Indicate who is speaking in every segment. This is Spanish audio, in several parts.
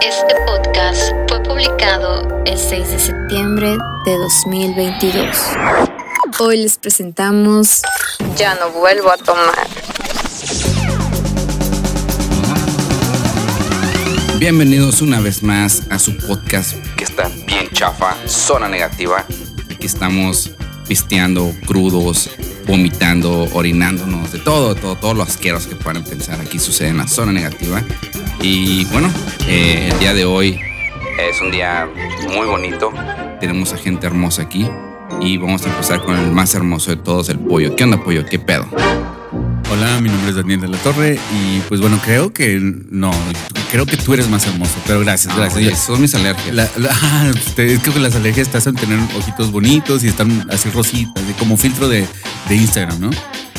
Speaker 1: Este podcast fue publicado
Speaker 2: el 6 de septiembre de 2022. Hoy les presentamos
Speaker 1: Ya no vuelvo a tomar.
Speaker 3: Bienvenidos una vez más a su podcast.
Speaker 4: que está bien chafa, zona negativa.
Speaker 3: Aquí estamos pisteando, crudos, vomitando, orinándonos, de todo, todo, todos los asqueros que puedan pensar. Aquí sucede en la zona negativa. Y bueno, eh, el día de hoy
Speaker 4: Es un día muy bonito.
Speaker 3: tenemos a gente hermosa aquí y vamos a empezar con el más hermoso de todos, el pollo. ¿Qué onda, pollo? ¿Qué pedo?
Speaker 5: Hola, mi nombre es Daniel de la Torre y pues bueno, creo que no, creo que tú eres más hermoso, pero gracias, gracias.
Speaker 3: Ah, Oye, son mis alergias.
Speaker 5: La- la- ah, pues, te- es que con las alergias te hacen tener ojitos bonitos y están así rositas, de- como filtro de, de Instagram, ¿no?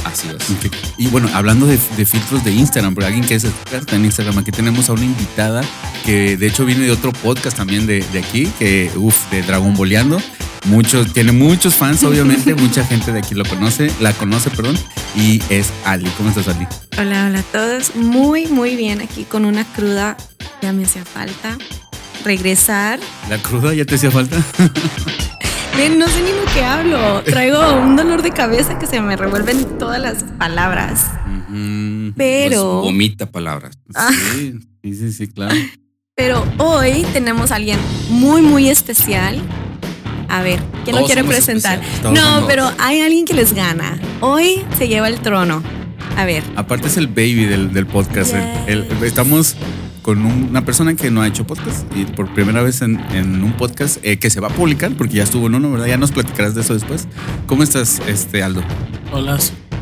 Speaker 3: Así es.
Speaker 5: Ok. Y bueno, hablando de, de filtros de Instagram, por alguien que es experta en Instagram, aquí tenemos a una invitada que de hecho viene de otro podcast también de, de aquí, que uff, de Dragon Boleando. Muchos, tiene muchos fans, obviamente, mucha gente de aquí lo conoce, la conoce, perdón, y es Ali. ¿Cómo estás, Ali?
Speaker 6: Hola, hola a todos. Muy, muy bien aquí con una cruda. Ya me hacía falta regresar.
Speaker 5: ¿La cruda ya te hacía falta?
Speaker 6: Ven, no sé ni lo que hablo. Traigo un dolor de cabeza que se me revuelven todas las palabras. Pero,
Speaker 3: Pues vomita palabras.
Speaker 5: Sí, sí, sí, sí, claro.
Speaker 6: pero hoy tenemos a alguien muy, muy especial. A ver, ¿quién lo
Speaker 3: Todos
Speaker 6: quiere
Speaker 3: somos
Speaker 6: presentar?
Speaker 3: especiales,
Speaker 5: todos
Speaker 6: No,
Speaker 5: somos.
Speaker 6: pero hay alguien que les gana. Hoy se lleva el trono. A ver,
Speaker 5: Aparte es el baby del, del podcast. El- el- estamos con un- una persona que no ha hecho podcast y por primera vez en, en un podcast eh, que se va a publicar porque ya estuvo en uno, ¿verdad? Ya nos platicarás de eso después. ¿Cómo estás, este Aldo?
Speaker 7: Hola,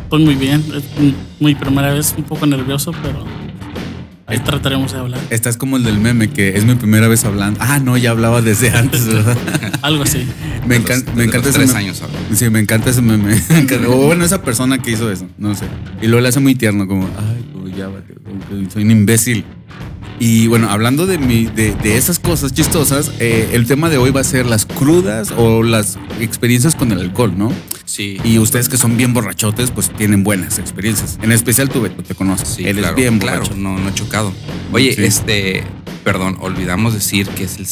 Speaker 7: pues muy bien. Es mi- mi primera vez, un poco nervioso, pero ahí trataremos de hablar.
Speaker 5: Estás como el del meme que es mi primera vez hablando. Ah, no, ya hablaba desde antes, ¿verdad?
Speaker 7: Algo así.
Speaker 5: Me,
Speaker 3: Desde los-
Speaker 5: encanta, me
Speaker 3: desde los
Speaker 5: encanta ese
Speaker 3: tres
Speaker 5: meme.
Speaker 3: años ahora.
Speaker 5: Sí, me encanta ese meme. O bueno, esa persona que hizo eso, no sé. Y luego le hace muy tierno, como, ay, como ya, vete, como que soy un imbécil. Y bueno, hablando de, mi, de, de esas cosas chistosas, eh, el tema de hoy va a ser las crudas o las experiencias con el alcohol, ¿no?
Speaker 3: Sí.
Speaker 5: Y ustedes que son bien borrachotes, pues tienen buenas experiencias. En especial tú, Beto, te conoces.
Speaker 3: Sí,
Speaker 5: Eres
Speaker 3: claro,
Speaker 5: bien
Speaker 3: claro,
Speaker 5: borracho.
Speaker 3: no, no he chocado. Oye,
Speaker 5: Sí.
Speaker 3: este, perdón, olvidamos decir que es el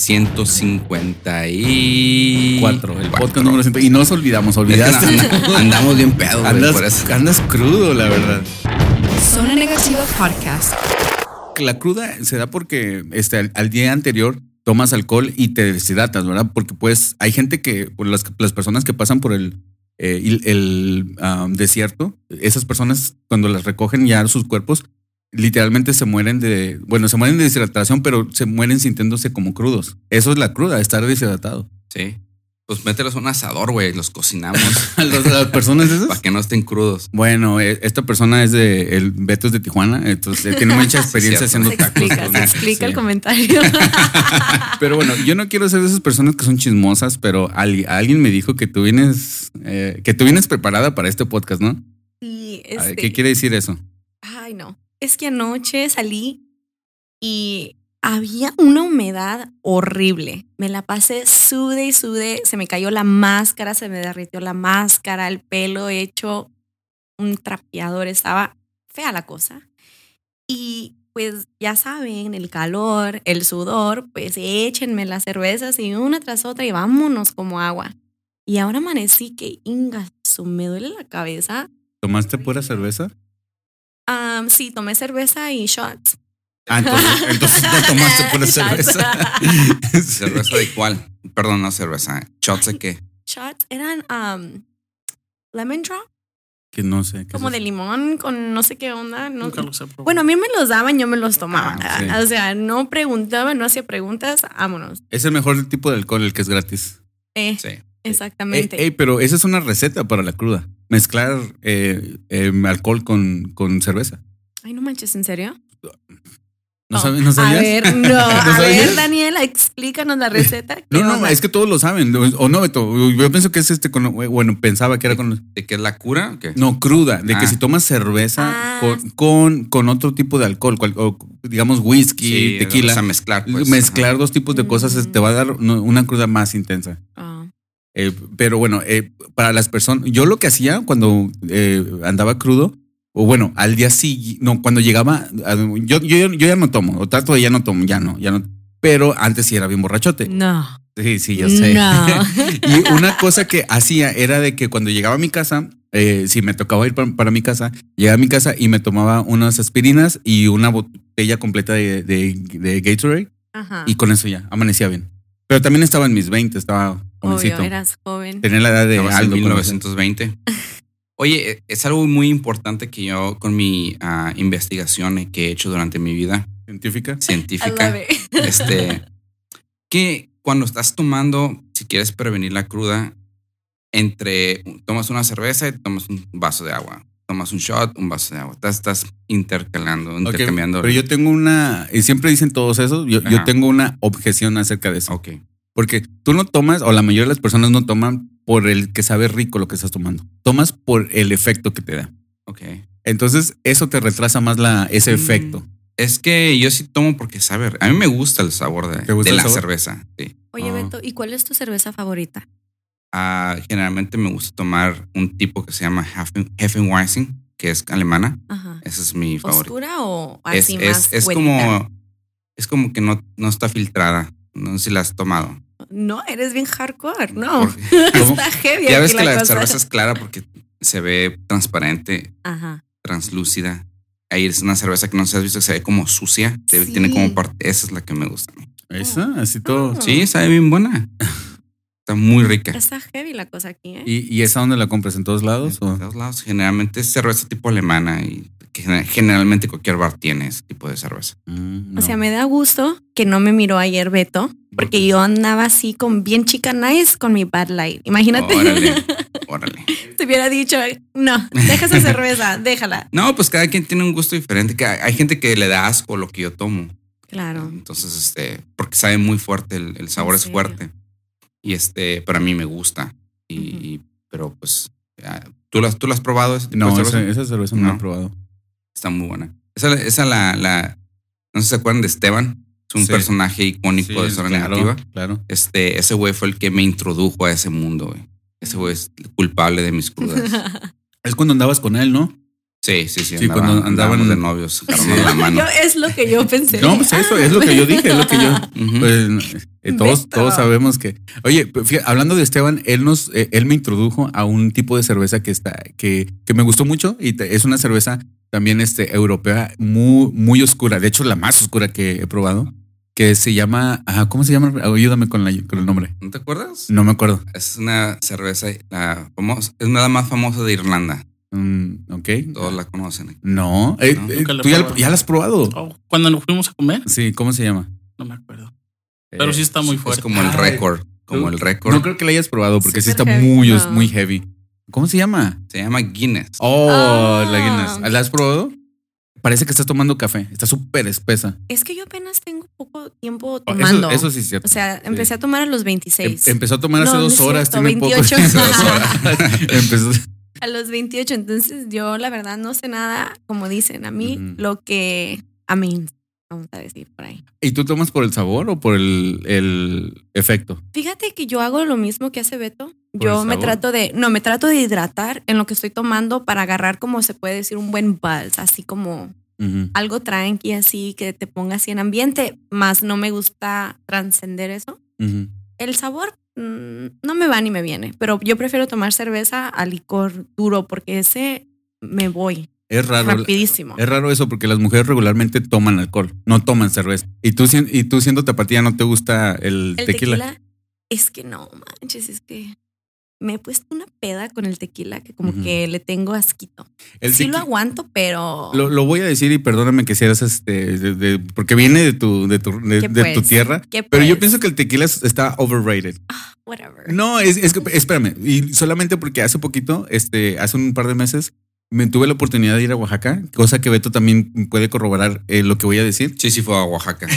Speaker 3: 150 y...
Speaker 5: Cuatro, el
Speaker 3: Cuatro.
Speaker 5: podcast número 100. Y nos
Speaker 3: Es
Speaker 5: olvidamos,
Speaker 3: que
Speaker 5: olvidaste.
Speaker 3: anda- Andamos bien pedo, güey, por
Speaker 5: Andas,
Speaker 3: eso.
Speaker 5: andas crudo, la verdad.
Speaker 2: Zona Negativa Podcast.
Speaker 5: La cruda se da porque este, al, al día anterior tomas alcohol y te deshidratas, ¿verdad? Porque pues hay gente que, por las, las personas que pasan por el, eh, il- el, ah, desierto, esas personas cuando las recogen ya sus cuerpos, literalmente se mueren de, bueno, se mueren de deshidratación, pero se mueren sintiéndose como crudos. Eso es la cruda, estar deshidratado.
Speaker 3: Sí. Pues mételos a un asador, güey, los cocinamos
Speaker 5: Las, las personas esas.
Speaker 3: para que no estén crudos.
Speaker 5: Bueno, eh, esta persona es de, el Beto es de Tijuana, entonces él tiene mucha experiencia
Speaker 3: cierto.
Speaker 5: haciendo
Speaker 6: se
Speaker 5: tacos.
Speaker 6: explica, se
Speaker 5: ¿verdad?
Speaker 6: explica el
Speaker 5: Sí.
Speaker 6: comentario.
Speaker 5: Pero bueno, yo no quiero ser de esas personas que son chismosas, pero ali- alguien me dijo que tú vienes, eh, que tú vienes preparada para este podcast, ¿no?
Speaker 6: Sí,
Speaker 5: A ver,
Speaker 6: este-
Speaker 5: ¿Qué quiere decir eso?
Speaker 6: Ay, no. Es que anoche salí y había una humedad horrible. Me la pasé sude y sude. Se me cayó la máscara, se me derritió la máscara, el pelo hecho un trapeador. Estaba fea la cosa. Y pues ya saben, el calor, el sudor, pues échenme las cervezas y una tras otra y vámonos como agua. Y ahora amanecí que, inga, su- me duele la cabeza.
Speaker 5: ¿Tomaste pura cerveza?
Speaker 6: Am, sí, tomé cerveza y shots.
Speaker 5: Ah, entonces, entonces no tomaste pura cerveza. Sí.
Speaker 3: ¿Cerveza de cuál? Perdón, no cerveza.
Speaker 5: eh.
Speaker 3: ¿Shots de qué?
Speaker 6: Shots eran am, lemon drop,
Speaker 5: Que no sé. ¿qué
Speaker 6: como
Speaker 5: es
Speaker 6: de
Speaker 5: eso?
Speaker 6: limón con no sé qué onda. no-
Speaker 7: Nunca los he probado.
Speaker 6: bueno, a mí me los daban, yo me los tomaba.
Speaker 5: Ah, sí.
Speaker 6: O sea, no preguntaba, no hacía preguntas, vámonos.
Speaker 5: Es el mejor tipo de alcohol, el que es gratis.
Speaker 6: Eh,
Speaker 3: Sí.
Speaker 5: Ey,
Speaker 6: Exactamente.
Speaker 5: ey, pero esa es una receta para la cruda. Mezclar eh, eh, alcohol con, con cerveza.
Speaker 6: Ay, no manches, ¿en serio?
Speaker 5: ¿No,
Speaker 6: Oh,
Speaker 5: sabes, ¿no
Speaker 6: A
Speaker 5: sabías?
Speaker 6: ver, no, a ver,
Speaker 5: sabías?
Speaker 6: Daniela, explícanos la receta. ¿Qué
Speaker 5: No, no,
Speaker 6: onda?
Speaker 5: es que todos lo saben. O no, Beto. Yo pienso que es este con. Bueno, pensaba que era con.
Speaker 3: ¿De qué es la cura? o qué?
Speaker 5: No, cruda, de que
Speaker 3: Ah.
Speaker 5: si tomas cerveza
Speaker 6: Ah.
Speaker 5: con, con, con otro tipo de alcohol, cual- o, digamos whisky,
Speaker 3: Sí,
Speaker 5: tequila,
Speaker 3: vamos a mezclar. pues.
Speaker 5: mezclar dos tipos de cosas es- te va a dar no, una cruda más intensa.
Speaker 6: Ah,
Speaker 5: Eh, pero bueno, eh, para las personas, yo lo que hacía cuando eh, andaba crudo, o bueno, al día siguiente, no, cuando llegaba, a- yo, yo, yo ya no tomo, o trato de ya no tomo, ya no, ya no. Pero antes sí era bien borrachote.
Speaker 6: No.
Speaker 5: Sí, sí, yo sé.
Speaker 6: No.
Speaker 5: y una cosa que hacía era de que cuando llegaba a mi casa, eh, si me tocaba ir pa- para, mi casa, llegaba a mi casa y me tomaba unas aspirinas y una botella completa de, de, de Gatorade
Speaker 6: Ajá.
Speaker 5: y con eso ya, amanecía bien. Pero también estaba en mis 20, estaba jovencito.
Speaker 6: Obvio, eras joven.
Speaker 5: Tenía la edad de
Speaker 3: Estabas en
Speaker 5: Aldo. cuando-
Speaker 3: 1920. Oye, eh, es algo muy importante que yo con mi ah, investigación eh, que he hecho durante mi vida
Speaker 5: científica.
Speaker 6: I
Speaker 3: científica.
Speaker 6: love it.
Speaker 5: "Ah,
Speaker 3: Este, que cuando estás tomando, si quieres prevenir la cruda, entre tomas una cerveza y tomas un vaso de agua, tomas un shot, un vaso de agua, estás, estás intercalando,
Speaker 5: Ok,
Speaker 3: intercambiando.
Speaker 5: Pero yo tengo una, y siempre dicen todos esos, yo, yo
Speaker 3: Ajá.
Speaker 5: tengo una objeción acerca de eso.
Speaker 3: Ok.
Speaker 5: Porque tú no tomas, o la mayoría de las personas no toman por el que sabe rico lo que estás tomando. Tomas por el efecto que te da.
Speaker 3: Ok.
Speaker 5: Entonces, eso te retrasa más la, ese
Speaker 6: Mm.
Speaker 5: efecto.
Speaker 3: Es que yo sí tomo porque sabe. A mí me gusta el sabor de,
Speaker 5: ¿Te gusta
Speaker 3: de
Speaker 5: el
Speaker 3: la
Speaker 5: sabor?
Speaker 3: cerveza. sí.
Speaker 6: Oye,
Speaker 5: Ah.
Speaker 6: Beto, ¿y cuál es tu cerveza favorita?
Speaker 3: Ah, generalmente me gusta tomar un tipo que se llama Hefen- Hefeweizen, que es alemana.
Speaker 6: Ajá.
Speaker 3: Ese es mi favorito.
Speaker 6: ¿Oscura o
Speaker 3: Es,
Speaker 6: así
Speaker 3: es,
Speaker 6: más
Speaker 3: es
Speaker 6: güerita?
Speaker 3: como es como que no, no está filtrada. No sé si la has tomado.
Speaker 6: No, eres bien hardcore. No.
Speaker 3: Porque-
Speaker 6: Está heavy.
Speaker 3: ya
Speaker 6: aquí
Speaker 3: ves que la
Speaker 6: cosa.
Speaker 3: cerveza es clara porque se ve transparente,
Speaker 6: Ajá.
Speaker 3: translúcida. Ahí es una cerveza que no se has visto que se ve como sucia. se- Tiene
Speaker 6: Sí.
Speaker 3: como parte. Esa es la que me gusta a mí.
Speaker 5: Esa, así todo.
Speaker 6: Ah.
Speaker 3: Sí, sabe bien buena. Está muy rica.
Speaker 6: Está heavy la cosa aquí, ¿eh?
Speaker 5: ¿Y, y esa donde la compras? ¿En todos lados? o?
Speaker 3: En todos lados, generalmente es cerveza tipo alemana y que gener- generalmente cualquier bar tiene ese tipo de cerveza.
Speaker 5: Mm,
Speaker 6: O
Speaker 5: no.
Speaker 6: sea, me da gusto que no me miró ayer Beto, porque yo andaba así con bien chica nice con mi Bad Light. Imagínate,
Speaker 3: Órale, órale.
Speaker 6: te hubiera dicho, no, deja esa cerveza, déjala.
Speaker 3: No, pues cada quien tiene un gusto diferente. que Hay hay gente que le da asco lo que yo tomo.
Speaker 6: Claro.
Speaker 3: Entonces, este, porque sabe muy fuerte, el, el sabor
Speaker 6: ¿En
Speaker 3: es
Speaker 6: serio?
Speaker 3: fuerte. Y este, para mí me gusta. Y,
Speaker 6: Ujú.
Speaker 3: y- pero pues, ah, ¿tú las tú la has probado? Ese tipo
Speaker 5: no,
Speaker 3: de
Speaker 5: esa
Speaker 3: Pues cerveza?
Speaker 5: cerveza, esa cerveza no, la he
Speaker 3: No.
Speaker 5: probado.
Speaker 3: Está muy buena. Esa, esa la, la, no sé si se acuerdan de Esteban. Es un
Speaker 5: Sí.
Speaker 3: personaje icónico de Zona Negativa.
Speaker 5: Claro.
Speaker 3: Este, ese güey fue el que me introdujo a ese mundo, güey. Ese güey es el culpable de mis crudas.
Speaker 5: Es cuando andabas con él, ¿no?
Speaker 3: Sí, sí, sí.
Speaker 5: Sí, cuando
Speaker 3: andaban, andábamos
Speaker 5: andaban-
Speaker 3: de novios, agarrando la mano.
Speaker 6: Yo- es lo que yo pensé.
Speaker 5: No, pues eso es lo que yo dije, es lo que yo.
Speaker 3: Ujú.
Speaker 5: Pues, eh, todos,
Speaker 6: Beto.
Speaker 5: todos sabemos que. Oye, pues, fíjate, hablando de Esteban, él nos, eh, él me introdujo a un tipo de cerveza que está, que, que me gustó mucho y te- es una cerveza también este, europea muy, muy oscura. De hecho, la más oscura que he probado, que se llama, ah, ¿cómo se llama? Ayúdame con, la, con el nombre.
Speaker 3: ¿No te acuerdas?
Speaker 5: No me acuerdo.
Speaker 3: Es una cerveza, la famosa, es nada más famosa de Irlanda.
Speaker 5: Mm, ok.
Speaker 3: Todos la conocen.
Speaker 5: No, eh,
Speaker 3: No,
Speaker 5: eh,
Speaker 7: nunca la he
Speaker 5: tú ya, la-
Speaker 7: probado.
Speaker 5: ya la has probado.
Speaker 7: Oh, cuando nos fuimos a comer,
Speaker 5: Sí, ¿cómo se llama?
Speaker 7: no me acuerdo. Pero
Speaker 5: Eh,
Speaker 7: sí está muy fuerte.
Speaker 3: Es como el
Speaker 5: Ay.
Speaker 3: récord, como el récord.
Speaker 5: No creo que la hayas probado porque sí está
Speaker 6: Súper heavy,
Speaker 5: muy,
Speaker 6: no.
Speaker 5: muy heavy. ¿Cómo se llama?
Speaker 3: Se llama Guinness.
Speaker 5: Oh,
Speaker 6: Ah.
Speaker 5: la Guinness. ¿La has probado? Parece que estás tomando café. Está súper espesa.
Speaker 6: Es que yo apenas tengo poco tiempo
Speaker 5: Oh,
Speaker 6: tomando.
Speaker 5: Eso, eso sí es cierto.
Speaker 6: o sea, empecé a tomar a los
Speaker 5: Em-
Speaker 6: 26.
Speaker 5: Empezó a tomar hace
Speaker 6: No, no
Speaker 5: dos
Speaker 6: es
Speaker 5: horas.
Speaker 6: cierto,
Speaker 5: tiene poco.
Speaker 6: 28.
Speaker 5: Hace dos horas. Empezó.
Speaker 6: a los 28, entonces yo la verdad no sé nada, como dicen a mí,
Speaker 5: Ujú.
Speaker 6: lo que a mí, vamos a decir por ahí.
Speaker 5: ¿Y tú tomas por el sabor o por el, el efecto?
Speaker 6: Fíjate que yo hago lo mismo que hace Beto.
Speaker 5: Por
Speaker 6: Yo
Speaker 5: el
Speaker 6: me
Speaker 5: sabor.
Speaker 6: trato de, no, me trato de hidratar en lo que estoy tomando para agarrar, como se puede decir, un buen buzz, así como
Speaker 5: Ujú.
Speaker 6: algo tranqui, así que te ponga así en ambiente, más no me gusta trascender eso.
Speaker 5: Ujú.
Speaker 6: El sabor mm, no me va ni me viene, pero yo prefiero tomar cerveza a licor duro porque ese me voy
Speaker 5: Es raro.
Speaker 6: rapidísimo.
Speaker 5: Es raro eso porque las mujeres regularmente toman alcohol, no toman cerveza. Y tú, sien- y tú siendo tapatía no te gusta el,
Speaker 6: El tequila. es que no manches, es que me he puesto una peda con el tequila que como
Speaker 5: Ujú.
Speaker 6: que le tengo asquito.
Speaker 5: El
Speaker 6: sí lo
Speaker 5: tequi-
Speaker 6: aguanto, pero
Speaker 5: Lo, lo voy a decir y perdóname que seas este, de- de- porque viene de tu, de tu, de-
Speaker 6: ¿Qué
Speaker 5: de tu
Speaker 6: pues?
Speaker 5: tierra.
Speaker 6: ¿Qué
Speaker 5: Pero yo
Speaker 6: pues?
Speaker 5: pienso que el tequila es- está overrated.
Speaker 6: whatever.
Speaker 5: No, es, es que, espérame, y solamente porque hace poquito, este, hace un par de meses, me tuve la oportunidad de ir a Oaxaca, cosa que Beto también puede corroborar eh, lo que voy a decir.
Speaker 3: Sí, sí fue a Oaxaca.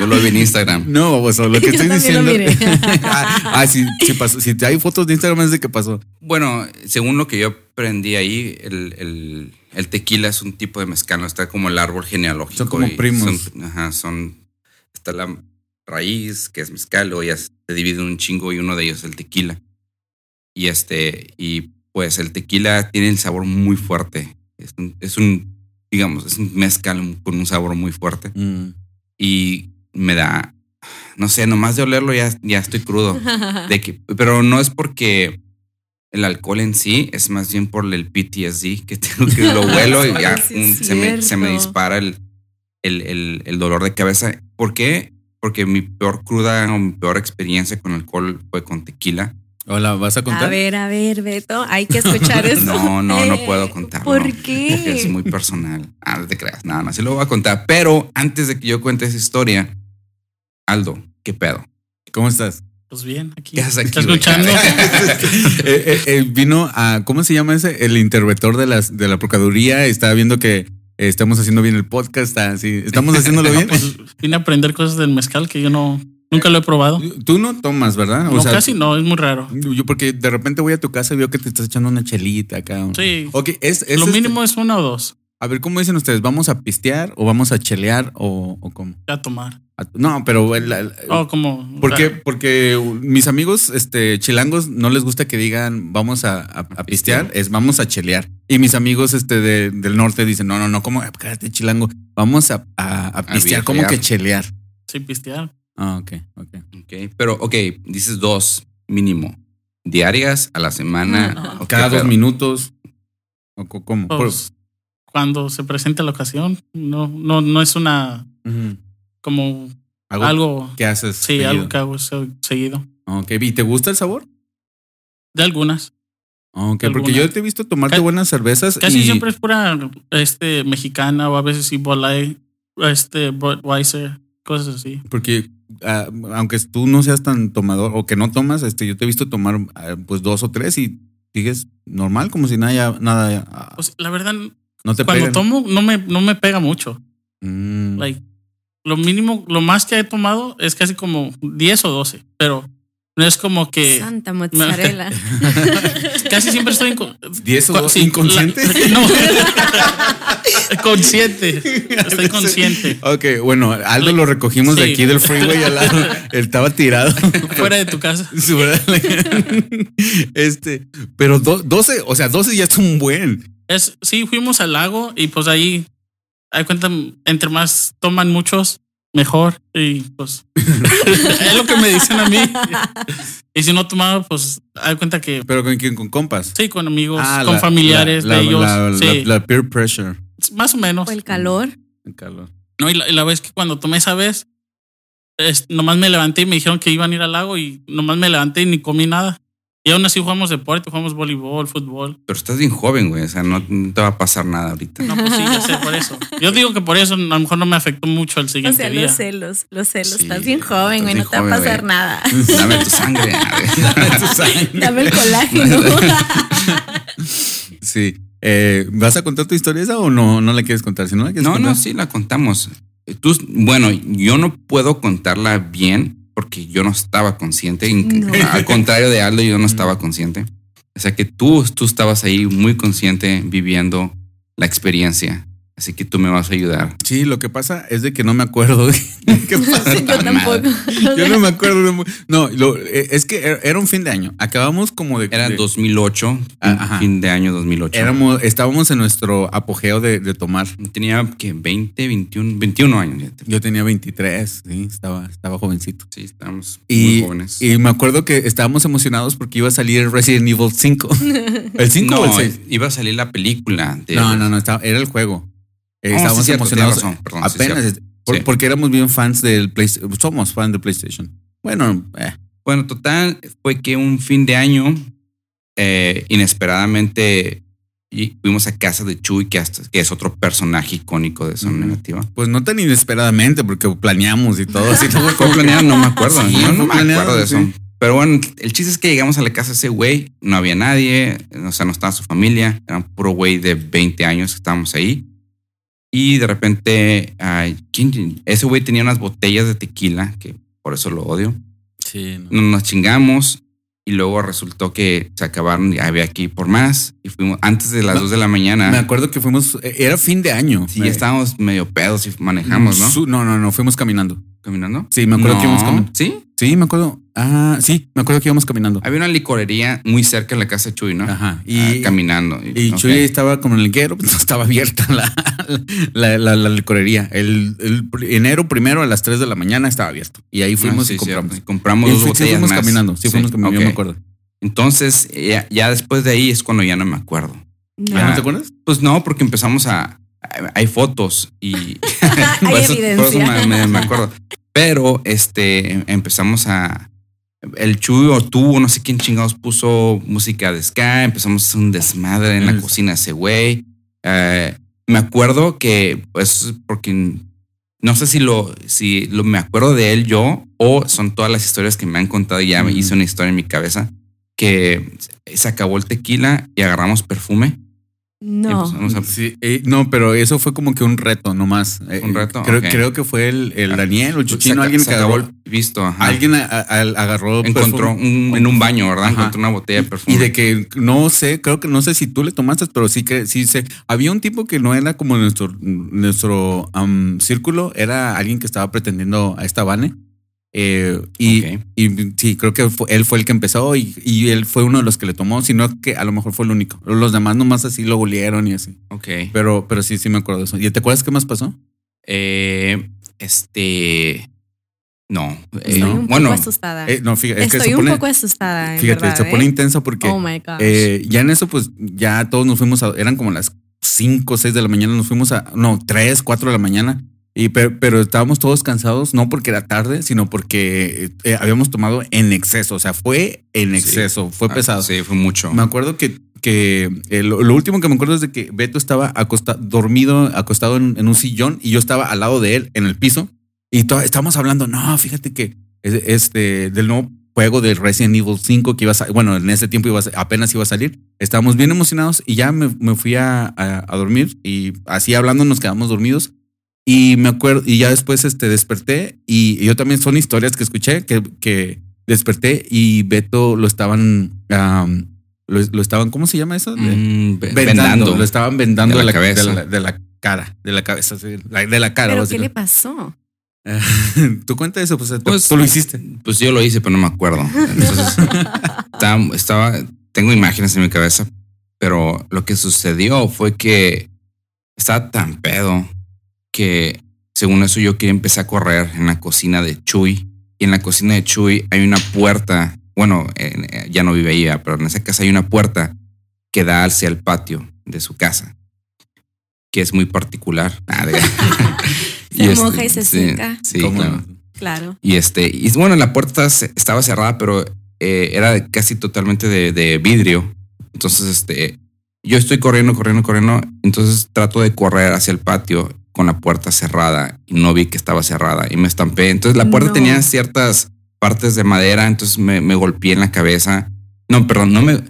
Speaker 3: Yo lo vi en Instagram.
Speaker 5: No, baboso, lo que
Speaker 6: Yo
Speaker 5: estoy
Speaker 6: también lo
Speaker 5: diciendo.
Speaker 6: miré.
Speaker 5: ah, ah, sí, sí pasó. Si hay fotos de Instagram es de que pasó.
Speaker 3: Bueno, según lo que yo aprendí ahí, el, el- el tequila es un tipo de mezcal, ¿no? está como el árbol genealógico.
Speaker 5: Son como
Speaker 3: y
Speaker 5: primos.
Speaker 3: Son, ajá, son, está la raíz, que es mezcal, o ya se divide en un chingo y uno de ellos es el tequila. Y este, y pues el tequila tiene el sabor muy fuerte. Es un, es un digamos, es un mezcal con un sabor muy fuerte.
Speaker 5: Mm.
Speaker 3: Y me da, no sé, nomás de olerlo ya, ya estoy crudo. De que, pero no es porque el alcohol en sí, es más bien por el PTSD que tengo que lo vuelo y ya
Speaker 6: Sí,
Speaker 3: um,
Speaker 6: es
Speaker 3: se, me, se me
Speaker 6: cierto.
Speaker 3: dispara el, el, el- el dolor de cabeza. ¿Por qué? Porque mi peor cruda o mi peor experiencia con alcohol fue con tequila.
Speaker 5: Hola, ¿vas a
Speaker 6: A
Speaker 5: contar?
Speaker 6: ver, a ver, Beto, hay que escuchar eso.
Speaker 3: No, no, no puedo contarlo.
Speaker 6: ¿Por
Speaker 3: Porque
Speaker 6: qué?
Speaker 3: es muy personal. Ah, no te creas. Nada más se lo voy a contar. Pero antes de que yo cuente esa historia, Aldo, ¿qué pedo?
Speaker 5: ¿Cómo estás?
Speaker 7: Pues bien, aquí.
Speaker 3: ¿Qué haces aquí,
Speaker 7: ¿Estás
Speaker 3: güey?
Speaker 7: escuchando?
Speaker 5: Eh, eh, eh, vino a, ¿cómo se llama ese? El interventor de, las, de la Procuraduría. Estaba viendo que eh, estamos haciendo bien el podcast. Así, estamos haciéndolo bien.
Speaker 7: Pues vine a aprender cosas del mezcal que yo no nunca lo he probado.
Speaker 5: Tú no tomas, ¿verdad?
Speaker 7: no, casi no, es muy raro.
Speaker 5: Yo porque de repente voy a tu casa y veo que te estás echando una chelita acá.
Speaker 7: Sí.
Speaker 5: Ok, es, es
Speaker 7: lo
Speaker 5: este-
Speaker 7: mínimo es una o dos
Speaker 5: A ver, ¿cómo dicen ustedes? ¿Vamos a pistear o vamos a chelear o, o cómo?
Speaker 7: a tomar.
Speaker 5: A- No, pero la- la-
Speaker 7: Oh, como.
Speaker 5: Eh, ¿Por qué? Porque mis amigos este, chilangos no les gusta que digan vamos a, a- a pistear, es vamos a chelear. Y mis amigos este, de- del norte dicen, no, no, no, ¿cómo? Cállate, chilango, vamos a, a- a pistear, ¿cómo que
Speaker 3: viajear.
Speaker 5: chelear?
Speaker 7: Sí, pistear.
Speaker 5: Ah, ok, ok.
Speaker 3: Ok, pero ok, dices dos mínimo. Diarias a la semana.
Speaker 7: No, no.
Speaker 3: ¿O qué
Speaker 5: Cada dos
Speaker 3: pedo?
Speaker 5: minutos. ¿O co- cómo? Por-
Speaker 7: Pues, cuando se presenta la ocasión, no, no, no es una.
Speaker 5: Ujú.
Speaker 7: Como
Speaker 5: ¿Algo
Speaker 7: algo.
Speaker 5: que haces?
Speaker 7: Sí,
Speaker 5: seguido?
Speaker 7: algo que hago se- seguido.
Speaker 5: Ok, ¿y te gusta el sabor?
Speaker 7: De algunas.
Speaker 5: Ok, porque
Speaker 7: Alguna.
Speaker 5: yo te he visto tomarte
Speaker 7: Ca-
Speaker 5: buenas cervezas.
Speaker 7: Casi
Speaker 5: y-
Speaker 7: siempre es pura este, mexicana o a veces sí Bolai, este, Budweiser, cosas así.
Speaker 5: Porque ah, aunque tú no seas tan tomador o que no tomas, este, yo te he visto tomar ah, pues dos o tres y sigues normal, como si nada, nada ah,
Speaker 7: Pues, la verdad,
Speaker 5: no te
Speaker 7: cuando
Speaker 5: pegan.
Speaker 7: tomo no me, no me pega mucho.
Speaker 5: Mm,
Speaker 7: Like, lo mínimo, lo más que he tomado es casi como 10 o 12, pero no es como que
Speaker 6: Santa mozzarella.
Speaker 7: casi siempre estoy inco-
Speaker 5: ¿Diez o
Speaker 7: co-
Speaker 5: dos
Speaker 7: sí,
Speaker 5: inconsciente?
Speaker 7: la- no. consciente. Estoy consciente.
Speaker 5: Ok, bueno, Aldo lo recogimos de
Speaker 7: Sí.
Speaker 5: aquí del freeway al lado. Él estaba tirado.
Speaker 7: Fuera de tu casa.
Speaker 5: Sí, ¿verdad? este, pero do- 12, o sea, 12 ya es un buen.
Speaker 7: Es, sí, fuimos al lago y pues ahí, ahí cuentan, entre más toman muchos, mejor. Y pues es lo que me dicen a mí. Y si no tomaba, pues hay cuenta que
Speaker 5: Pero con quién? Con compas.
Speaker 7: sí, con amigos,
Speaker 5: Ah,
Speaker 7: con
Speaker 5: la-
Speaker 7: familiares
Speaker 5: la-
Speaker 7: de
Speaker 5: la-
Speaker 7: ellos.
Speaker 5: La, la-
Speaker 7: sí,
Speaker 5: la peer pressure.
Speaker 7: más o menos.
Speaker 6: O el calor.
Speaker 5: Carlos.
Speaker 7: No, y la, y la vez que cuando tomé esa vez, es- nomás me levanté y me dijeron que iban a ir al lago y nomás me levanté y ni comí nada. Y aún así jugamos deporte, jugamos voleibol, fútbol.
Speaker 3: Pero estás bien joven, güey. O sea, no, no te va a pasar nada ahorita.
Speaker 7: No, pues sí, ya sé, por eso. Yo digo que por eso a lo mejor no me afectó mucho el
Speaker 6: O
Speaker 7: siguiente
Speaker 6: sea,
Speaker 7: día.
Speaker 6: los celos, los celos.
Speaker 3: Sí,
Speaker 6: estás bien joven,
Speaker 3: estás
Speaker 6: güey,
Speaker 3: bien
Speaker 6: no te va a
Speaker 3: joven,
Speaker 6: pasar
Speaker 3: güey.
Speaker 6: nada.
Speaker 3: Dame tu sangre. Dame tu sangre.
Speaker 6: Dame el colágeno.
Speaker 5: Sí. Eh, ¿Vas a contar tu historia esa o no, no la quieres contar? Si no la quieres
Speaker 3: No,
Speaker 5: contar.
Speaker 3: no, sí, la contamos. Tú, bueno, yo no puedo contarla bien porque yo no estaba consciente. In-
Speaker 6: No.
Speaker 3: Al contrario de Aldo, yo no
Speaker 7: Mm.
Speaker 3: estaba consciente. O sea que tú, tú estabas ahí muy consciente viviendo la experiencia. Así que tú me vas a ayudar.
Speaker 5: Sí, lo que pasa es de que no me acuerdo. de- ¿Qué pasa?
Speaker 6: Yo tampoco.
Speaker 5: Yo no me acuerdo. de mu- No, lo- eh, es que era- era un fin de año. Acabamos como de.
Speaker 3: Era
Speaker 5: de-
Speaker 3: 2008,
Speaker 5: Ah,
Speaker 3: fin-
Speaker 5: ajá.
Speaker 3: fin de año 2008.
Speaker 5: Éramos, estábamos en nuestro apogeo de, de tomar.
Speaker 3: Tenía que 20, 21, 21 años. fíjate.
Speaker 5: Yo tenía 23, sí, estaba, estaba jovencito.
Speaker 3: Sí, estábamos muy
Speaker 5: Y,
Speaker 3: jóvenes.
Speaker 5: y me acuerdo que estábamos emocionados porque iba a salir Resident Evil 5. ¿El 5 o el
Speaker 3: no,
Speaker 5: 6?
Speaker 3: iba a salir la película. de-
Speaker 5: No, no, no, estaba- era el juego.
Speaker 3: Oh,
Speaker 5: Eh,
Speaker 3: Eh, sí,
Speaker 5: estábamos
Speaker 3: cierto, tienes
Speaker 5: emocionados.
Speaker 3: razón, perdón, sí,
Speaker 5: apenas.
Speaker 3: cierto.
Speaker 5: por-
Speaker 3: Sí.
Speaker 5: Porque éramos bien fans del PlayStation. Somos fans de PlayStation. Bueno, eh,
Speaker 3: Bueno, total, fue que un fin de año, eh, inesperadamente, y fuimos a casa de Chuy, que, hasta- que es otro personaje icónico de Zona
Speaker 5: Ujú.
Speaker 3: Negativa.
Speaker 5: pues no tan inesperadamente porque planeamos y todo. Así
Speaker 3: ¿Cómo fue planeado? No me acuerdo.
Speaker 5: Sí,
Speaker 3: yo no
Speaker 5: fue
Speaker 3: me
Speaker 5: planeado,
Speaker 3: acuerdo de eso.
Speaker 5: sí.
Speaker 3: Pero bueno, el chiste es que llegamos a la casa de ese güey, no había nadie, o sea, no estaba su familia, era un puro güey de 20 años que estábamos ahí. Y de repente, ay, ¿quién- ese güey tenía unas botellas de tequila, que por eso lo odio.
Speaker 5: sí, no.
Speaker 3: nos, nos chingamos y luego resultó que se acabaron y había que ir por más y fuimos antes de las
Speaker 5: Me-
Speaker 3: 2 de la
Speaker 5: Me
Speaker 3: mañana.
Speaker 5: acuerdo que fuimos, eh, era fin de año.
Speaker 3: Ah. Sí,
Speaker 5: Me-
Speaker 3: ya estábamos medio pedos y manejamos, ¿no?
Speaker 5: Su- no, no, no, fuimos caminando.
Speaker 3: Caminando.
Speaker 5: Sí, me acuerdo que íbamos caminando.
Speaker 3: ¿Sí?
Speaker 5: Sí, me acuerdo. Ah, sí, me acuerdo que íbamos caminando.
Speaker 3: Había una licorería muy cerca de la casa de Chuy, ¿no?
Speaker 5: Ajá. Ah,
Speaker 3: Y
Speaker 5: Y,
Speaker 3: caminando.
Speaker 5: y
Speaker 3: Ok.
Speaker 5: Chuy este, estaba como en el guero, pues no estaba abierta la, la, la- la licorería. El, el pr- enero primero a las 3 de la mañana estaba abierto. Y ahí fuimos
Speaker 3: Ah, sí,
Speaker 5: y
Speaker 3: sí,
Speaker 5: compramos.
Speaker 3: y compramos
Speaker 5: Y
Speaker 3: dos
Speaker 5: fui- sí
Speaker 3: botellas
Speaker 5: fuimos
Speaker 3: más.
Speaker 5: caminando, sí, fuimos caminando, yo
Speaker 3: ok.
Speaker 5: me acuerdo.
Speaker 3: Entonces, ya, ya después de ahí es cuando ya no me acuerdo.
Speaker 6: No.
Speaker 5: ¿Ya
Speaker 3: Ah.
Speaker 5: no te acuerdas?
Speaker 3: Pues no, porque empezamos a. a- Hay fotos y.
Speaker 6: Hay
Speaker 3: por, eso, por eso
Speaker 6: evidencia.
Speaker 3: me, me- me acuerdo. Pero este empezamos a. El Chuy o tú, no sé quién chingados puso música de Ska. Empezamos a hacer un desmadre en la
Speaker 5: Mm.
Speaker 3: cocina ese güey. Eh, me acuerdo que, pues, porque no sé si lo, si lo me acuerdo de él yo o son todas las historias que me han contado y ya me
Speaker 5: Mm.
Speaker 3: hice una historia en mi cabeza que se acabó el tequila y agarramos perfume. y
Speaker 6: No.
Speaker 3: empezamos a-
Speaker 5: Sí, eh, no, pero eso fue como que un reto nomás. Eh,
Speaker 3: Un reto,
Speaker 5: Creo,
Speaker 3: ok.
Speaker 5: creo que fue el, el
Speaker 3: Ah,
Speaker 5: Daniel o el Chuchino,
Speaker 3: Se-
Speaker 5: alguien
Speaker 3: se
Speaker 5: que
Speaker 3: acabó
Speaker 5: agarró,
Speaker 3: el visto. ajá.
Speaker 5: alguien a- a- al- agarró pues,
Speaker 3: encontró
Speaker 5: perfume.
Speaker 3: un, en un baño, ¿verdad?
Speaker 5: Ajá.
Speaker 3: Encontró una botella de perfume.
Speaker 5: Y de que no sé, creo que no sé si tú le tomaste, pero sí que sí sé. Había un tipo que no era como nuestro, nuestro am, círculo, era alguien que estaba pretendiendo a esta Vane. Eh, y,
Speaker 3: Ok.
Speaker 5: y sí, creo que fue- él fue el que empezó y, y él fue uno de los que le tomó, sino que a lo mejor fue el único. Los demás nomás así lo olieron y así.
Speaker 3: Ok.
Speaker 5: Pero, pero sí, sí me acuerdo de eso. ¿Y te acuerdas qué más pasó?
Speaker 3: Eh, este. No. eh,
Speaker 6: Estoy Pues un
Speaker 3: bueno,
Speaker 6: poco asustada.
Speaker 5: Eh, no, fíjate, es que
Speaker 6: Ah. Estoy
Speaker 5: se
Speaker 6: un
Speaker 5: pone-
Speaker 6: poco asustada. en
Speaker 5: Fíjate,
Speaker 6: verdad,
Speaker 5: se pone
Speaker 6: ¿eh?
Speaker 5: intenso porque
Speaker 6: Oh my gosh.
Speaker 5: eh, ya en eso, pues ya todos nos fuimos a. Eran como las 5, 6 de la mañana, nos fuimos a. No, 3, 4 de la mañana. Y pe- pero, estábamos todos cansados, no porque era tarde, sino porque eh, habíamos tomado en exceso. O sea, fue en
Speaker 3: Sí.
Speaker 5: exceso, fue
Speaker 3: ah,
Speaker 5: pesado.
Speaker 3: Sí, fue mucho.
Speaker 5: Me acuerdo que, que eh, lo, lo último que me acuerdo es de que Beto estaba acosta- dormido, acostado en, en un sillón y yo estaba al lado de él en el piso y to- estábamos hablando, no, fíjate que es- este del nuevo juego de Resident Evil 5 que iba a, sa- bueno, en ese tiempo iba a sa- apenas iba a salir. Estábamos bien emocionados y ya me, me fui a, a- a dormir y así hablando nos quedamos dormidos. Y me acuerdo, y ya después este, desperté y yo también son historias que escuché que, que desperté y Beto lo estaban, am, lo, lo estaban, ¿cómo se llama eso?
Speaker 3: Mm, ve-
Speaker 5: vendando,
Speaker 3: vendando.
Speaker 5: Lo estaban vendando
Speaker 3: De
Speaker 5: de
Speaker 3: la
Speaker 5: la,
Speaker 3: cabeza.
Speaker 5: de la- de la cara, de la cabeza, sí, la- de la cara.
Speaker 6: ¿Pero qué le
Speaker 5: básicamente.
Speaker 6: pasó?
Speaker 5: Tú cuenta eso, pues, tú-
Speaker 3: Pues-
Speaker 5: tú lo hiciste.
Speaker 3: Pues yo lo hice, pero no me acuerdo. Entonces, estaba, estaba- tengo imágenes en mi cabeza, pero lo que sucedió fue que estaba tan pedo que, según eso, yo quería empezar a correr en la cocina de Chuy. Y en la cocina de Chuy hay una puerta. Bueno, en- eh, ya no vive ahí, ¿verdad? pero en esa casa hay una puerta que da hacia el patio de su casa, que es muy particular. Ah, de-
Speaker 6: Se moja y se
Speaker 3: sí,
Speaker 6: seca.
Speaker 3: Sí,
Speaker 5: ¿Cómo
Speaker 3: claro.
Speaker 5: no?
Speaker 6: Claro.
Speaker 3: Y este, y bueno, la puerta se- estaba cerrada, pero eh, era casi totalmente de, de vidrio. Entonces, este, yo estoy corriendo, corriendo, corriendo. Entonces trato de correr hacia el patio con la puerta cerrada y no vi que estaba cerrada y me estampé. Entonces la puerta
Speaker 6: No.
Speaker 3: tenía ciertas partes de madera, entonces me, me golpeé en la cabeza. No, perdón, no me.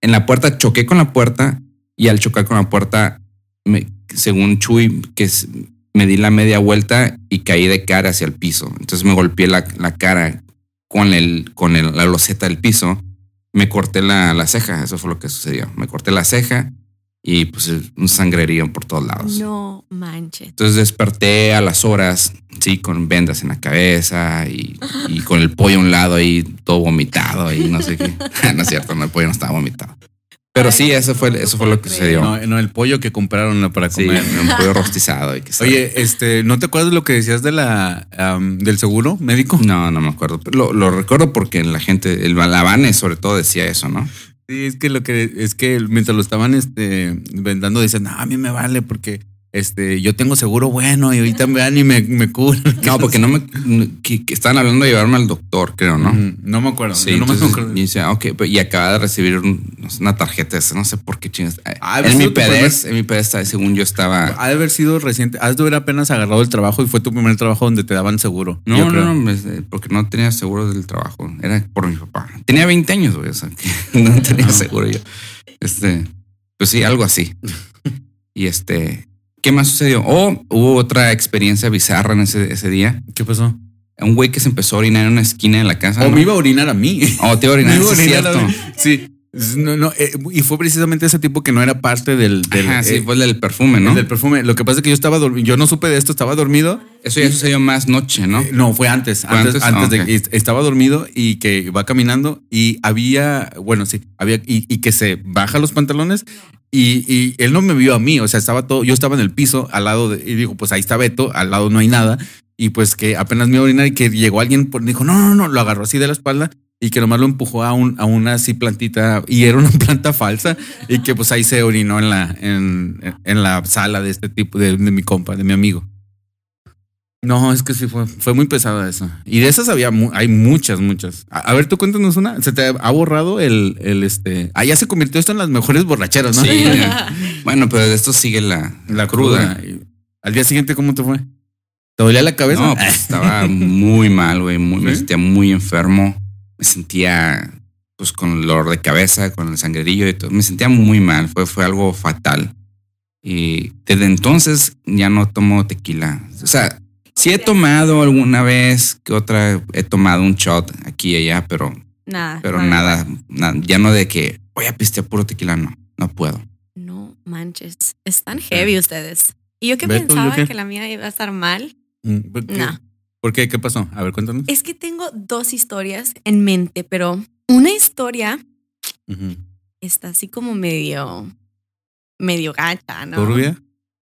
Speaker 3: En la puerta choqué con la puerta y al chocar con la puerta, me- según Chuy, que es- me di la media vuelta y caí de cara hacia el piso. Entonces me golpeé la, la cara con, el, con el- la loseta del piso. Me corté la, la ceja, eso fue lo que sucedió. Me corté la ceja y pues un sangrerío por todos lados.
Speaker 6: No manches.
Speaker 3: Entonces desperté a las horas, sí, con vendas en la cabeza y, y con el pollo a un lado ahí, todo vomitado y no sé qué. no es cierto, no, el pollo no estaba vomitado. Pero
Speaker 6: Ay,
Speaker 3: sí, eso fue,
Speaker 6: no
Speaker 3: eso
Speaker 6: lo
Speaker 3: fue lo que
Speaker 6: puedo
Speaker 3: sucedió.
Speaker 5: No, no, el pollo que compraron para
Speaker 3: sí,
Speaker 5: comer.
Speaker 3: un pollo rostizado. Y que estaba-
Speaker 5: Oye, este, ¿no te acuerdas lo que decías de la am, del seguro médico?
Speaker 3: No, no me acuerdo. pero Lo, lo recuerdo porque la gente, el Balabane sobre todo decía eso, ¿no?
Speaker 5: Sí, es que lo que es que mientras lo estaban este vendando dicen, "No, a mí me vale porque este yo tengo seguro bueno y ahorita me dan y me, me curan."
Speaker 3: No, porque no me... Que, que estaban hablando de llevarme al doctor, creo, ¿no?
Speaker 5: Ujú, Mm, no me acuerdo,
Speaker 3: Sí,
Speaker 5: yo no me
Speaker 3: entonces,
Speaker 5: acuerdo.
Speaker 3: y dice, ah, ok, pero- y acaba de recibir un- no sé, una tarjeta esa, no sé por qué chingas.
Speaker 5: Ah,
Speaker 3: en,
Speaker 5: sí,
Speaker 3: mi
Speaker 5: tu primer-
Speaker 3: PDS, en mi PDS, según yo estaba.
Speaker 5: Ha de haber sido reciente, has de haber apenas agarrado el trabajo y fue tu primer trabajo donde te daban seguro.
Speaker 3: No,
Speaker 5: yo
Speaker 3: no,
Speaker 5: creo.
Speaker 3: no, me- porque no tenía seguro del trabajo. Era por mi papá. Tenía 20 años, güey, o sea, que no tenía seguro yo. Este, pues sí, algo así. Y este, ¿qué más sucedió? Oh, hubo otra experiencia bizarra en ese, ese día.
Speaker 5: ¿Qué pasó?
Speaker 3: Un güey que se empezó a orinar en una esquina de la casa.
Speaker 5: o
Speaker 3: Ah, ¿no?
Speaker 5: me iba a orinar a mí.
Speaker 3: Oh, te iba a orinar,
Speaker 5: Me iba a
Speaker 3: sí es
Speaker 5: orinar a
Speaker 3: cierto.
Speaker 5: mí. Sí. No, no, eh, y fue precisamente ese tipo que no era parte del, del,
Speaker 3: Ajá, sí,
Speaker 5: eh,
Speaker 3: fue el del perfume,
Speaker 5: el
Speaker 3: ¿no?
Speaker 5: del perfume. Lo que pasa es que yo estaba dormido, yo no supe de esto, estaba dormido.
Speaker 3: Eso ya sucedió más noche, ¿no?
Speaker 5: Eh, No, fue antes,
Speaker 3: ¿Fue
Speaker 5: antes,
Speaker 3: antes?
Speaker 5: antes
Speaker 3: Ah, ok.
Speaker 5: de que estaba dormido y que va caminando y había, bueno, sí, había, y, y que se baja los pantalones y, y él no me vio a mí, o sea, estaba todo, yo estaba en el piso al lado de, y digo, pues ahí está Beto, al lado no hay nada, y pues que apenas me iba a orinar y que llegó alguien, por- dijo, no, no, no, lo agarró así de la espalda y que nomás lo empujó a, un, a una así plantita y era una planta falsa y que pues ahí se orinó en la, en, en- en la sala de este tipo, de, de mi compa, de mi amigo. No, es que sí fue, fue muy pesada esa. Y de esas había, mu- hay muchas, muchas. A, a ver, tú cuéntanos una. Se te ha borrado el, el este. Ah, ya se convirtió esto en las mejores borracheras, ¿no?
Speaker 3: Sí. bueno, pero de esto sigue la,
Speaker 5: La cruda. Y- Al día siguiente, ¿cómo te fue? ¿Te dolía la cabeza?
Speaker 3: No, pues estaba muy mal, güey. muy- Me
Speaker 5: ¿Sí?
Speaker 3: sentía muy enfermo. Me sentía pues con el dolor de cabeza, con el sangrerillo y todo. Me sentía muy mal. Fue, fue algo fatal. Y desde entonces ya no tomo tequila. O sea, sí he tomado alguna vez que otra, he tomado un shot aquí y allá, pero,
Speaker 6: Nada.
Speaker 3: pero
Speaker 6: vale.
Speaker 3: nada, nada, ya no de que voy a pistear puro tequila, no, no puedo.
Speaker 6: No manches. Están heavy ustedes. Y yo que
Speaker 5: Beto, ¿yo
Speaker 6: pensaba
Speaker 5: qué?
Speaker 6: que la mía iba a estar mal.
Speaker 5: Mm, ¿Por qué?
Speaker 6: No.
Speaker 5: ¿Por qué? ¿Qué pasó? A ver, cuéntanos.
Speaker 6: Es que tengo dos historias en mente, pero una historia
Speaker 5: Ujú.
Speaker 6: está así como medio. medio gacha, ¿no?
Speaker 5: ¿Turbia?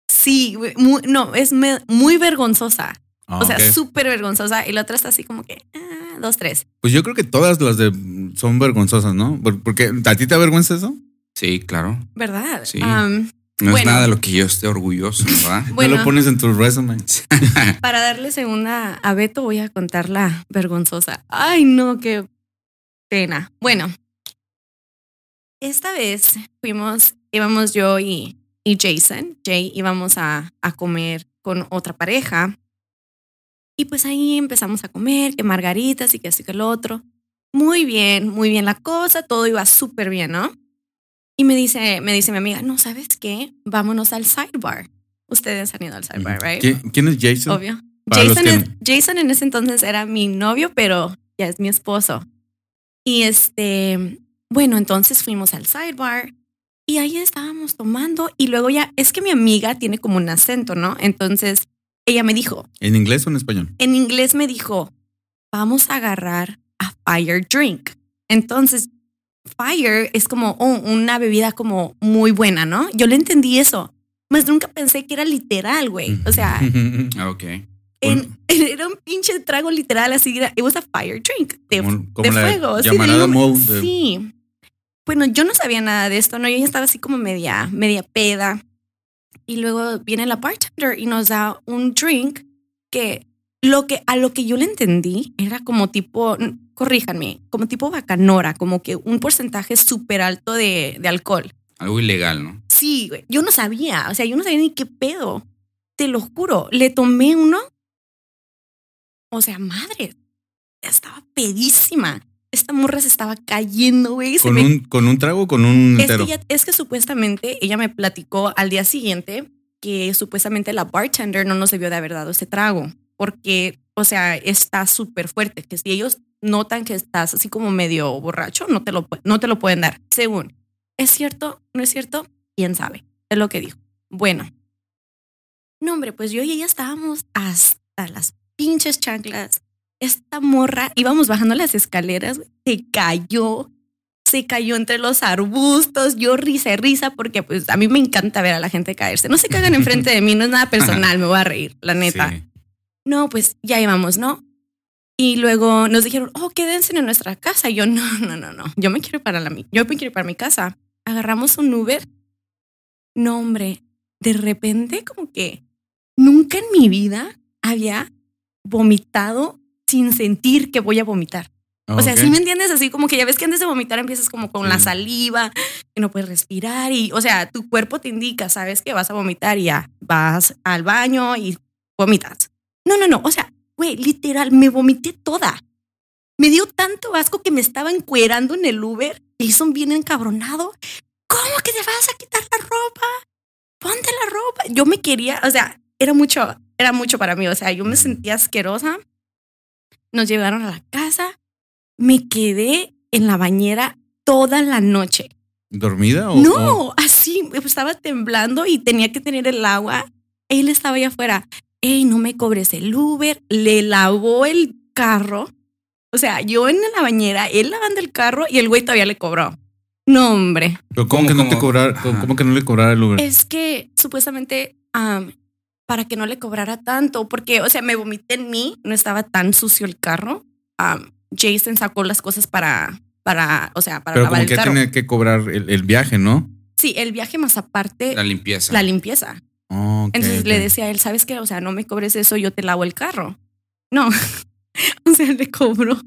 Speaker 6: Sí, güey, muy- no, es me- muy vergonzosa.
Speaker 5: Ah,
Speaker 6: o sea,
Speaker 5: ok.
Speaker 6: súper vergonzosa. Y la otra está así como que. ah, dos, tres.
Speaker 5: Pues yo creo que todas las de son vergonzosas, ¿no? Por- Porque a ti te avergüenza eso.
Speaker 3: Sí, claro.
Speaker 6: ¿Verdad?
Speaker 3: Sí.
Speaker 6: Am,
Speaker 3: No es
Speaker 6: Bueno.
Speaker 3: nada de lo que yo esté orgulloso, ¿verdad?
Speaker 5: No
Speaker 6: bueno,
Speaker 5: lo pones en tu resumen.
Speaker 6: para darle segunda a Beto, voy a contar la vergonzosa. Ay, no, qué pena. Bueno, esta vez fuimos, íbamos yo y, y Jason. Jay íbamos a, a comer con otra pareja. Y pues ahí empezamos a comer, que margaritas y que así que el otro. Muy bien, muy bien la cosa, todo iba súper bien, ¿no? Y me dice, me dice mi amiga, no, ¿sabes qué? Vámonos al sidebar. Ustedes han ido al sidebar, ¿right?
Speaker 5: ¿Quién, quién es Jason?
Speaker 6: Obvio.
Speaker 5: Para los
Speaker 6: Jason,
Speaker 5: que
Speaker 6: es- Jason en ese entonces era mi novio, pero ya es mi esposo. Y este, bueno, entonces fuimos al sidebar y ahí estábamos tomando y luego ya, es que mi amiga tiene como un acento, ¿no? Entonces ella me dijo,
Speaker 5: ¿En inglés o en español?
Speaker 6: en inglés me dijo, vamos a agarrar a fire drink. Entonces, fire es como oh, una bebida como muy buena, ¿no? Yo le entendí eso, mas nunca pensé que era literal, güey. O sea,
Speaker 3: Ah, ok.
Speaker 6: en- era un pinche trago literal, así era. It was a fire drink. De,
Speaker 5: Como- como
Speaker 6: de
Speaker 5: la
Speaker 6: fuego. así de
Speaker 5: llamarada
Speaker 6: lum-
Speaker 5: Moe de-
Speaker 6: Sí. Bueno, yo no sabía nada de esto, ¿no? Yo ya estaba así como media, media peda. Y luego viene la bartender y nos da un drink que lo que a lo que yo le entendí era como tipo, n- corríjanme, como tipo bacanora, como que un porcentaje súper alto de, de alcohol.
Speaker 3: Algo ilegal, ¿no?
Speaker 6: Sí, güey. Yo no sabía. O sea, yo no sabía ni qué pedo. Te lo juro. Le tomé uno. O sea, madre. Estaba pedísima. Esta morra se estaba cayendo, güey. Se
Speaker 5: ¿Con,
Speaker 6: me-
Speaker 5: un, ¿Con un trago o con un
Speaker 6: es, que
Speaker 5: entero?
Speaker 6: ella- es que supuestamente ella me platicó al día siguiente que supuestamente la bartender no nos debió de haber dado ese trago. Porque, o sea, está súper fuerte. Que si ellos notan que estás así como medio borracho, no te lo, pu- no te lo pueden dar. Según. ¿Es cierto? ¿No es cierto? ¿Quién sabe? Es lo que dijo. Bueno. No, hombre, pues yo y ella estábamos hasta las pinches chanclas. Esta morra, íbamos bajando las escaleras, se cayó, se cayó entre los arbustos, yo risa y risa, porque pues a mí me encanta ver a la gente caerse. No se cagan enfrente de mí, no es nada personal, me voy a reír, la neta.
Speaker 5: Sí.
Speaker 6: No, pues ya íbamos, ¿no? Y luego nos dijeron, oh, quédense en nuestra casa. Y yo, no, no, no, no. Yo me quiero ir para la, mi- yo me quiero ir para mi casa. Agarramos un Uber. No, hombre, de repente como que nunca en mi vida había vomitado sin sentir que voy a vomitar.
Speaker 5: Ah,
Speaker 6: O sea,
Speaker 5: ok.
Speaker 6: ¿sí me entiendes? Así como que ya ves que antes de vomitar empiezas como con la
Speaker 5: Sí.
Speaker 6: saliva, que no puedes respirar y, o sea, tu cuerpo te indica, sabes que vas a vomitar y ya vas al baño y vomitas. No, no, no. O sea, güey, literal, me vomité toda. Me dio tanto asco que me estaba encuerando en el Uber. Jason bien encabronado. ¿Cómo que te vas a quitar la ropa? Ponte la ropa. Yo me quería, o sea, era mucho, era mucho para mí. O sea, yo me sentía asquerosa. Nos llevaron a la casa me quedé en la bañera toda la noche.
Speaker 5: ¿Dormida o.? o-
Speaker 6: No, así pues, estaba temblando y tenía que tener el agua. Él estaba allá afuera. Ey, no me cobres el Uber. Le lavó el carro. O sea, yo en la bañera, él lavando el carro y el güey todavía le cobró. No, hombre.
Speaker 5: Pero ¿cómo, que no te
Speaker 3: ¿Cómo?
Speaker 5: cobrar,
Speaker 3: Ajá.
Speaker 5: ¿Cómo que no le cobrara el Uber?
Speaker 6: Es que supuestamente am, para que no le cobrara tanto, porque, o sea, me vomité en mí, no estaba tan sucio el carro. Am, Jason sacó las cosas para, para, o sea, para
Speaker 5: Pero
Speaker 6: lavar
Speaker 5: como
Speaker 6: el
Speaker 5: que
Speaker 6: carro.
Speaker 5: tiene que cobrar el, el viaje, ¿no?
Speaker 6: Sí, el viaje más aparte,
Speaker 3: La limpieza.
Speaker 6: Eh, la limpieza.
Speaker 5: Ah, ok,
Speaker 6: Entonces
Speaker 5: ok.
Speaker 6: le decía a él, ¿sabes qué? O sea, no me cobres eso, yo te lavo el carro. No, o sea, le cobró.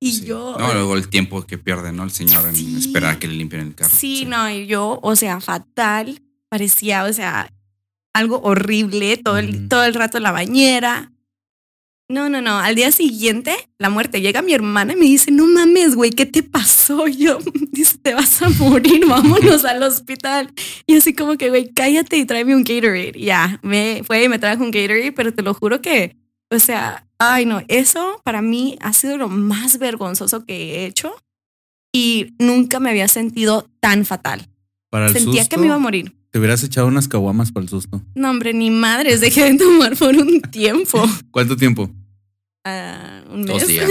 Speaker 6: Y
Speaker 3: Sí.
Speaker 6: yo...
Speaker 3: No, luego el tiempo que pierde, ¿no? El señor en
Speaker 6: Sí.
Speaker 3: esperar a que le limpien el carro.
Speaker 6: sí, no, y yo, o sea, fatal. Parecía, o sea, algo horrible todo el,
Speaker 5: Ujú.
Speaker 6: todo el rato en la bañera. No, no, no. Al día siguiente, la muerte. Llega mi hermana y me dice, no mames, güey, ¿qué te pasó? Y Yo, dice, te vas a morir, vámonos al hospital. Y así como que, güey, cállate y tráeme un Gatorade. Y Ya, me fue y me trajo un Gatorade, pero te lo juro que, o sea, ay no, eso para mí ha sido lo más vergonzoso que he hecho. Y nunca me había sentido tan fatal.
Speaker 5: Para el
Speaker 6: Sentía
Speaker 5: susto,
Speaker 6: que me iba a morir.
Speaker 5: Te hubieras echado unas caguamas para el susto.
Speaker 6: No, hombre, ni madres, dejé de tomar por un tiempo.
Speaker 5: ¿Cuánto tiempo?
Speaker 6: Ah, un mes.
Speaker 3: Dos días.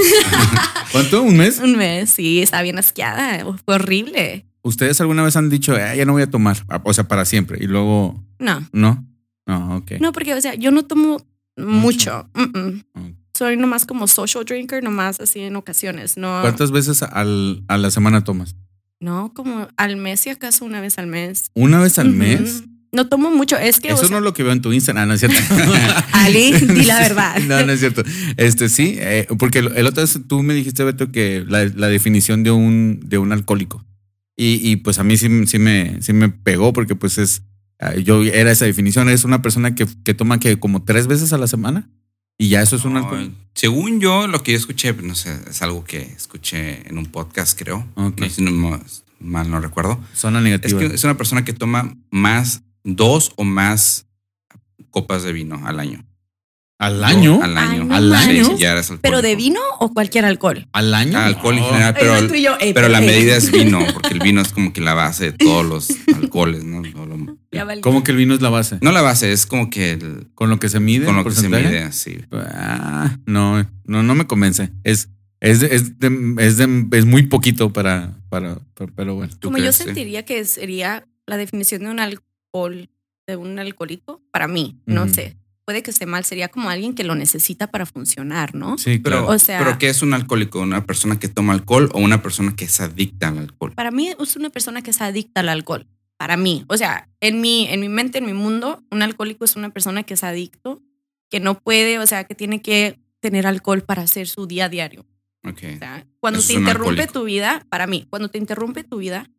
Speaker 5: ¿Cuánto? ¿Un mes?
Speaker 6: Un mes, sí, estaba bien asqueada, fue horrible.
Speaker 5: ¿Ustedes alguna vez han dicho, "Ah, ya no voy a tomar? Ah, O sea, para siempre. Y luego,
Speaker 6: No,
Speaker 5: ¿no? No, ok.
Speaker 6: no, porque, o sea, yo no tomo mucho. Mm-mm.
Speaker 5: Mm.
Speaker 6: Soy nomás como social drinker, nomás así en ocasiones. No,
Speaker 5: ¿Cuántas veces al- a la semana tomas?
Speaker 6: no como al mes, si acaso una vez al mes.
Speaker 5: ¿Una vez al
Speaker 6: Ujú.
Speaker 5: mes?
Speaker 6: No tomo mucho, es que, o
Speaker 5: Eso
Speaker 6: sea,
Speaker 5: no es lo que veo en tu Instagram, Ah, no es cierto.
Speaker 6: Ali, di la verdad.
Speaker 5: No, no es cierto. Este sí, eh, porque el, el otro vez tú me dijiste, Beto, que la, la definición de un, de un alcohólico. Y, y, pues a mí sí, sí, me, sí me pegó porque pues es, ah, yo era esa definición, es una persona que, que toma que como tres veces a la semana y ya eso es un
Speaker 3: No,
Speaker 5: alcohólico.
Speaker 3: según yo, lo que yo escuché, no sé, es algo que escuché en un podcast, creo.
Speaker 5: Ok.
Speaker 3: No sé si no mo- mal no recuerdo.
Speaker 5: Zona
Speaker 3: Es
Speaker 5: negativa.
Speaker 3: que es una persona que toma más, dos o más copas de vino al año.
Speaker 5: ¿Al año?
Speaker 3: Al año.
Speaker 6: Ay, no
Speaker 5: ¿Al año?
Speaker 3: Sí, ya eres alcohólico.
Speaker 6: ¿Pero de vino o cualquier alcohol?
Speaker 5: ¿Al año?
Speaker 3: Ah, alcohol en
Speaker 5: No.
Speaker 3: general, pero,
Speaker 6: Ay, no, tú y yo, eh, ey,
Speaker 3: pero la
Speaker 6: ey.
Speaker 3: medida es vino, porque el vino es como que la base de todos los alcoholes, ¿no? Lo- lo-
Speaker 6: Ya valí.
Speaker 5: ¿Cómo que el vino es la base?
Speaker 3: no la base, es como que el-
Speaker 5: Con lo que se mide.
Speaker 3: con
Speaker 5: el
Speaker 3: lo que se
Speaker 5: porcentaje?
Speaker 3: mide así.
Speaker 5: Ah, no, no, no me convence. Es, es, de- es, de- es, de- es muy poquito para, para, para- pero bueno.
Speaker 3: ¿Tú
Speaker 6: Como yo
Speaker 3: crees, sí?
Speaker 6: sentiría que sería la definición de un alcohol, de un alcohólico, para mí, no
Speaker 5: Ujú.
Speaker 6: sé. Puede que esté mal, sería como alguien que lo necesita para funcionar, ¿no?
Speaker 5: Sí,
Speaker 3: Pero,
Speaker 5: claro.
Speaker 6: O sea-
Speaker 3: pero ¿qué es un alcohólico? ¿Una persona que toma alcohol o una persona que es adicta al alcohol?
Speaker 6: Para mí es una persona que se adicta al alcohol. Para mí, o sea, en mi, en mi mente, en mi mundo, un alcohólico es una persona que es adicto, que no puede, o sea, que tiene que tener alcohol para hacer su día a diario. O
Speaker 3: Ok.
Speaker 6: sea, cuando
Speaker 3: Eso
Speaker 6: te
Speaker 3: es un
Speaker 6: interrumpe
Speaker 3: alcohólico.
Speaker 6: tu vida, para mí, cuando te interrumpe tu vida,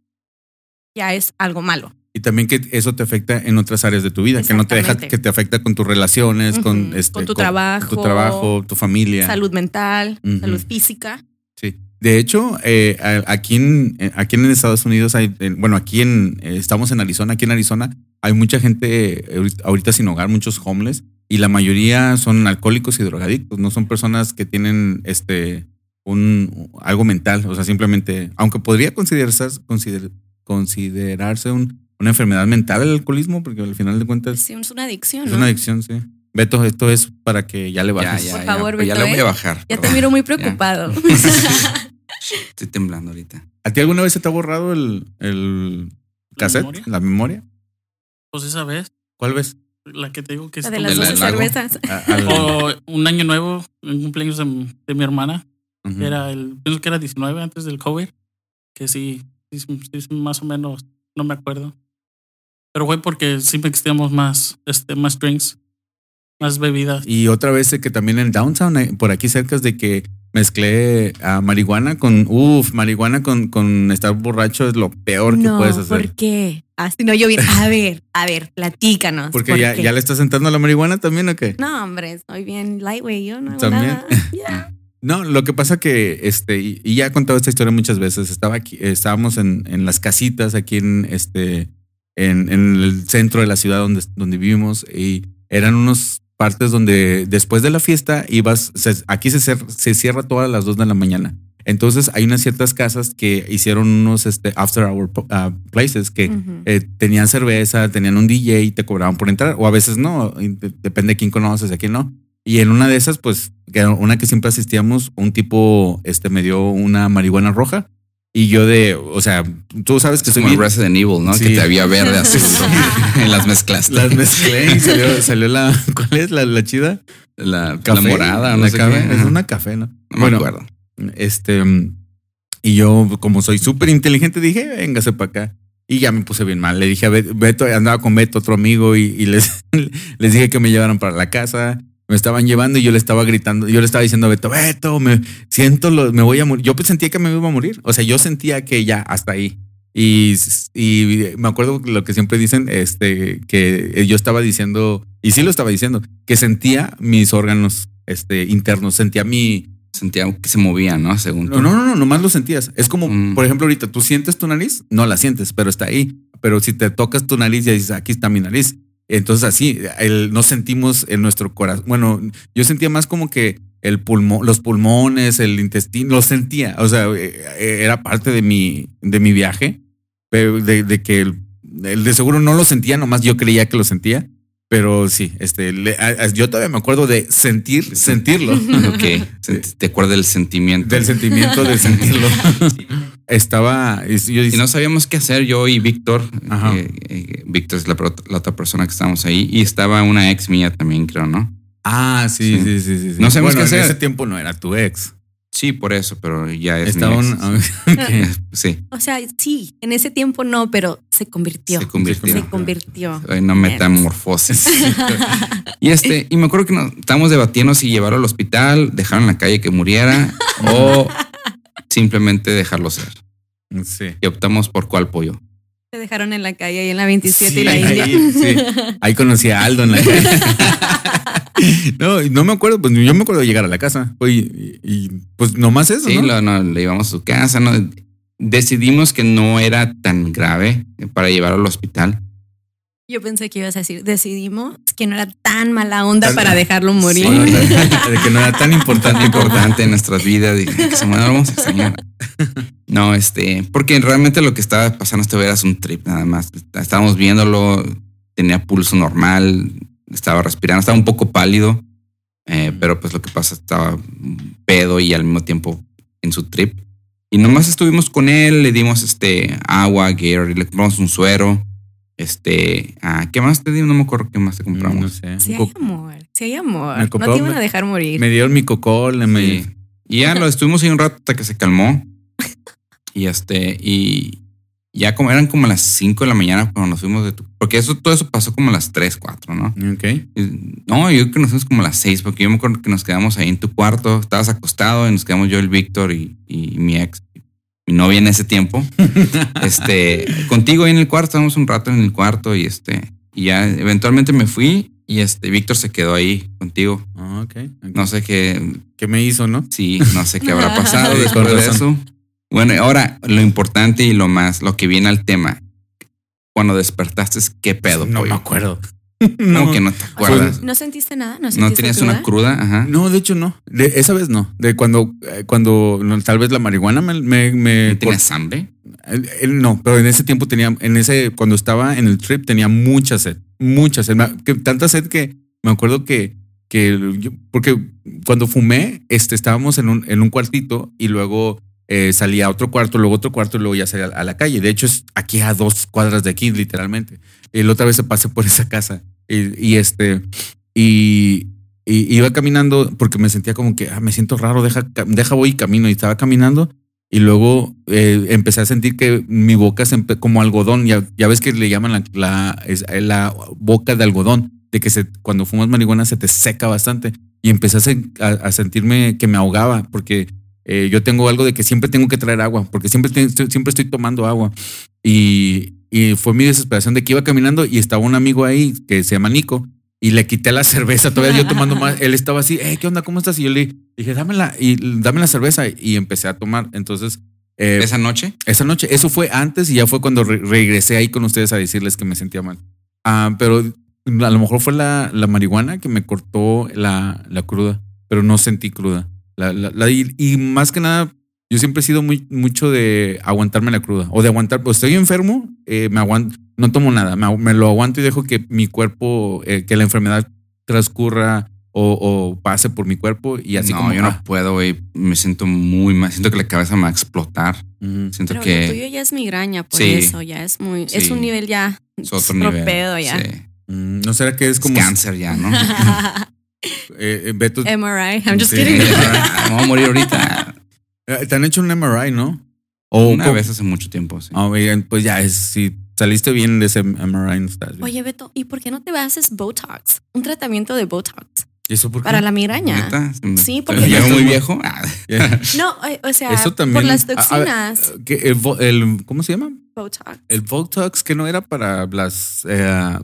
Speaker 6: ya es algo malo.
Speaker 5: Y también que eso te afecta en otras áreas de tu vida, que no te deja,
Speaker 6: Exactamente.
Speaker 5: que te afecta con tus relaciones, con,
Speaker 6: Ujú,
Speaker 5: este,
Speaker 6: con tu trabajo.
Speaker 5: tu trabajo, tu familia.
Speaker 6: Salud mental,
Speaker 5: Ujú.
Speaker 6: salud física.
Speaker 5: Sí. De hecho, eh, a- aquí, en, eh, aquí en Estados Unidos, hay, en- bueno, aquí en, eh, estamos en Arizona, aquí en Arizona hay mucha gente eh, ahorita- ahorita sin hogar, muchos homeless, y la mayoría son alcohólicos y drogadictos, no son personas que tienen este un algo mental, o sea, simplemente, aunque podría considerarse, consider- considerarse un- una enfermedad mental el alcoholismo, porque al final de cuentas
Speaker 6: Sí, es una adicción,
Speaker 5: Pues, es
Speaker 6: ¿no?
Speaker 5: una adicción, sí. Beto, esto es para que ya le
Speaker 3: Ya,
Speaker 5: bajes.
Speaker 3: ya,
Speaker 6: Por
Speaker 3: ya,
Speaker 6: favor,
Speaker 3: pues ya
Speaker 6: Beto,
Speaker 3: le voy
Speaker 6: ¿eh?
Speaker 3: a bajar.
Speaker 6: Ya te
Speaker 3: perdón.
Speaker 6: miro muy preocupado.
Speaker 3: Estoy temblando ahorita.
Speaker 5: ¿A ti alguna vez se te ha borrado el, el
Speaker 7: ¿La
Speaker 5: cassette?
Speaker 7: memoria?
Speaker 5: ¿La memoria?
Speaker 7: Pues esa vez,
Speaker 5: ¿Cuál ves?
Speaker 7: la que te digo que
Speaker 6: La
Speaker 7: es
Speaker 6: de
Speaker 3: ¿De
Speaker 6: las
Speaker 3: la-
Speaker 6: doce
Speaker 3: lago?
Speaker 6: cervezas.
Speaker 5: A- al-
Speaker 7: O un año nuevo, un cumpleaños de, mi- de mi hermana,
Speaker 5: Ujú.
Speaker 7: que era el, pienso que era 19 antes del COVID, que sí, sí, sí, más o menos, no me acuerdo. Pero fue porque siempre existíamos más, este, más drinks, más bebidas.
Speaker 5: Y otra vez eh, que también en Downtown, eh, por aquí cerca, es de que mezclé a marihuana con, uff, marihuana con, con estar borracho es lo peor que
Speaker 6: no,
Speaker 5: puedes hacer.
Speaker 6: ¿por qué? Así no, yo bien. A ver, a ver, platícanos.
Speaker 5: Porque
Speaker 6: ¿por
Speaker 5: ya,
Speaker 6: qué?
Speaker 5: ya le estás sentando a la marihuana también o qué?
Speaker 6: No, hombre, estoy bien lightweight, yo no hago
Speaker 5: También.
Speaker 6: nada. Ya.
Speaker 5: No, lo que pasa que, este, y, y ya he contado esta historia muchas veces, estaba aquí, estábamos en, en las casitas aquí en, este, en, en el centro de la ciudad donde, donde vivimos y eran unos partes donde después de la fiesta ibas, se- aquí se, cer- se cierra todas las 2 de la mañana. Entonces hay unas ciertas casas que hicieron unos este, after hour po- ah, places que
Speaker 6: Ujú.
Speaker 5: eh, tenían cerveza, tenían un DJ y te cobraban por entrar, o a veces no, y de- depende de quién conoces y a quién no. Y en una de esas, pues, que era una que siempre asistíamos, un tipo este, me dio una marihuana roja y yo de, o sea, tú sabes que
Speaker 3: Es
Speaker 5: soy
Speaker 3: como el
Speaker 5: bien-
Speaker 3: Resident Evil, ¿no?
Speaker 5: Sí.
Speaker 3: Que te había verde azul en las mezclas. La,
Speaker 5: Las mezclé y salió, salió la, ¿cuál es la, la chida?
Speaker 3: la,
Speaker 5: Café,
Speaker 3: morada, no
Speaker 5: la
Speaker 3: sé qué.
Speaker 5: café,
Speaker 3: Ajá.
Speaker 5: Es una café, ¿no?
Speaker 3: No me
Speaker 5: Bueno,
Speaker 3: acuerdo.
Speaker 5: Este, mm, y yo, como soy súper inteligente, dije, véngase para acá. Y ya me puse bien mal. Le dije a Bet- Beto, andaba con Beto, otro amigo, y, y les, les dije que me llevaran para la casa. Me estaban llevando y yo le estaba gritando, yo le estaba diciendo a Beto, Beto, me siento, lo- me voy a morir. Yo pues, sentía que me iba a morir. O sea, yo sentía que ya hasta ahí. Y, s- y me acuerdo lo que siempre dicen, este, que yo estaba diciendo, y sí lo estaba diciendo, que sentía mis órganos este, internos, sentía mi,
Speaker 3: Sentía que se movía, ¿no? Según
Speaker 5: no,
Speaker 3: tú.
Speaker 5: no, no, no, nomás lo sentías. Es como,
Speaker 3: Mm.
Speaker 5: por ejemplo, ahorita tú sientes tu nariz, no la sientes, pero está ahí. Pero si te tocas tu nariz, ya dices, "Ah, aquí está mi nariz. Entonces así, el, no sentimos en nuestro corazón. Bueno, yo sentía más como que el pulmón, los pulmones, el intestino, lo sentía. O sea, eh, era parte de mi, de mi viaje, pero de, de que el, el de seguro no lo sentía, nomás yo creía que lo sentía. Pero sí, este, le- a- a- yo todavía me acuerdo de sentir, sentirlo.
Speaker 3: Ok. Sent- Te acuerdas del sentimiento.
Speaker 5: Del sentimiento de sentirlo. Estaba. y Yo
Speaker 3: Y
Speaker 5: dije,
Speaker 3: no sabíamos qué hacer yo y Víctor.
Speaker 5: Ajá.
Speaker 3: eh, eh, Víctor es la, pro- la otra persona que estábamos ahí. Y estaba una ex mía también, creo, ¿no?
Speaker 5: ah, sí,
Speaker 3: Sí.
Speaker 5: sí, sí, sí. sí.
Speaker 3: No sabemos
Speaker 5: Bueno,
Speaker 3: qué hacer.
Speaker 5: En ese tiempo no era tu ex.
Speaker 3: Sí, por eso, pero ya es
Speaker 5: Estaba
Speaker 3: mi
Speaker 5: un.
Speaker 3: ex.
Speaker 5: ok.
Speaker 3: Sí,
Speaker 6: O sea, sí, en ese tiempo no, pero se convirtió.
Speaker 3: se convirtió.
Speaker 6: Se convirtió.
Speaker 3: Ay, no metamorfosis. y este, y me acuerdo que nos estábamos debatiendo si llevarlo al hospital, dejarlo en la calle que muriera o simplemente dejarlo ser.
Speaker 5: Sí.
Speaker 3: Y optamos por cuál pollo.
Speaker 6: Te dejaron en la calle ahí en la 27 y
Speaker 5: Sí,
Speaker 6: la India.
Speaker 5: ahí, sí. Ahí conocí a Aldo en la calle. No, y no me acuerdo, pues yo me acuerdo de llegar a la casa. Oye, y, y, pues nomás eso.
Speaker 3: Sí,
Speaker 5: ¿no?
Speaker 3: lo- no, le llevamos a su casa. ¿no? Decidimos que no era tan grave para llevarlo al hospital.
Speaker 6: Yo pensé que ibas a decir, decidimos que no era tan mala onda
Speaker 5: Tan-
Speaker 6: para dejarlo morir.
Speaker 5: Sí, de que no era tan
Speaker 3: tan
Speaker 5: importante.
Speaker 3: importante en nuestras vidas. Dije, que se muera, lo vamos a extrañar. No, este, porque realmente lo que estaba pasando este era un trip nada más. Estábamos viéndolo, tenía pulso normal, estaba respirando, estaba un poco pálido, eh, pero pues lo que pasa estaba pedo y al mismo tiempo en su trip. Y nomás estuvimos con él, le dimos este agua, Gary, le compramos un suero, este, ah, ¿qué más te di? No me acuerdo qué más te compramos.
Speaker 5: No sé.
Speaker 6: Si
Speaker 5: un
Speaker 6: hay
Speaker 5: co-
Speaker 6: amor, si hay
Speaker 5: Me
Speaker 6: amor. No
Speaker 5: compró-
Speaker 6: te iban
Speaker 5: me-
Speaker 6: a dejar morir.
Speaker 5: me dieron mi cocol.
Speaker 3: Sí. Y ya lo estuvimos ahí un rato hasta que se calmó. Y este, y ya como eran como las 5 de la mañana cuando nos fuimos de tu. Porque eso, todo eso pasó como a las 3, 4, ¿no?
Speaker 5: Ok.
Speaker 3: Y- No, yo creo que nos fuimos como a las 6, porque yo me acuerdo que nos quedamos ahí en tu cuarto, estabas acostado y nos quedamos yo, el Víctor y, y mi ex, mi novia en ese tiempo. este, contigo ahí en el cuarto, estábamos un rato en el cuarto y este, y ya eventualmente me fui y este, Víctor se quedó ahí contigo.
Speaker 5: Ah, ok.
Speaker 3: No sé qué,
Speaker 5: ¿Qué me hizo, no?
Speaker 3: Sí, no sé qué habrá pasado
Speaker 5: Con
Speaker 3: después de
Speaker 5: razón.
Speaker 3: eso. Bueno, ahora lo importante y lo más, lo que viene al tema. Cuando despertaste, ¿qué pedo?
Speaker 5: No me
Speaker 3: pollo?
Speaker 5: acuerdo.
Speaker 3: ¿Cómo que no te acuerdas?
Speaker 6: Pues, ¿No sentiste nada? ¿No,
Speaker 3: ¿No
Speaker 6: sentiste
Speaker 3: tenías una
Speaker 6: cruda?
Speaker 3: cruda? Ajá.
Speaker 5: No, de hecho no. De esa vez no. De cuando, eh, cuando no, tal vez la marihuana me, me, me-
Speaker 3: ¿No tenías hambre?
Speaker 5: por- eh, no, pero en ese tiempo tenía, en ese, cuando estaba en el trip tenía mucha sed, mucha sed, Me- que, tanta sed que me acuerdo que, que yo- porque cuando fumé, este, estábamos en un, en un cuartito y luego eh, salía a otro cuarto, luego otro cuarto y luego ya salía a, la calle. De hecho, es aquí a dos cuadras de aquí, literalmente. Y la otra vez se pasé por esa casa y, y este, y, y iba caminando porque me sentía como que ah, me siento raro, deja, ca- deja voy y camino. Y estaba caminando y luego eh, empecé a sentir que mi boca se empe- como algodón. Ya, ya ves que le llaman la, la, es- eh, la boca de algodón, de que se, cuando fumas marihuana se te seca bastante. Y empecé a, sen- a- a sentirme que me ahogaba porque eh, yo tengo algo de que siempre tengo que traer agua, porque siempre, te- estoy- siempre estoy tomando agua. Y, y fue mi desesperación de que iba caminando y estaba un amigo ahí que se llama Nico y le quité la cerveza. Todavía yo tomando más. Él estaba así, "Eh, ¿qué onda? ¿Cómo estás? Y yo le dije, dámela y dame la cerveza. Y empecé a tomar. Entonces, eh,
Speaker 3: ¿Esa noche?
Speaker 5: esa noche, eso fue antes y ya fue cuando re- regresé ahí con ustedes a decirles que me sentía mal. Ah, pero a lo mejor fue la, la marihuana que me cortó la, la cruda, pero no sentí cruda. La, la- la- y, y más que nada, Yo siempre he sido muy, mucho de aguantarme la cruda o de aguantar. Pues estoy enfermo, eh, me aguanto, no tomo nada, me, agu- me lo aguanto y dejo que mi cuerpo, eh, que la enfermedad transcurra o, o pase por mi cuerpo y así
Speaker 3: no,
Speaker 5: como.
Speaker 3: yo no
Speaker 5: ah,
Speaker 3: puedo, güey. Me siento muy mal. Siento que la cabeza me va a explotar.
Speaker 5: mm,
Speaker 3: Siento
Speaker 6: Pero
Speaker 3: que
Speaker 6: lo tuyo ya es migraña, por
Speaker 3: Sí.
Speaker 6: eso ya es muy. Es
Speaker 3: Sí.
Speaker 6: un nivel ya.
Speaker 3: es otro nivel.
Speaker 6: pedo ya.
Speaker 3: Sí.
Speaker 5: mm, no será que es
Speaker 3: Es
Speaker 5: como.
Speaker 3: cáncer ya, ¿no?
Speaker 5: eh, eh, Beto,
Speaker 6: Em. MRI. I'm just
Speaker 5: Sí.
Speaker 6: kidding.
Speaker 3: Ah, Me voy a morir ahorita.
Speaker 5: eh, te han hecho un MRI, ¿no? O
Speaker 3: Una
Speaker 5: co-
Speaker 3: vez hace mucho tiempo, sí.
Speaker 5: Ah, bien, pues ya, es- si saliste bien de ese MRI, no estás bien.
Speaker 6: Oye, Beto, ¿y por qué no te haces Botox? Un tratamiento de Botox
Speaker 5: ¿Y eso por qué?
Speaker 6: para la migraña.
Speaker 3: ¿Neta? Se me-
Speaker 6: Sí,
Speaker 3: se
Speaker 6: porque-
Speaker 3: me veo muy viejo. Ah,
Speaker 5: Ya.
Speaker 6: No, eh, o sea,
Speaker 5: Eso también-
Speaker 6: por las
Speaker 5: a- a ver,
Speaker 6: toxinas.
Speaker 5: ¿Qué? el, vo- el- ¿Cómo se llama?
Speaker 6: Botox.
Speaker 5: El Botox, que no era para las. eh,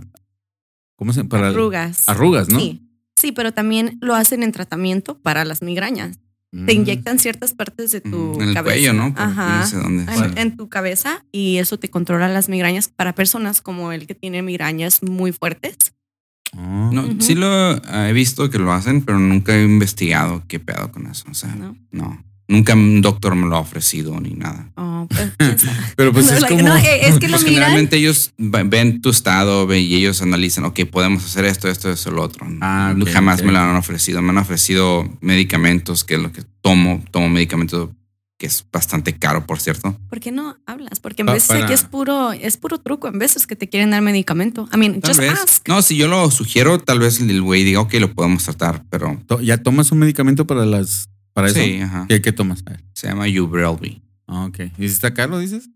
Speaker 5: ¿Cómo se llama? Para
Speaker 6: Arrugas.
Speaker 5: Arrugas, ¿no?
Speaker 6: Sí. Sí, pero también lo hacen en tratamiento para las migrañas.
Speaker 5: Mm.
Speaker 6: Te inyectan ciertas partes de tu
Speaker 3: Mm, en el
Speaker 6: cabeza.
Speaker 3: cuello, ¿no? Por-
Speaker 6: Ajá.
Speaker 3: No sé dónde.
Speaker 6: en,
Speaker 3: Sí.
Speaker 6: en tu cabeza y eso te controla las migrañas para personas como el que tiene migrañas muy fuertes.
Speaker 5: Ah.
Speaker 3: No,
Speaker 6: Ujú.
Speaker 3: sí lo ah, he visto que lo hacen, pero nunca he investigado qué pedo con eso. O sea, no.
Speaker 6: No.
Speaker 3: Nunca un doctor me lo ha ofrecido ni nada.
Speaker 6: Oh, pues, quién sabe.
Speaker 5: Pero pues
Speaker 6: No,
Speaker 5: es
Speaker 6: like,
Speaker 5: como.
Speaker 6: no, eh, es que lo
Speaker 3: Pues
Speaker 6: miran.
Speaker 3: generalmente ellos va- ven tu estado ve- y ellos analizan, ok, podemos hacer esto, esto, esto, lo otro.
Speaker 5: Ah,
Speaker 3: No,
Speaker 5: ok,
Speaker 3: Jamás
Speaker 5: ok.
Speaker 3: me lo han ofrecido. Me han ofrecido medicamentos, que es lo que tomo. Tomo medicamentos que es bastante caro, por cierto.
Speaker 6: ¿Por qué no hablas? Porque en
Speaker 3: Ah,
Speaker 5: Pa-
Speaker 6: veces
Speaker 5: para-
Speaker 6: aquí es puro, es puro truco. En veces que te quieren dar medicamento. I mean,
Speaker 3: Tal
Speaker 6: just
Speaker 3: vez.
Speaker 6: ask.
Speaker 3: No, si yo lo sugiero, tal vez el güey diga, ok, lo podemos tratar, pero...
Speaker 5: to- ¿Ya tomas un medicamento para las. Para eso?
Speaker 3: Sí, ajá.
Speaker 5: ¿Qué, qué tomas? A ver.
Speaker 3: Se llama Ubrelvy.
Speaker 5: Ah, ok. ¿Y si está caro, dices?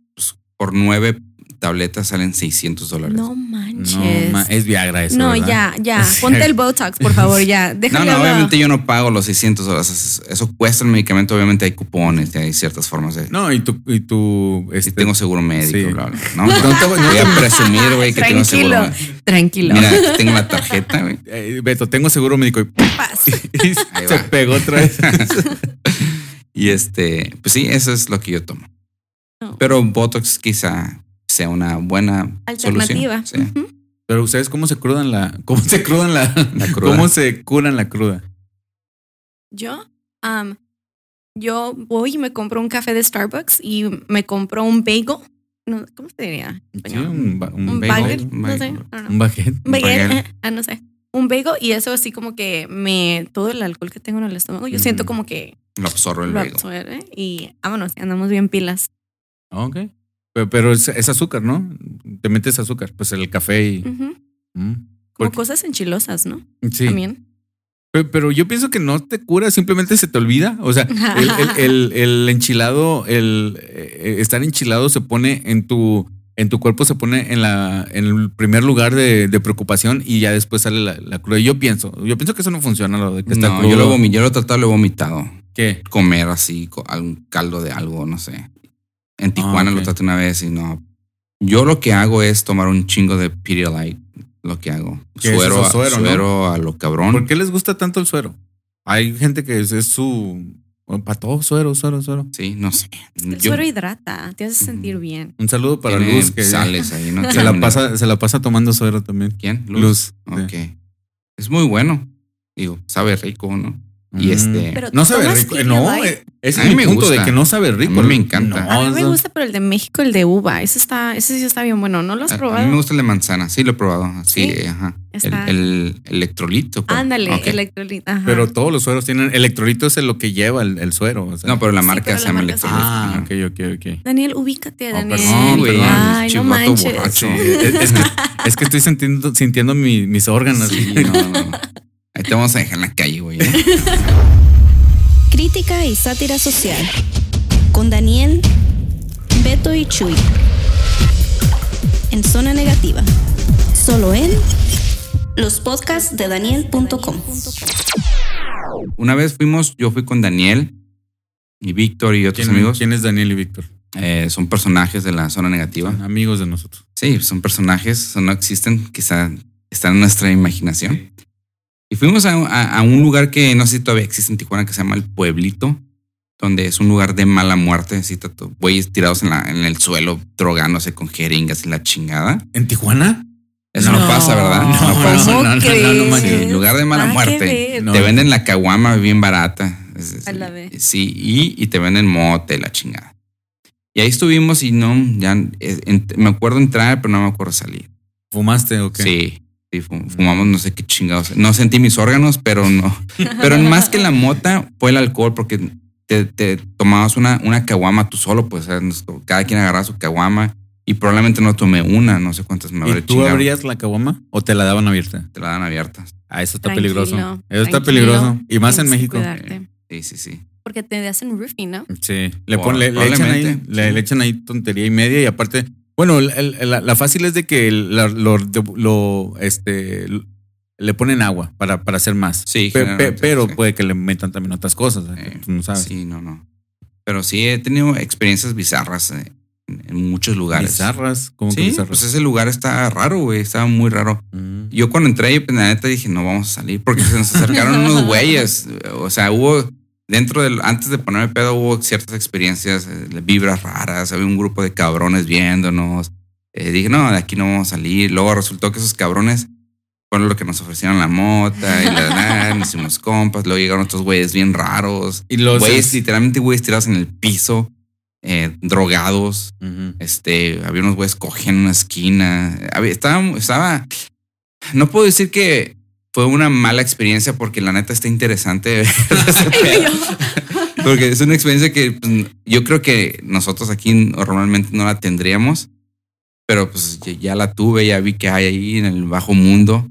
Speaker 3: Por nueve tabletas salen 600 dólares.
Speaker 6: No
Speaker 5: No,
Speaker 6: manches.
Speaker 5: ma-
Speaker 6: No,
Speaker 5: es Viagra eso. ¿verdad?
Speaker 6: ya, ya. Ponte el Botox, por favor, ya.
Speaker 3: No,
Speaker 6: Déjale
Speaker 3: no,
Speaker 6: hablar.
Speaker 3: obviamente yo no pago los 600 dólares. Eso- Eso cuesta el medicamento. Obviamente hay cupones, y hay ciertas formas de.
Speaker 5: No, y tu. Y tu
Speaker 3: si
Speaker 5: este,
Speaker 3: tengo seguro médico,
Speaker 5: sí.
Speaker 3: bla, bla. No, no, te voy a presumir, güey, que tengo seguro
Speaker 6: Tranquilo,
Speaker 3: médico.
Speaker 6: tranquilo.
Speaker 3: Mira, aquí tengo la tarjeta, güey.
Speaker 5: eh, Beto, tengo seguro médico. Y,
Speaker 6: Paz.
Speaker 5: y
Speaker 3: Ahí
Speaker 5: se
Speaker 3: va.
Speaker 5: pegó otra vez.
Speaker 3: Y este, pues sí, eso es lo que yo tomo.
Speaker 6: No.
Speaker 3: Pero Botox quizá sea una buena
Speaker 6: Alternativa.
Speaker 3: solución. Sí.
Speaker 6: Ujú.
Speaker 5: Pero ustedes, ¿cómo se crudan la. ¿Cómo se crudan la.
Speaker 3: La cruda.
Speaker 5: ¿Cómo se curan la cruda?
Speaker 6: Yo, am, yo voy y me compro un café de Starbucks y me compro un bagel. No, ¿Cómo se diría? en
Speaker 5: Sí,
Speaker 6: español?
Speaker 5: un, ba- un
Speaker 6: un
Speaker 5: bagel.
Speaker 6: bagel.
Speaker 3: un
Speaker 6: No sé.
Speaker 3: bagel.
Speaker 6: I don't know.
Speaker 5: Un baguette.
Speaker 6: Un bagel.
Speaker 3: bagel.
Speaker 6: eh, Ah, no sé. Un bagel y eso así como que me todo el alcohol que tengo en el estómago, yo siento
Speaker 5: Ujú.
Speaker 6: como que
Speaker 3: Lo absorbe el
Speaker 6: lo
Speaker 3: bagel.
Speaker 6: absorbe y vámonos, andamos bien pilas.
Speaker 3: Ah,
Speaker 5: Ok. Pero, pero es, es azúcar, ¿no? Te metes azúcar, pues el café y.
Speaker 6: Ujú.
Speaker 5: Mm.
Speaker 6: Como
Speaker 5: Porque-
Speaker 6: cosas enchilosas, ¿no?
Speaker 5: Sí.
Speaker 6: También.
Speaker 5: Pe- Pero yo pienso que no te cura, simplemente se te olvida. O sea, el, el- el- el enchilado, el eh, estar enchilado se pone en tu, en tu cuerpo, se pone en la, en el primer lugar de, de preocupación y ya después sale la, la cruda. Y Yo pienso, yo pienso que eso no funciona, lo de que está
Speaker 3: No,
Speaker 5: crudo.
Speaker 3: yo lo, vomi- yo lo he tratado, lo he vomitado.
Speaker 5: ¿Qué?
Speaker 3: comer así co- algún caldo de algo, no sé. En Tijuana
Speaker 5: Ah, ok.
Speaker 3: lo traté una vez y no. Yo lo que hago es tomar un chingo de Pedialyte, lo que hago.
Speaker 5: ¿Qué es
Speaker 3: Suero,
Speaker 5: eso?
Speaker 3: a,
Speaker 5: Suero,
Speaker 3: suero,
Speaker 5: ¿no?
Speaker 3: a lo cabrón.
Speaker 5: ¿Por qué les gusta tanto el suero? Hay gente que es, es su. Para todo, suero, suero, suero.
Speaker 3: Sí, no sé.
Speaker 6: El
Speaker 3: Yo-
Speaker 6: suero hidrata, te hace
Speaker 3: Ujú.
Speaker 6: sentir bien.
Speaker 5: Un saludo para
Speaker 3: tiene
Speaker 5: Luz, que
Speaker 3: sales ahí, ¿no?
Speaker 5: se, la
Speaker 3: Tiene-
Speaker 5: pasa, se la pasa tomando suero también.
Speaker 3: ¿Quién?
Speaker 5: Luz. sí.
Speaker 3: Ok. Es muy bueno. Digo, sabe rico, ¿no? Y
Speaker 5: Mm.
Speaker 3: este.
Speaker 6: Pero
Speaker 5: no sabe
Speaker 6: tomas
Speaker 5: rico.
Speaker 6: Pedialyte.
Speaker 5: No, eh, ese
Speaker 3: A
Speaker 5: es
Speaker 3: mí
Speaker 5: mi
Speaker 3: me
Speaker 5: punto
Speaker 3: gusta.
Speaker 5: de que no sabe rico.
Speaker 3: A mí me encanta.
Speaker 5: No,
Speaker 6: A mí me
Speaker 5: Ah, eso-
Speaker 6: gusta, pero el de México, el de uva, ese está, ese sí está bien bueno. ¿No lo has
Speaker 3: a-
Speaker 6: probado?
Speaker 3: a mí me gusta el de manzana. Sí, lo he probado. Sí, ajá. El,
Speaker 6: Está-
Speaker 3: el electrolito. ¿cuál?
Speaker 6: Ándale,
Speaker 3: Ok.
Speaker 6: electrolita. ajá.
Speaker 5: Pero todos los sueros tienen. Electrolito es lo que lleva el, el suero. o sea.
Speaker 3: No, pues, pero la
Speaker 6: Sí,
Speaker 3: marca
Speaker 6: pero
Speaker 3: se
Speaker 6: la
Speaker 3: llama
Speaker 6: marca se
Speaker 3: electrolito.
Speaker 5: Ah,
Speaker 3: Ajá.
Speaker 5: ok, ok, ok.
Speaker 6: Daniel, ubícate,
Speaker 5: Oh,
Speaker 6: Daniel.
Speaker 5: perdón,
Speaker 3: güey.
Speaker 6: Ay, no
Speaker 3: Chivato
Speaker 6: manches.
Speaker 3: borracho.
Speaker 5: Sí, es, es que, es que estoy sintiendo, sintiendo mi- mis órganos.
Speaker 3: Sí, no, no, no. Ahí te vamos a dejar en la calle, güey. ¿eh?
Speaker 8: Crítica y sátira social. Con Daniel, Beto y Chuy. En zona negativa. Solo en los podcasts de Daniel.com.
Speaker 3: Una vez fuimos, yo fui con Daniel y Víctor y otros
Speaker 5: ¿Quién,
Speaker 3: amigos.
Speaker 5: quién es Daniel y Víctor?
Speaker 3: Eh, son personajes de la zona negativa.
Speaker 5: Amigos de nosotros.
Speaker 3: Sí, son personajes, son- no existen, quizá están en nuestra imaginación. Y fuimos a, a- a un lugar que no sé si todavía existe en Tijuana, que se llama El Pueblito, donde es un lugar de mala muerte, así, tanto güeyes tirados en, la- en el suelo, drogándose con jeringas y la chingada.
Speaker 5: ¿En Tijuana?
Speaker 3: Eso no,
Speaker 6: No.
Speaker 3: pasa, ¿verdad?
Speaker 5: No,
Speaker 3: pasa.
Speaker 5: no, no, no, no, no
Speaker 6: crees?
Speaker 5: manches.
Speaker 6: Ah,
Speaker 3: lugar de mala
Speaker 6: Nada que
Speaker 3: muerte.
Speaker 6: ver.
Speaker 5: No.
Speaker 3: Te venden la caguama bien barata. Es- es-
Speaker 6: A la vez.
Speaker 3: Sí, y, y te venden mote, la chingada. Y ahí estuvimos y no, ya eh, ent- me acuerdo entrar, pero no me acuerdo salir.
Speaker 5: ¿Fumaste o qué?
Speaker 3: Sí, sí, fu- fumamos no sé qué chingados. No sentí mis órganos, pero no. Pero más que la mota fue el alcohol, porque te, te tomabas una, una caguama tú solo, pues o sea, nos- cada quien agarraba su caguama y probablemente no tomé una, no sé cuántas me
Speaker 5: ¿Y
Speaker 3: habré
Speaker 5: tú
Speaker 3: chingado.
Speaker 5: abrías la caguama o te la daban abierta?
Speaker 3: Te la dan abiertas.
Speaker 5: Ah, eso está
Speaker 6: Tranquilo,
Speaker 5: peligroso. Eso está
Speaker 6: tranquilo.
Speaker 5: peligroso. Y más en
Speaker 6: Tienes que
Speaker 5: México.
Speaker 6: cuidarte.
Speaker 3: Sí, sí, sí.
Speaker 6: Porque te hacen roofing, ¿no?
Speaker 5: Sí, le,
Speaker 3: Por-
Speaker 5: pon- le- le echan ahí,
Speaker 3: probablemente,
Speaker 5: le,
Speaker 3: sí.
Speaker 5: le echan ahí tontería y media y aparte, bueno, el- el- la, la fácil es de que la- lo, de- lo, este, lo- le ponen agua para, para hacer más.
Speaker 3: Sí,
Speaker 5: Pe- pe-
Speaker 3: generalmente,
Speaker 5: pero
Speaker 3: sí.
Speaker 5: puede que le metan también otras cosas, ¿eh?
Speaker 3: Eh,
Speaker 5: tú no sabes.
Speaker 3: Sí, no, no. Pero sí he tenido experiencias bizarras eh, en, en muchos lugares.
Speaker 5: Bizarras, como que
Speaker 3: Sí,
Speaker 5: bizarras.
Speaker 3: pues ese lugar está raro, güey, estaba muy raro.
Speaker 5: Mm.
Speaker 3: Yo cuando entré, pues, la neta dije, no vamos a salir porque se nos acercaron unos güeyes. O sea, hubo dentro del antes de ponerme pedo hubo ciertas experiencias, eh, vibras raras, había un grupo de cabrones viéndonos. Eh, dije, no, de aquí no vamos a salir. Luego resultó que esos cabrones fueron los que nos ofrecieron la mota y la dan, nos hicimos compas. Luego llegaron otros güeyes bien raros.
Speaker 5: Y los
Speaker 3: Güeyes, literalmente güeyes tirados en el piso, eh, drogados.
Speaker 5: Ujú.
Speaker 3: Este, había unos güeyes cogiendo en una esquina. Había- estaba, estaba. No puedo decir que fue una mala experiencia porque la neta está interesante. ver ese pedo. porque es una experiencia que pues, yo creo que nosotros aquí normalmente no la tendríamos, pero pues ya- ya la tuve, ya vi que hay ahí en el bajo mundo.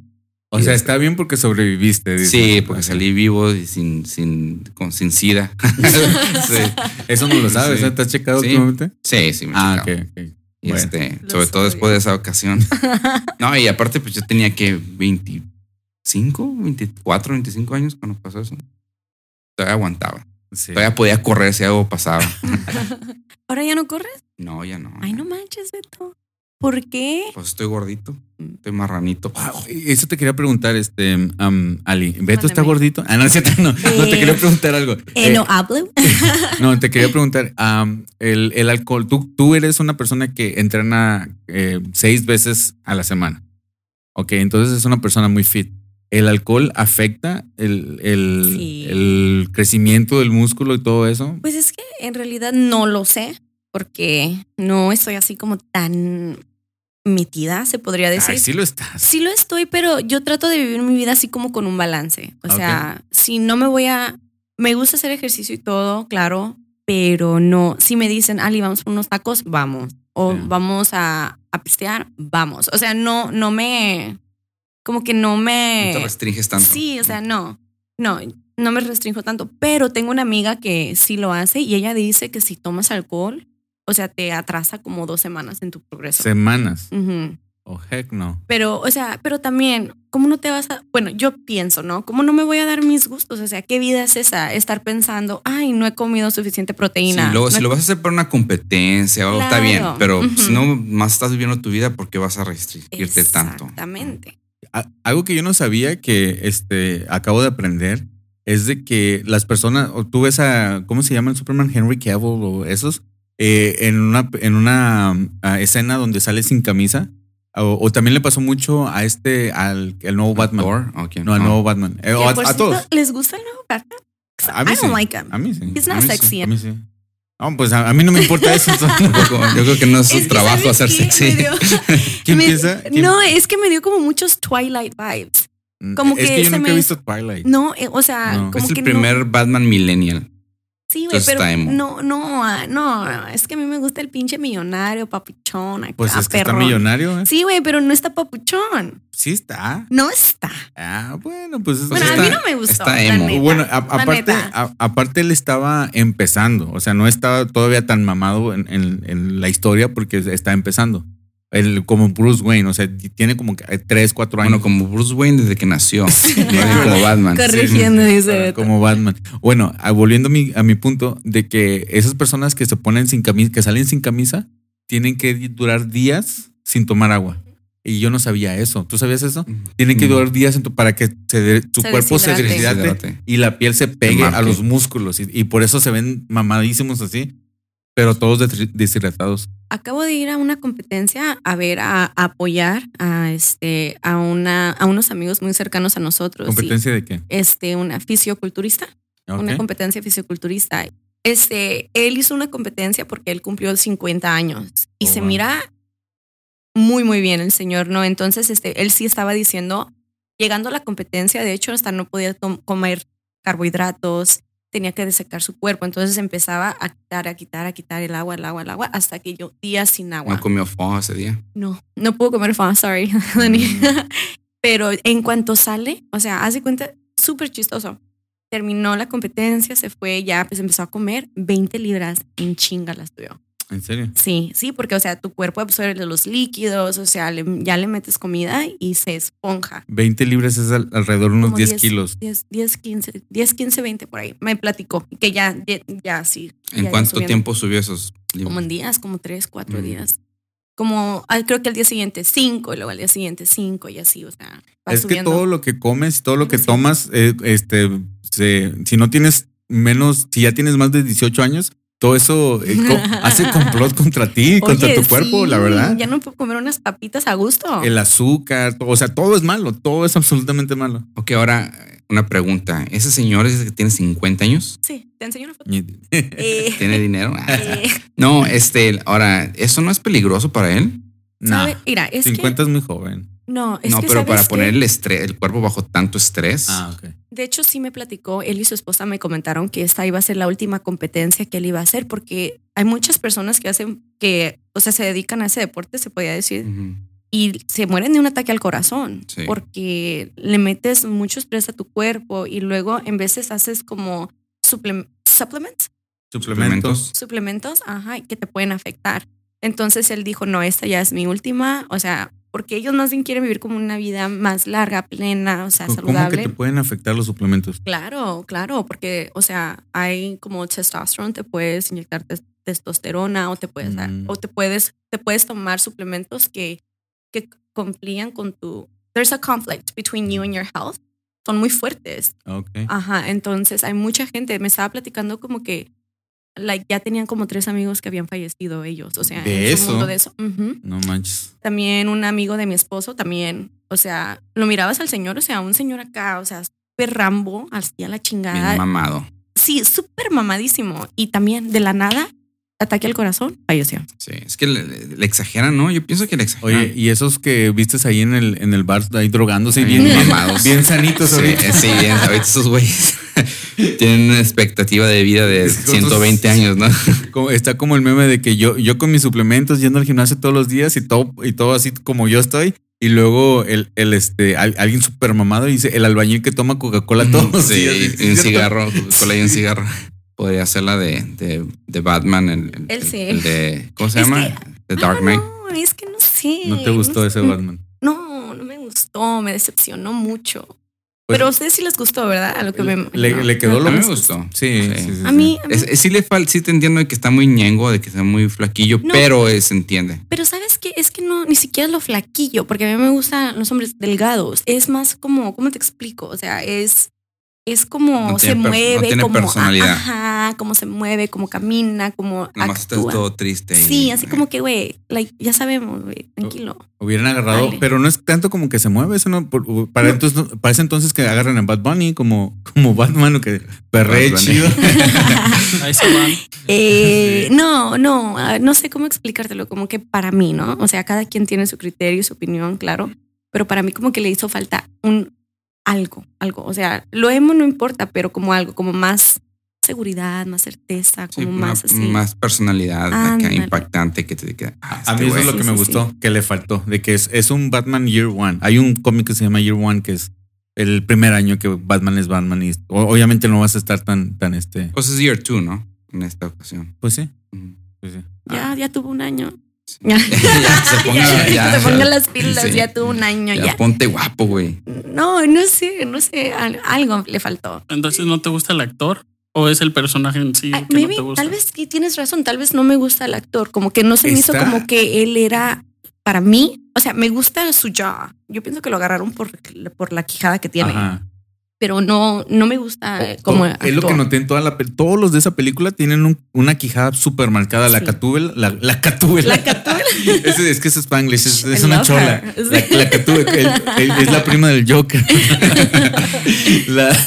Speaker 5: O sea, está bien porque sobreviviste. dices.
Speaker 3: Sí, porque salí vivo y sin, sin, con, sin sida. sí,
Speaker 5: Eso no lo sabes,
Speaker 3: Sí.
Speaker 5: ¿eh? ¿te has checado
Speaker 3: Sí.
Speaker 5: últimamente?
Speaker 3: sí, sí, me
Speaker 5: Ah,
Speaker 3: checaba.
Speaker 5: ok, ok.
Speaker 3: Y
Speaker 5: Bueno.
Speaker 3: este,
Speaker 6: Lo
Speaker 3: sobre todo
Speaker 6: sabía.
Speaker 3: después de esa ocasión. No, y aparte, pues yo tenía que 25, 24, 25 años cuando pasó eso. Todavía aguantaba.
Speaker 5: Sí.
Speaker 3: Todavía podía correr si algo pasaba.
Speaker 6: ¿Ahora ya no corres?
Speaker 3: No, ya no.
Speaker 6: Ay, no manches, Beto. ¿Por
Speaker 5: Eh.
Speaker 6: qué?
Speaker 3: Pues estoy gordito.
Speaker 6: Mm.
Speaker 3: Estoy marranito.
Speaker 5: Ah, Eso te quería preguntar, este, am, Ali. ¿Beto está
Speaker 6: Mándame.
Speaker 5: gordito? Ah, no, es cierto, no. No, te
Speaker 6: Eh.
Speaker 5: quería preguntar algo.
Speaker 8: Eh,
Speaker 5: Eh,
Speaker 8: no hablo.
Speaker 5: No, te quería preguntar, am, el, el alcohol, tú, tú eres una persona que entrena eh, seis veces a la semana. Ok, entonces es una persona muy fit. ¿El alcohol afecta el, el-
Speaker 6: Sí.
Speaker 5: el crecimiento del músculo y todo eso?
Speaker 6: Pues es que en realidad no lo sé, porque no estoy así como tan metida, se podría decir.
Speaker 5: Ay, sí lo estás.
Speaker 6: Sí lo estoy, pero yo trato de vivir mi vida así como con un balance. O sea, si no me voy a... Me gusta hacer ejercicio y todo, claro, pero no. Si me dicen, Ali, vamos por unos tacos, vamos. O
Speaker 5: Sí.
Speaker 6: vamos a, a pistear, vamos. O sea, no, no me... Como que no
Speaker 3: No
Speaker 6: me...
Speaker 3: te restringes tanto.
Speaker 6: Eh, Sí, o sea, no, no, no me restrinjo tanto, pero tengo una amiga que sí lo hace y ella dice que si tomas alcohol, o sea, te atrasa como dos semanas en tu progreso.
Speaker 5: Semanas.
Speaker 6: Ujú.
Speaker 5: Oh, heck no.
Speaker 6: Pero, o sea, pero también, ¿cómo no te vas a...? Bueno, yo pienso, ¿no? ¿Cómo no me voy a dar mis gustos? O sea, ¿qué vida es esa? Estar pensando, ay, no he comido suficiente
Speaker 3: Sí,
Speaker 6: proteína.
Speaker 3: luego,
Speaker 6: No
Speaker 3: si
Speaker 6: he
Speaker 3: lo vas a hacer para una competencia, o algo, está bien,
Speaker 6: Claro.
Speaker 3: pero
Speaker 6: Ujú.
Speaker 3: si no más estás viviendo tu vida, ¿por qué vas a restringirte tanto?
Speaker 6: Exactamente.
Speaker 5: A- algo que yo no sabía que este, acabo de aprender es de que las personas, o tú ves a, ¿cómo se llaman? Superman Henry Cavill o esos, eh, en una, en una um, ah, escena donde sale sin camisa. O, o también le pasó mucho a este, al, al nuevo Batman.
Speaker 3: ¿Thor? ¿O quién?
Speaker 5: No, al
Speaker 3: Ah,
Speaker 5: nuevo Batman. Eh, o
Speaker 6: Que,
Speaker 5: a,
Speaker 6: por
Speaker 5: a
Speaker 6: cierto,
Speaker 5: todos.
Speaker 6: ¿Les gusta el nuevo Batman?
Speaker 5: A mí
Speaker 6: I
Speaker 5: sí.
Speaker 6: don't like him.
Speaker 5: A mí sí.
Speaker 6: He's
Speaker 3: A
Speaker 6: not
Speaker 3: mí sí,
Speaker 6: sexy. ¿eh?
Speaker 5: A mí sí. No, pues a, a mí no me importa eso.
Speaker 3: Yo creo- yo creo que no es su
Speaker 6: Es que,
Speaker 3: trabajo
Speaker 6: ¿sabes
Speaker 3: hacer
Speaker 6: qué? Me
Speaker 3: sexy.
Speaker 6: dio-
Speaker 5: ¿Quién
Speaker 6: me-
Speaker 5: piensa? ¿Quién-
Speaker 6: No, es que me dio como muchos Twilight vibes. como
Speaker 5: es que,
Speaker 6: que
Speaker 5: yo
Speaker 6: se
Speaker 5: nunca
Speaker 6: me
Speaker 5: he visto Twilight.
Speaker 6: No, eh, o sea,
Speaker 5: No.
Speaker 6: como
Speaker 3: Es
Speaker 6: que
Speaker 3: el primer
Speaker 6: no.
Speaker 3: Batman Millennial.
Speaker 6: Sí, güey,
Speaker 5: pues,
Speaker 3: Entonces
Speaker 6: pero
Speaker 3: está emo.
Speaker 6: no, no, ah, no, es que a mí me gusta el pinche millonario, papuchón, acá,
Speaker 5: Pues es que está
Speaker 6: ah, perrón.
Speaker 5: millonario. ¿eh?
Speaker 6: Sí, güey, pero no está papuchón.
Speaker 5: sí está.
Speaker 6: No está.
Speaker 5: Ah, bueno, pues eso
Speaker 6: Bueno,
Speaker 5: está.
Speaker 6: a mí no me gustó.
Speaker 3: está
Speaker 6: la
Speaker 3: emo.
Speaker 6: neta,
Speaker 5: Bueno, a-
Speaker 6: la
Speaker 5: aparte,
Speaker 6: neta.
Speaker 5: a- aparte él estaba empezando, o sea, no estaba todavía tan mamado en, en- en la historia porque está empezando. Él, como Bruce Wayne, o sea, tiene como que, eh, tres, cuatro años.
Speaker 3: Bueno, como Bruce Wayne desde que nació. No, como Batman.
Speaker 6: Corrigiendo, dice Beto.
Speaker 5: como Batman. Bueno, a- volviendo a mi, a mi punto de que esas personas que se ponen sin camisa, que salen sin camisa, tienen que durar días sin tomar agua. Y yo no sabía eso. ¿Tú sabías eso? Tienen que
Speaker 3: Mm.
Speaker 5: durar días en tu- para que se de- su
Speaker 6: Se
Speaker 5: cuerpo se
Speaker 6: deshidrate.
Speaker 5: deshidrate
Speaker 3: Deshidrate.
Speaker 5: y la piel se pegue
Speaker 3: marque.
Speaker 5: a los músculos y, y por eso se ven mamadísimos así, pero todos de- deshidratados.
Speaker 6: Acabo de ir a una competencia a ver, a, a apoyar a este, a una, a unos amigos muy cercanos a nosotros. y,
Speaker 5: ¿Competencia de qué? ¿Ah,
Speaker 6: este, una fisioculturista. una
Speaker 5: Ok.
Speaker 6: competencia fisiculturista. Este, él hizo una competencia porque él cumplió 50 años y
Speaker 5: Oh,
Speaker 6: se
Speaker 5: wow.
Speaker 6: mira muy, muy bien el señor, ¿no? Entonces, este, él sí estaba diciendo, llegando a la competencia, de hecho, hasta no podía tom- comer carbohidratos, tenía que desecar su cuerpo, entonces empezaba a quitar, a quitar, a quitar el agua, el agua, el agua, hasta que yo, días sin agua.
Speaker 3: No comió fo ese día.
Speaker 6: No, no puedo comer fama, sorry, Dani.
Speaker 3: Mm.
Speaker 6: Pero en cuanto sale, o sea, hace cuenta, súper chistoso. Terminó la competencia, se fue, ya pues empezó a comer 20 libras en chinga las tuyo.
Speaker 5: ¿En serio?
Speaker 6: Sí, sí, porque o sea, tu cuerpo absorbe los líquidos, o sea, le- ya le metes comida y se esponja.
Speaker 5: 20 libras es al- alrededor de unos
Speaker 6: Como
Speaker 5: 10 kilos.
Speaker 6: 10, 10, 15, 10, 15, 20 por ahí. Me platicó que ya, ya, ya, sí.
Speaker 3: ¿En
Speaker 6: ya iba
Speaker 3: cuánto
Speaker 6: subiendo.
Speaker 3: tiempo subió esos libros?
Speaker 6: Como en días, como tres, cuatro
Speaker 3: Mm.
Speaker 6: días. Como ah, creo que al día siguiente cinco, y luego al día siguiente cinco y así, o sea, va
Speaker 5: Es que
Speaker 6: subiendo.
Speaker 5: todo lo que comes, todo lo que
Speaker 6: Sí.
Speaker 5: tomas, eh, este, se- si no tienes menos, si ya tienes más de 18 años, todo eso eh, co- hace complot contra ti, contra
Speaker 6: Oye,
Speaker 5: tu cuerpo,
Speaker 6: sí,
Speaker 5: la verdad.
Speaker 6: Ya no puedo comer unas papitas a gusto.
Speaker 5: El azúcar, to- o sea, todo es malo, todo es absolutamente malo.
Speaker 3: Ok, ahora una pregunta. ¿Ese señor es el que tiene 50 años?
Speaker 6: Sí, te enseño una foto. Eh,
Speaker 3: ¿Tiene dinero? Ah.
Speaker 6: eh,
Speaker 3: No, este, ahora, ¿eso no es peligroso para él?
Speaker 5: Nah,
Speaker 6: ¿sabe? Mira, es
Speaker 5: 50 es muy joven.
Speaker 6: que no, es
Speaker 3: no,
Speaker 6: que
Speaker 3: pero
Speaker 6: ¿sabes
Speaker 3: para
Speaker 6: qué? Ah.
Speaker 3: poner el estrés, el cuerpo bajo tanto estrés.
Speaker 5: Ah, ok.
Speaker 6: De hecho, sí me platicó, él y su esposa me comentaron que esta iba a ser la última competencia que él iba a hacer, porque hay muchas personas que hacen, que, o sea, se dedican a ese deporte, se podría decir,
Speaker 3: Ujú.
Speaker 6: y se mueren de un ataque al corazón,
Speaker 3: Sí.
Speaker 6: porque le metes mucho estrés a tu cuerpo y luego en veces haces como suple- supplements,
Speaker 5: Suplementos.
Speaker 6: suplementos, ajá, que te pueden afectar. Entonces él dijo, no, esta ya es mi última, o sea, porque ellos más bien quieren vivir como una vida más larga, plena, o sea,
Speaker 5: ¿Cómo
Speaker 6: saludable.
Speaker 5: que te pueden afectar los suplementos?
Speaker 6: Claro, claro, porque, o sea, hay como testosterona, te puedes inyectar tes- testosterona o te puedes dar-
Speaker 5: Mm.
Speaker 6: o te puedes, te puedes tomar suplementos que, que cumplían con tu. There's a conflict between
Speaker 5: Mm.
Speaker 6: you and your health. Son muy fuertes.
Speaker 3: Ah,
Speaker 5: Ok.
Speaker 6: Ajá, entonces hay mucha gente. Me estaba platicando como que like, ya tenían como tres amigos que habían fallecido ellos. O sea,
Speaker 5: ¿De
Speaker 6: en su
Speaker 5: eso?
Speaker 6: mundo de eso. Ujú
Speaker 5: No
Speaker 3: Ah.
Speaker 5: manches.
Speaker 6: también un amigo de mi esposo también, o sea, lo mirabas al señor, o sea, un señor acá, o sea, súper rambo, hacía la
Speaker 3: Bien
Speaker 6: chingada.
Speaker 3: mamado.
Speaker 6: Sí, súper mamadísimo. Y también de la nada, ataque al corazón, falleció.
Speaker 3: Sí, es que le, le- le exageran, ¿no? Yo pienso que le exageran.
Speaker 5: Oye, y esos que vistes ahí en el, en el bar, ahí drogándose,
Speaker 3: Ahí
Speaker 5: bien, bien,
Speaker 3: mamados.
Speaker 5: bien sanitos.
Speaker 3: Sí,
Speaker 5: ahorita.
Speaker 3: eh, sí, bien, ahorita esos güeyes tienen una expectativa de vida de
Speaker 5: Es que otros-
Speaker 3: 120 años, ¿no?
Speaker 5: Como- está como el meme de que yo, yo con mis suplementos yendo al gimnasio todos los días y todo, y todo así como yo estoy. Y luego el, el este, al- alguien super mamado dice el albañil que toma Coca-Cola todos los
Speaker 3: Mm, Sí,
Speaker 5: días.
Speaker 3: y un cigarro, cola y un cigarro. Podría ser la de, de, de Batman, el, el-
Speaker 6: Él sí.
Speaker 3: el de. ¿Cómo se
Speaker 6: Es
Speaker 3: llama? The Dark
Speaker 6: Ah,
Speaker 3: Knight.
Speaker 6: No, es que no sé.
Speaker 5: No te gustó
Speaker 6: sé.
Speaker 5: ese Batman.
Speaker 6: No, no me gustó, me decepcionó mucho.
Speaker 5: Pues-
Speaker 6: Pero a ustedes sí les gustó, ¿verdad? A lo que me.
Speaker 5: Le, le quedó
Speaker 3: A
Speaker 5: lo
Speaker 3: mí me gustó.
Speaker 5: Sí, sí, sí, sí.
Speaker 6: A mí, a mí-
Speaker 3: Es- es- sí, le fal, sí te entiendo de que está muy ñengo, de que está muy flaquillo,
Speaker 6: No.
Speaker 3: pero eh, se entiende.
Speaker 6: Pero sabes qué? es que no, ni siquiera es lo flaquillo, porque a mí me gustan los hombres delgados. Es más como, ¿cómo te explico? O sea, es, es como
Speaker 3: No
Speaker 6: se
Speaker 3: tiene per- no
Speaker 6: mueve,
Speaker 3: tiene
Speaker 6: como
Speaker 3: personalidad.
Speaker 6: ajá, cómo se mueve, cómo camina, cómo
Speaker 3: Nomás estás
Speaker 6: actúa.
Speaker 3: todo triste. y-
Speaker 6: Sí, así como que, güey, like, ya sabemos, güey,
Speaker 3: Oh.
Speaker 6: tranquilo.
Speaker 5: Hubieran agarrado,
Speaker 6: Vale.
Speaker 5: pero no es tanto como que se mueve, eso no. por- para, entonces, para ese entonces que agarran a Bad Bunny como, como Batman o que perre
Speaker 3: Bad Bunny.
Speaker 5: chido.
Speaker 7: Ahí se van.
Speaker 6: Eh, no, no, ah, no sé cómo explicártelo, como que para mí, ¿no? O sea, cada quien tiene su criterio y su opinión, claro, pero para mí como que le hizo falta un algo, algo, o sea, lo emo no importa, pero como algo, como más seguridad, más certeza,
Speaker 3: Sí,
Speaker 6: como
Speaker 3: una-
Speaker 6: más así.
Speaker 3: más personalidad acá
Speaker 6: Ándale.
Speaker 3: impactante que te diga. ah,
Speaker 5: A
Speaker 3: este
Speaker 5: mí eso
Speaker 3: güey.
Speaker 5: es lo
Speaker 6: Sí,
Speaker 5: que me
Speaker 6: sí,
Speaker 5: gustó, que le faltó, de que es, es un Batman Year One. Hay un cómic que se llama Year One, que es el primer año que Batman es Batman y o- obviamente no vas a estar tan, tan este.
Speaker 3: Pues es Year 2, ¿no? En esta ocasión.
Speaker 5: Pues sí,
Speaker 3: Ujú.
Speaker 5: pues sí.
Speaker 6: Ya, ya tuvo un año.
Speaker 3: Sí.
Speaker 6: Ya,
Speaker 3: Ya, se ponga- ya,
Speaker 6: se pongan
Speaker 3: ya.
Speaker 6: las pilas,
Speaker 3: Sí.
Speaker 6: ya tuvo un año,
Speaker 3: Ya,
Speaker 6: ya.
Speaker 3: ponte guapo, güey.
Speaker 6: No, no sé, no sé, al- algo le faltó.
Speaker 7: Entonces, ¿no te gusta el actor? ¿O es el personaje en sí
Speaker 6: Ah,
Speaker 7: que
Speaker 6: maybe,
Speaker 7: no te gusta?
Speaker 6: tal vez sí tienes razón, tal vez no me gusta el actor, como que no se me hizo
Speaker 5: Está-
Speaker 6: como que él era para mí, o sea, me gusta su jaw. Yo pienso que lo agarraron por, por la quijada que tiene.
Speaker 5: Ajá.
Speaker 6: pero no, no me gusta como
Speaker 5: es lo que noté en toda la pe- todos los de esa película tienen un- una quijada súper marcada la
Speaker 6: Sí.
Speaker 5: catúbela la, la catúbela
Speaker 6: La catúbela.
Speaker 5: es, es que es spanglish es, es
Speaker 6: I
Speaker 5: una
Speaker 6: love
Speaker 5: chola
Speaker 6: her.
Speaker 5: la, la catúbela el- el- es la prima del Joker la,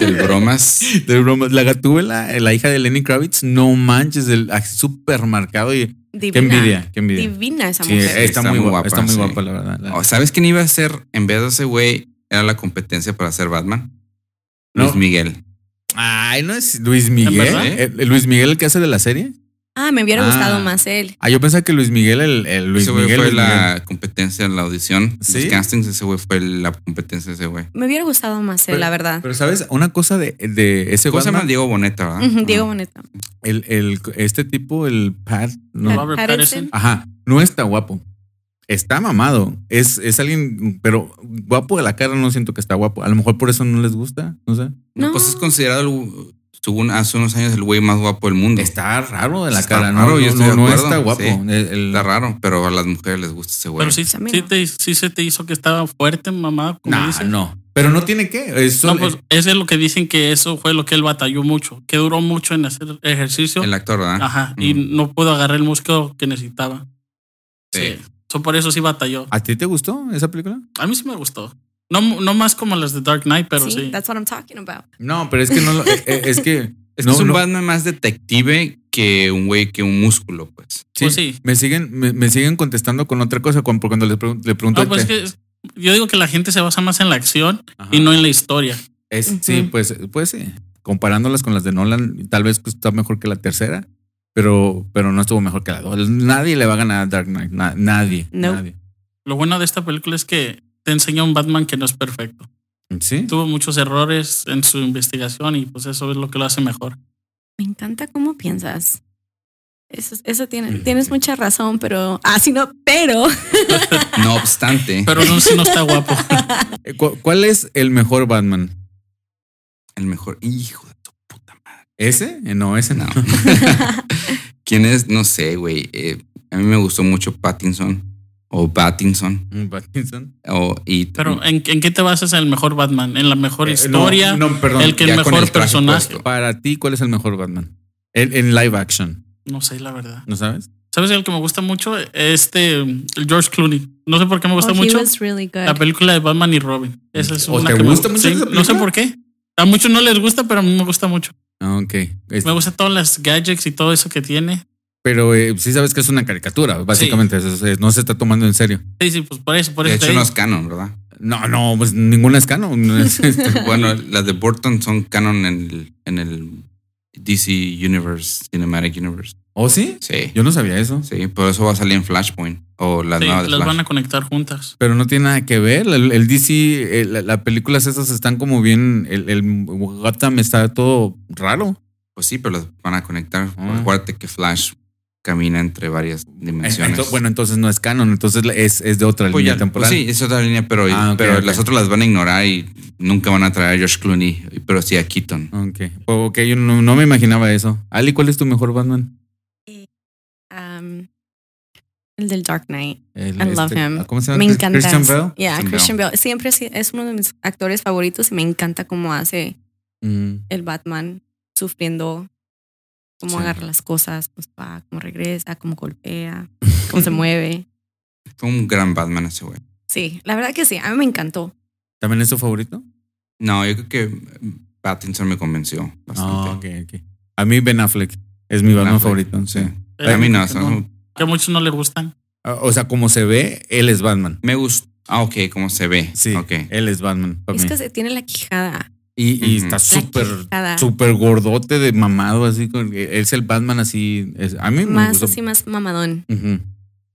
Speaker 3: El bromas.
Speaker 5: de broma, la gatúbela eh, la hija de Lenny Kravitz no manches el súper marcado y qué envidia qué envidia
Speaker 6: Divina esa
Speaker 5: Sí, eh,
Speaker 6: mujer.
Speaker 5: está, muy guapa, está muy
Speaker 3: sí.
Speaker 5: guapa la verdad La-
Speaker 3: Oh, ¿Sabes quién iba a ser? En vez de ese güey, era la competencia para ser Batman.
Speaker 5: No.
Speaker 3: Luis Miguel.
Speaker 5: ay no es Luis Miguel
Speaker 7: verdad?
Speaker 5: ¿Eh? ¿El Luis Miguel el que hace de la serie
Speaker 6: Ah, me hubiera
Speaker 5: Ah.
Speaker 6: gustado más él.
Speaker 5: ah yo pensaba que Luis Miguel el, el Luis
Speaker 3: ese güey
Speaker 5: Miguel
Speaker 3: fue
Speaker 5: Luis
Speaker 3: la
Speaker 5: Miguel.
Speaker 3: competencia en la audición.
Speaker 5: ¿Sí?
Speaker 3: Los castings, ese güey fue la competencia de ese güey.
Speaker 6: Me hubiera gustado más él,
Speaker 5: Pero-
Speaker 6: la verdad.
Speaker 5: pero sabes una cosa de, de ese
Speaker 3: ¿Cómo se llama?
Speaker 5: Batman,
Speaker 3: Diego Boneta, ¿verdad?
Speaker 6: Ujú, Diego
Speaker 3: Ah.
Speaker 6: Boneta.
Speaker 5: el, el- este tipo el Pat no,
Speaker 6: Pat-
Speaker 7: Robert
Speaker 6: Pattinson.
Speaker 3: Ah,
Speaker 7: Pattinson.
Speaker 5: Ajá, no está guapo. Está mamado. Es, es alguien, pero guapo de la cara no siento que está guapo. A lo mejor por eso no les gusta, no sé.
Speaker 6: No.
Speaker 3: Pues es considerado, el- según hace unos años, el güey más guapo del mundo.
Speaker 5: Está raro de la
Speaker 3: Está
Speaker 5: cara,
Speaker 3: raro,
Speaker 5: ¿no?
Speaker 3: yo
Speaker 5: no,
Speaker 3: estoy de
Speaker 5: no
Speaker 3: acuerdo,
Speaker 5: está guapo.
Speaker 3: sí.
Speaker 5: El- el-
Speaker 3: Está raro, pero a las mujeres les gusta ese güey.
Speaker 7: Pero sí,
Speaker 6: Pues a mí
Speaker 7: sí
Speaker 6: no.
Speaker 7: te, sí se te hizo que estaba fuerte, mamá. Como
Speaker 5: Nah,
Speaker 7: dices.
Speaker 5: no. Pero no tiene que. Es
Speaker 7: No,
Speaker 5: solo-
Speaker 7: pues eso es lo que dicen que eso fue lo que él batalló mucho, que duró mucho en hacer ejercicio.
Speaker 3: El actor, ¿verdad?
Speaker 7: Ajá, y
Speaker 3: Mm.
Speaker 7: no pudo agarrar el músculo que necesitaba.
Speaker 3: Sí.
Speaker 7: So, por eso sí batalló.
Speaker 5: ¿A ti te gustó esa película?
Speaker 7: A mí sí me gustó. No, no más como las de Dark Knight, pero
Speaker 6: sí,
Speaker 7: sí.
Speaker 6: that's what I'm talking about.
Speaker 5: No, pero es que no lo- eh, eh, es que.
Speaker 3: Es que
Speaker 5: no,
Speaker 3: es un
Speaker 5: no.
Speaker 3: Batman más detective que un güey que un músculo, pues.
Speaker 5: Sí,
Speaker 7: Pues sí.
Speaker 5: Me siguen, me, me siguen contestando con otra cosa cuando, cuando les pregun- le pregunto.
Speaker 7: No, pues es que es- yo digo que la gente se basa más en la acción
Speaker 5: Ajá.
Speaker 7: y no en la historia.
Speaker 5: Es- Sí,
Speaker 6: Ujú.
Speaker 5: pues, pues sí. Comparándolas con las de Nolan, tal vez pues, está mejor que la tercera, pero, pero no estuvo mejor que la dos. Nadie le va a ganar a Dark Knight. na- nadie.
Speaker 6: No.
Speaker 5: Nadie.
Speaker 7: Lo bueno de esta película es que te enseña un Batman que no es perfecto.
Speaker 5: Sí.
Speaker 7: Tuvo muchos errores en su investigación y pues eso es lo que lo hace mejor.
Speaker 6: Me encanta cómo piensas. Eso, eso tiene, tienes mucha razón, pero así no, pero
Speaker 3: No obstante,
Speaker 7: Pero no, si no está guapo.
Speaker 5: Eh, ¿cu- ¿Cuál es el mejor Batman?
Speaker 3: el mejor hijo de tu puta madre.
Speaker 5: ¿Ese? Eh, No, ese no.
Speaker 3: No. ¿Quién es? No sé, güey. Eh, a mí me gustó mucho Pattinson o Pattinson.
Speaker 5: Mm, Pattinson.
Speaker 3: O, y
Speaker 7: Pero ¿en, en qué te basas en el mejor Batman? ¿En la mejor
Speaker 5: Mm. Eh,
Speaker 7: historia?
Speaker 5: No, no, perdón.
Speaker 7: el que el
Speaker 3: ya con
Speaker 7: mejor
Speaker 3: el traje
Speaker 7: personaje.
Speaker 3: puesto.
Speaker 5: Para ti, ¿cuál es el mejor Batman? El- en live action,
Speaker 7: No sé, la verdad.
Speaker 5: ¿no sabes?
Speaker 7: ¿Sabes el que me gusta mucho? Este, el George Clooney. No sé por qué me gusta
Speaker 6: Oh, he
Speaker 7: mucho
Speaker 6: was really good.
Speaker 7: la película de Batman y Robin. Esa es
Speaker 5: ¿O
Speaker 7: una
Speaker 5: te
Speaker 7: que me
Speaker 5: gusta mucho esa
Speaker 7: No sé
Speaker 5: película?
Speaker 7: por qué. A muchos no les gusta, pero a mí me gusta mucho.
Speaker 5: Ah, Ok. Es-
Speaker 7: Me gustan todas las gadgets y todo eso que tiene.
Speaker 5: pero eh, sí sabes que es una caricatura, básicamente. es- es- no se está tomando en serio.
Speaker 7: Sí, sí, pues por eso, por
Speaker 3: de
Speaker 7: eso. te
Speaker 3: hecho, no
Speaker 7: digo.
Speaker 3: es canon, ¿verdad?
Speaker 5: No, no, pues ninguna es canon. no es- este.
Speaker 3: bueno, las de Burton son canon en el, en el DC Universe, Cinematic Universe.
Speaker 5: ¿Oh, sí?
Speaker 3: Sí.
Speaker 5: Yo no sabía eso.
Speaker 3: Sí, por eso va a salir en Flashpoint o las
Speaker 7: Sí,
Speaker 3: nuevas de
Speaker 7: las
Speaker 3: Flash.
Speaker 7: van a conectar juntas.
Speaker 5: Pero no tiene nada que ver. El, el DC, el- la- las películas esas están como bien. El, el Gotham está todo raro.
Speaker 3: Pues sí, pero las van a conectar.
Speaker 5: Ah.
Speaker 3: Acuérdate que Flash camina entre varias dimensiones.
Speaker 5: Ento- bueno, entonces no es canon, entonces es, es de otra
Speaker 3: Pues
Speaker 5: línea
Speaker 3: ya,
Speaker 5: temporal.
Speaker 3: pues sí, es otra línea, pero,
Speaker 5: Ah, ok,
Speaker 3: pero
Speaker 5: ok.
Speaker 3: las otras las van a ignorar y nunca van a traer a George Clooney, pero sí a Keaton.
Speaker 5: Ok, Pues, ok, yo no, no me imaginaba eso. Ali, ¿cuál es tu mejor Batman?
Speaker 6: Um, el del Dark Knight.
Speaker 5: El, este, ah,
Speaker 6: I love him.
Speaker 5: ¿Cómo se llama?
Speaker 6: Me
Speaker 5: Chris-
Speaker 6: encanta.
Speaker 5: Christian Bale.
Speaker 6: Yeah,
Speaker 3: Christian
Speaker 6: Christian Bale. Siempre sí- es uno de mis actores favoritos y me encanta cómo hace
Speaker 5: Mm.
Speaker 6: el Batman sufriendo, cómo
Speaker 3: Sí.
Speaker 6: agarra las cosas, pues, va, cómo regresa, cómo golpea, cómo se mueve.
Speaker 3: Fue un gran Batman ese güey.
Speaker 6: Sí, la verdad que sí, a mí me encantó.
Speaker 5: ¿También es tu favorito?
Speaker 3: No, yo creo que Pattinson me convenció bastante.
Speaker 5: Ah, ok, ok. A mí Ben Affleck es mi Batman
Speaker 3: Affleck,
Speaker 5: favorito. Sí.
Speaker 3: sí. A mí no,
Speaker 7: que,
Speaker 3: eso no.
Speaker 7: que a muchos no les gustan.
Speaker 5: Ah, O sea, como se ve, él es Batman.
Speaker 3: Me gustó. Ah, ok, como se ve.
Speaker 5: Sí,
Speaker 3: Ok.
Speaker 5: él es Batman. para
Speaker 6: Es
Speaker 5: mí.
Speaker 6: que se tiene la quijada.
Speaker 5: Y, y
Speaker 3: Ujú.
Speaker 5: está
Speaker 3: La
Speaker 5: súper,
Speaker 6: quijada.
Speaker 5: súper gordote de mamado, así. con- Es el Batman así. es- a mí me
Speaker 6: Más
Speaker 5: gusta.
Speaker 6: así, más mamadón.
Speaker 5: Ujú.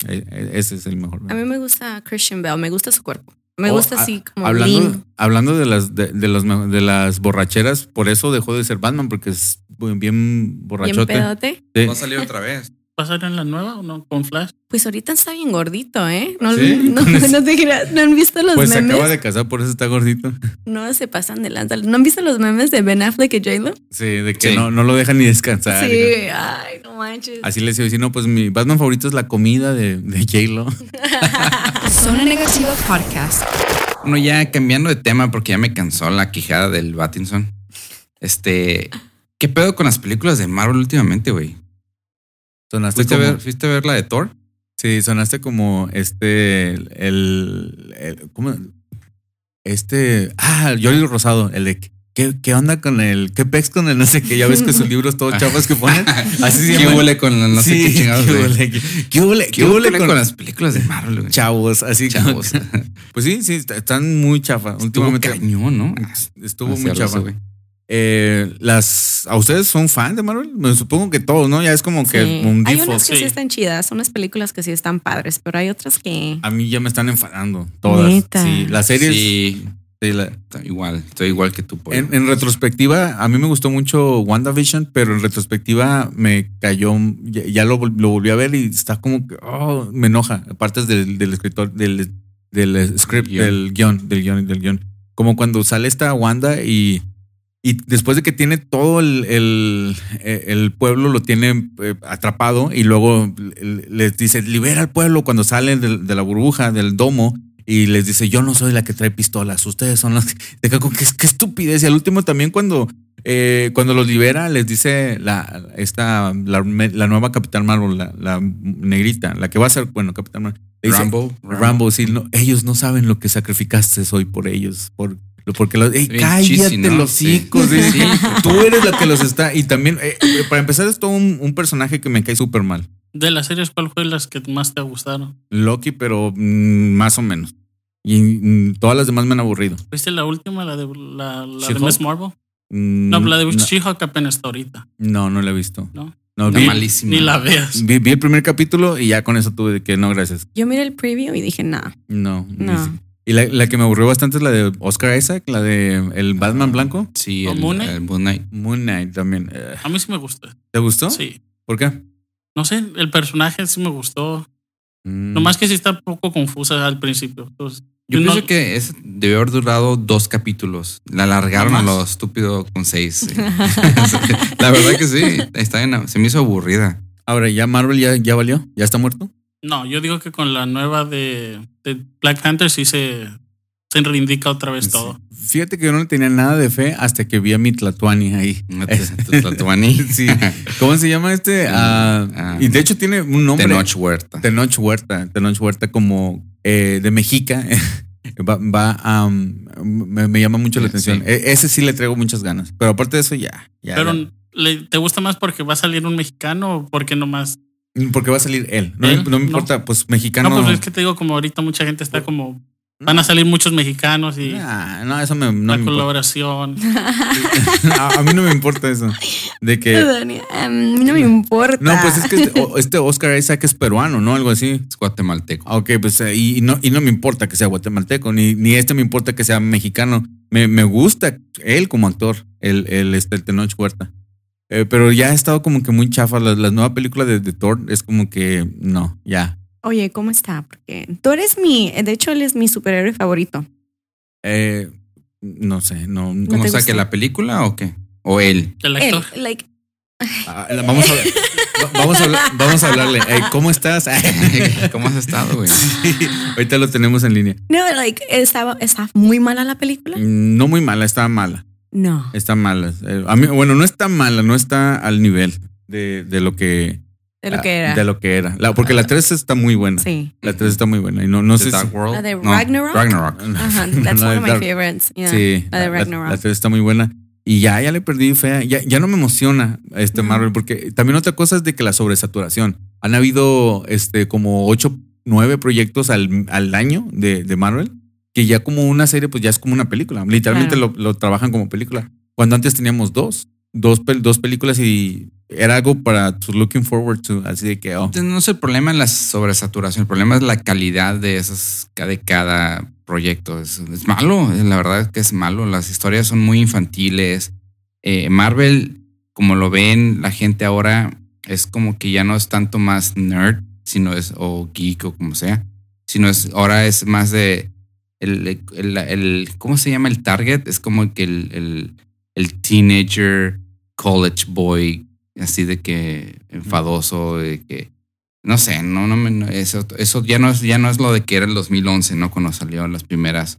Speaker 5: E- e- Ese es el mejor.
Speaker 6: A mí me gusta Christian Bale, me gusta su cuerpo. Me
Speaker 5: O,
Speaker 6: gusta
Speaker 5: a-
Speaker 6: así como
Speaker 5: Oh, ah, hablando,
Speaker 6: lean.
Speaker 5: hablando de las de, de los me- de las borracheras, por eso dejó de ser Batman, porque es bu- bien
Speaker 6: bien
Speaker 5: borrachote.
Speaker 6: pedote.
Speaker 5: Sí.
Speaker 3: Va a salir otra vez.
Speaker 7: ¿Pasaron la nueva o no? Con Flash.
Speaker 6: Pues ahorita está bien gordito, ¿eh? No,
Speaker 5: Sí,
Speaker 6: no,
Speaker 5: con eso.
Speaker 6: no te creas, ¿no han visto los
Speaker 5: Pues se
Speaker 6: memes.
Speaker 5: acaba de casar, por eso está gordito.
Speaker 6: No se pasan de lanza. ¿No han visto los memes de Ben Affleck y J-Lo?
Speaker 5: Sí, de que
Speaker 3: Sí.
Speaker 5: No, no lo deja ni descansar.
Speaker 6: Sí, ay, no manches.
Speaker 5: Ah, Así le decía, sí, no, pues mi Batman favorito es la comida de, de J-Lo.
Speaker 9: Zona Negativa Podcast.
Speaker 3: Bueno, ya cambiando de tema porque ya me cansó la quijada del Battinson. Este, ¿qué pedo con las películas de Marvel últimamente, güey?
Speaker 5: Sonaste
Speaker 3: ¿Fuiste, a
Speaker 5: Pues como,
Speaker 3: ver- ¿Fuiste a ver la de Thor?
Speaker 5: Sí, sonaste como este. El. el- ¿Cómo? Este. Ah, Yoli Rosado, el de. ¿Qué, qué onda con el. ¿Qué pex con el no sé qué? Ya ves que sus libros todos chapas que ponen. Así se
Speaker 3: ¿Qué
Speaker 5: llaman.
Speaker 3: huele con la- Ah. no sé
Speaker 5: Sí,
Speaker 3: qué chingados?
Speaker 5: ¿Qué
Speaker 3: güey?
Speaker 5: huele? ¿Qué huele?
Speaker 3: ¿Qué huele con las películas de Marvel, güey?
Speaker 5: chavos? Así que-
Speaker 3: Chavos.
Speaker 5: Pues sí, sí, est- están muy chafa.
Speaker 3: Estuvo
Speaker 5: últimamente
Speaker 3: cañón, ¿no?
Speaker 5: estuvo muy
Speaker 3: Hacerlo,
Speaker 5: chafa.
Speaker 3: güey.
Speaker 5: Eh, las, ¿A ustedes son fan de Marvel? Me supongo que todos, ¿no? Ya es como que
Speaker 6: Sí.
Speaker 5: un
Speaker 6: Hay
Speaker 5: default.
Speaker 6: unas que sí.
Speaker 7: Sí.
Speaker 6: están chidas, unas películas que sí están padres, pero hay otras que.
Speaker 5: A mí ya me están enfadando todas.
Speaker 6: Neta.
Speaker 5: Sí, las series.
Speaker 3: Sí,
Speaker 5: sí, la-
Speaker 3: está igual, estoy igual que tú. Pollo.
Speaker 5: en, en retrospectiva, a mí me gustó mucho WandaVision, pero en retrospectiva me cayó. Ya, ya lo, vol- lo volví a ver y está como que oh, me enoja. Aparte del, del escritor, del, del script,
Speaker 3: Guión.
Speaker 5: del guión, del guión, del guión. Como cuando sale esta Wanda y, y después de que tiene todo el, el, eh, el pueblo, lo tiene eh, atrapado y luego les dice, libera al pueblo cuando salen del- de, la burbuja, del domo. Y les dice, yo no soy la que trae pistolas, ustedes son los que... Te cago, qué, qué estupidez. Y al último también cuando, eh, cuando los libera, les dice la, esta, la, la nueva Capitán Marvel, la, la negrita, la que va a ser, bueno, Capitán Marvel. le dice,
Speaker 3: Rambo.
Speaker 5: Rambo, sí, no, ellos no saben lo que sacrificaste hoy por ellos, por lo- porque los, ey,
Speaker 3: Bien
Speaker 5: cállate
Speaker 3: cheesy, ¿no?
Speaker 5: los
Speaker 3: Sí.
Speaker 5: hijos, sí, sí.
Speaker 3: Sí.
Speaker 5: tú eres la que los está y también eh, eh, para empezar es todo un, un personaje que me cae súper mal,
Speaker 7: De las series, ¿cuál fue las que más te gustaron?
Speaker 5: Loki, pero mm, más o menos y mm, todas las demás me han aburrido.
Speaker 7: ¿Viste la última, la de, la, la de
Speaker 5: She-Hulk?
Speaker 7: Miss Marvel?
Speaker 5: Mm,
Speaker 7: No, la de
Speaker 5: no,
Speaker 7: She-Hulk apenas está ahorita. Mm.
Speaker 5: no, no la he visto.
Speaker 7: No.
Speaker 5: No,
Speaker 3: Está
Speaker 5: vi,
Speaker 3: malísima.
Speaker 7: Ni la veas.
Speaker 5: vi- vi el primer capítulo y ya con eso tuve de que no, gracias.
Speaker 6: Yo miré el preview y dije, nah.
Speaker 5: No, ni
Speaker 6: No.
Speaker 5: si- Y la, la que me aburrió bastante es la de Oscar Isaac, la de el Batman blanco.
Speaker 3: Sí,
Speaker 7: ¿O
Speaker 3: el Moon
Speaker 7: Moon Knight?
Speaker 3: El Moon Knight.
Speaker 5: Moon Knight también. Eh,
Speaker 7: A mí sí me gustó.
Speaker 5: ¿Te gustó?
Speaker 7: Sí.
Speaker 5: ¿Por qué?
Speaker 7: No sé, el personaje sí me gustó.
Speaker 5: Mm.
Speaker 7: Nomás que sí está un poco confusa al principio. Entonces,
Speaker 3: Yo
Speaker 7: no-
Speaker 3: pienso que es, debió haber durado dos capítulos. La alargaron a
Speaker 7: Nomás.
Speaker 3: lo estúpido con seis. sí. la verdad que sí. Está bien, se me hizo aburrida.
Speaker 5: Ahora, ¿ya Marvel ya, ya valió? ¿Ya está muerto?
Speaker 7: No, yo digo que con la nueva de, de Black Panther sí se, se reivindica otra vez todo.
Speaker 5: Sí. Fíjate que yo no le tenía nada de fe hasta que vi a mi Tlatuani ahí.
Speaker 3: Tlatuani.
Speaker 5: sí. ¿Cómo se llama este? Ah,
Speaker 3: ah,
Speaker 5: y de hecho tiene un nombre.
Speaker 3: Tenoch Huerta.
Speaker 5: Tenoch Huerta. Tenoch Huerta como eh, de Mexica. va, va, ah, me, me llama mucho la
Speaker 3: Sí.
Speaker 5: atención. E- ese sí le traigo muchas ganas. Pero aparte de eso, ya. ya,
Speaker 7: Pero,
Speaker 5: ya.
Speaker 7: ¿le- ¿te gusta más porque va a salir un mexicano o porque nomás?
Speaker 5: Porque va a salir él. No,
Speaker 7: Él,
Speaker 5: no me
Speaker 7: no.
Speaker 5: importa, pues mexicano.
Speaker 7: No, pues es que te digo, como ahorita mucha gente
Speaker 5: Oh.
Speaker 7: está como. Van a salir muchos mexicanos y
Speaker 5: Ah, no, eso me, no me
Speaker 7: la
Speaker 5: importa.
Speaker 7: colaboración.
Speaker 5: a, a mí no me importa eso. De que.
Speaker 6: Dani, a mí no me importa.
Speaker 5: Eh, No, pues es que este, o- este Oscar Isaac es peruano, ¿no? Algo así.
Speaker 3: Es guatemalteco.
Speaker 5: Ah, Ok, pues eh, y, y no, y no me importa que sea guatemalteco, ni, ni este me importa que sea mexicano. Me, me gusta él como actor, el, el, este, el Tenoch Huerta. Eh, pero ya ha estado como que muy chafa. La, la nueva película de, de Thor es como que no, ya.
Speaker 6: Oye, ¿cómo está? Porque tú eres mi. De hecho, él es mi superhéroe favorito.
Speaker 5: Eh, no sé, no.
Speaker 3: ¿Cómo
Speaker 6: te
Speaker 3: está
Speaker 6: gusta?
Speaker 3: que la película o qué? O él.
Speaker 7: El
Speaker 6: Él,
Speaker 7: actor.
Speaker 6: like,
Speaker 5: Ah, la- vamos, a, va- vamos, a, hablar- vamos a hablarle. Eh, ¿Cómo estás?
Speaker 3: ¿Cómo has estado, güey?
Speaker 5: Ahorita lo tenemos en línea.
Speaker 6: no, like, estaba, está muy mala la película.
Speaker 5: No muy mala, está mala.
Speaker 6: No.
Speaker 5: Está mala. Eh, a mí- bueno, no está mala, no está al nivel de, de lo que
Speaker 6: De lo que era.
Speaker 5: Ah,
Speaker 6: Ah.
Speaker 5: De lo que era. La- porque la 3 está muy buena.
Speaker 6: Sí.
Speaker 5: La 3 está muy buena. Y no, no
Speaker 3: The
Speaker 5: sé si-
Speaker 3: Dark World.
Speaker 6: La de Ragnarok.
Speaker 3: Ragnarok.
Speaker 6: Ajá. That's
Speaker 5: La
Speaker 6: one
Speaker 5: de
Speaker 6: of my
Speaker 5: Dark-
Speaker 6: favorites. Yeah,
Speaker 5: Sí,
Speaker 6: La de Ragnarok.
Speaker 5: La, 3 está muy buena. Y ya, ya le perdí fea. Ya, ya no me emociona este
Speaker 6: Ujú.
Speaker 5: Marvel, porque también otra cosa es de que la sobresaturación. Han habido este como 8, 9 proyectos al, al año de, de Marvel, que ya como una serie, pues ya es como una película. Literalmente
Speaker 6: Claro.
Speaker 5: lo, lo trabajan como película. Cuando antes teníamos dos, dos, pel- dos películas y era algo para to looking forward to. Así de que, oh,
Speaker 3: Entonces, No es el problema en la sobresaturación, el problema es la calidad de esas de cada proyecto. Es, es malo, eh, la verdad es que es malo. Las historias son muy infantiles. Eh, Marvel, como lo ven la gente ahora, es como que ya no es tanto más nerd, sino es o geek o como sea, sino es ahora es más de el, el- el- ¿cómo se llama el target? Es como que el, el- el teenager, college boy, así de que enfadoso, de que no sé, no, no, me- no, eso, eso ya no es, ya no es lo de que era el 2011, ¿no? Cuando salieron las primeras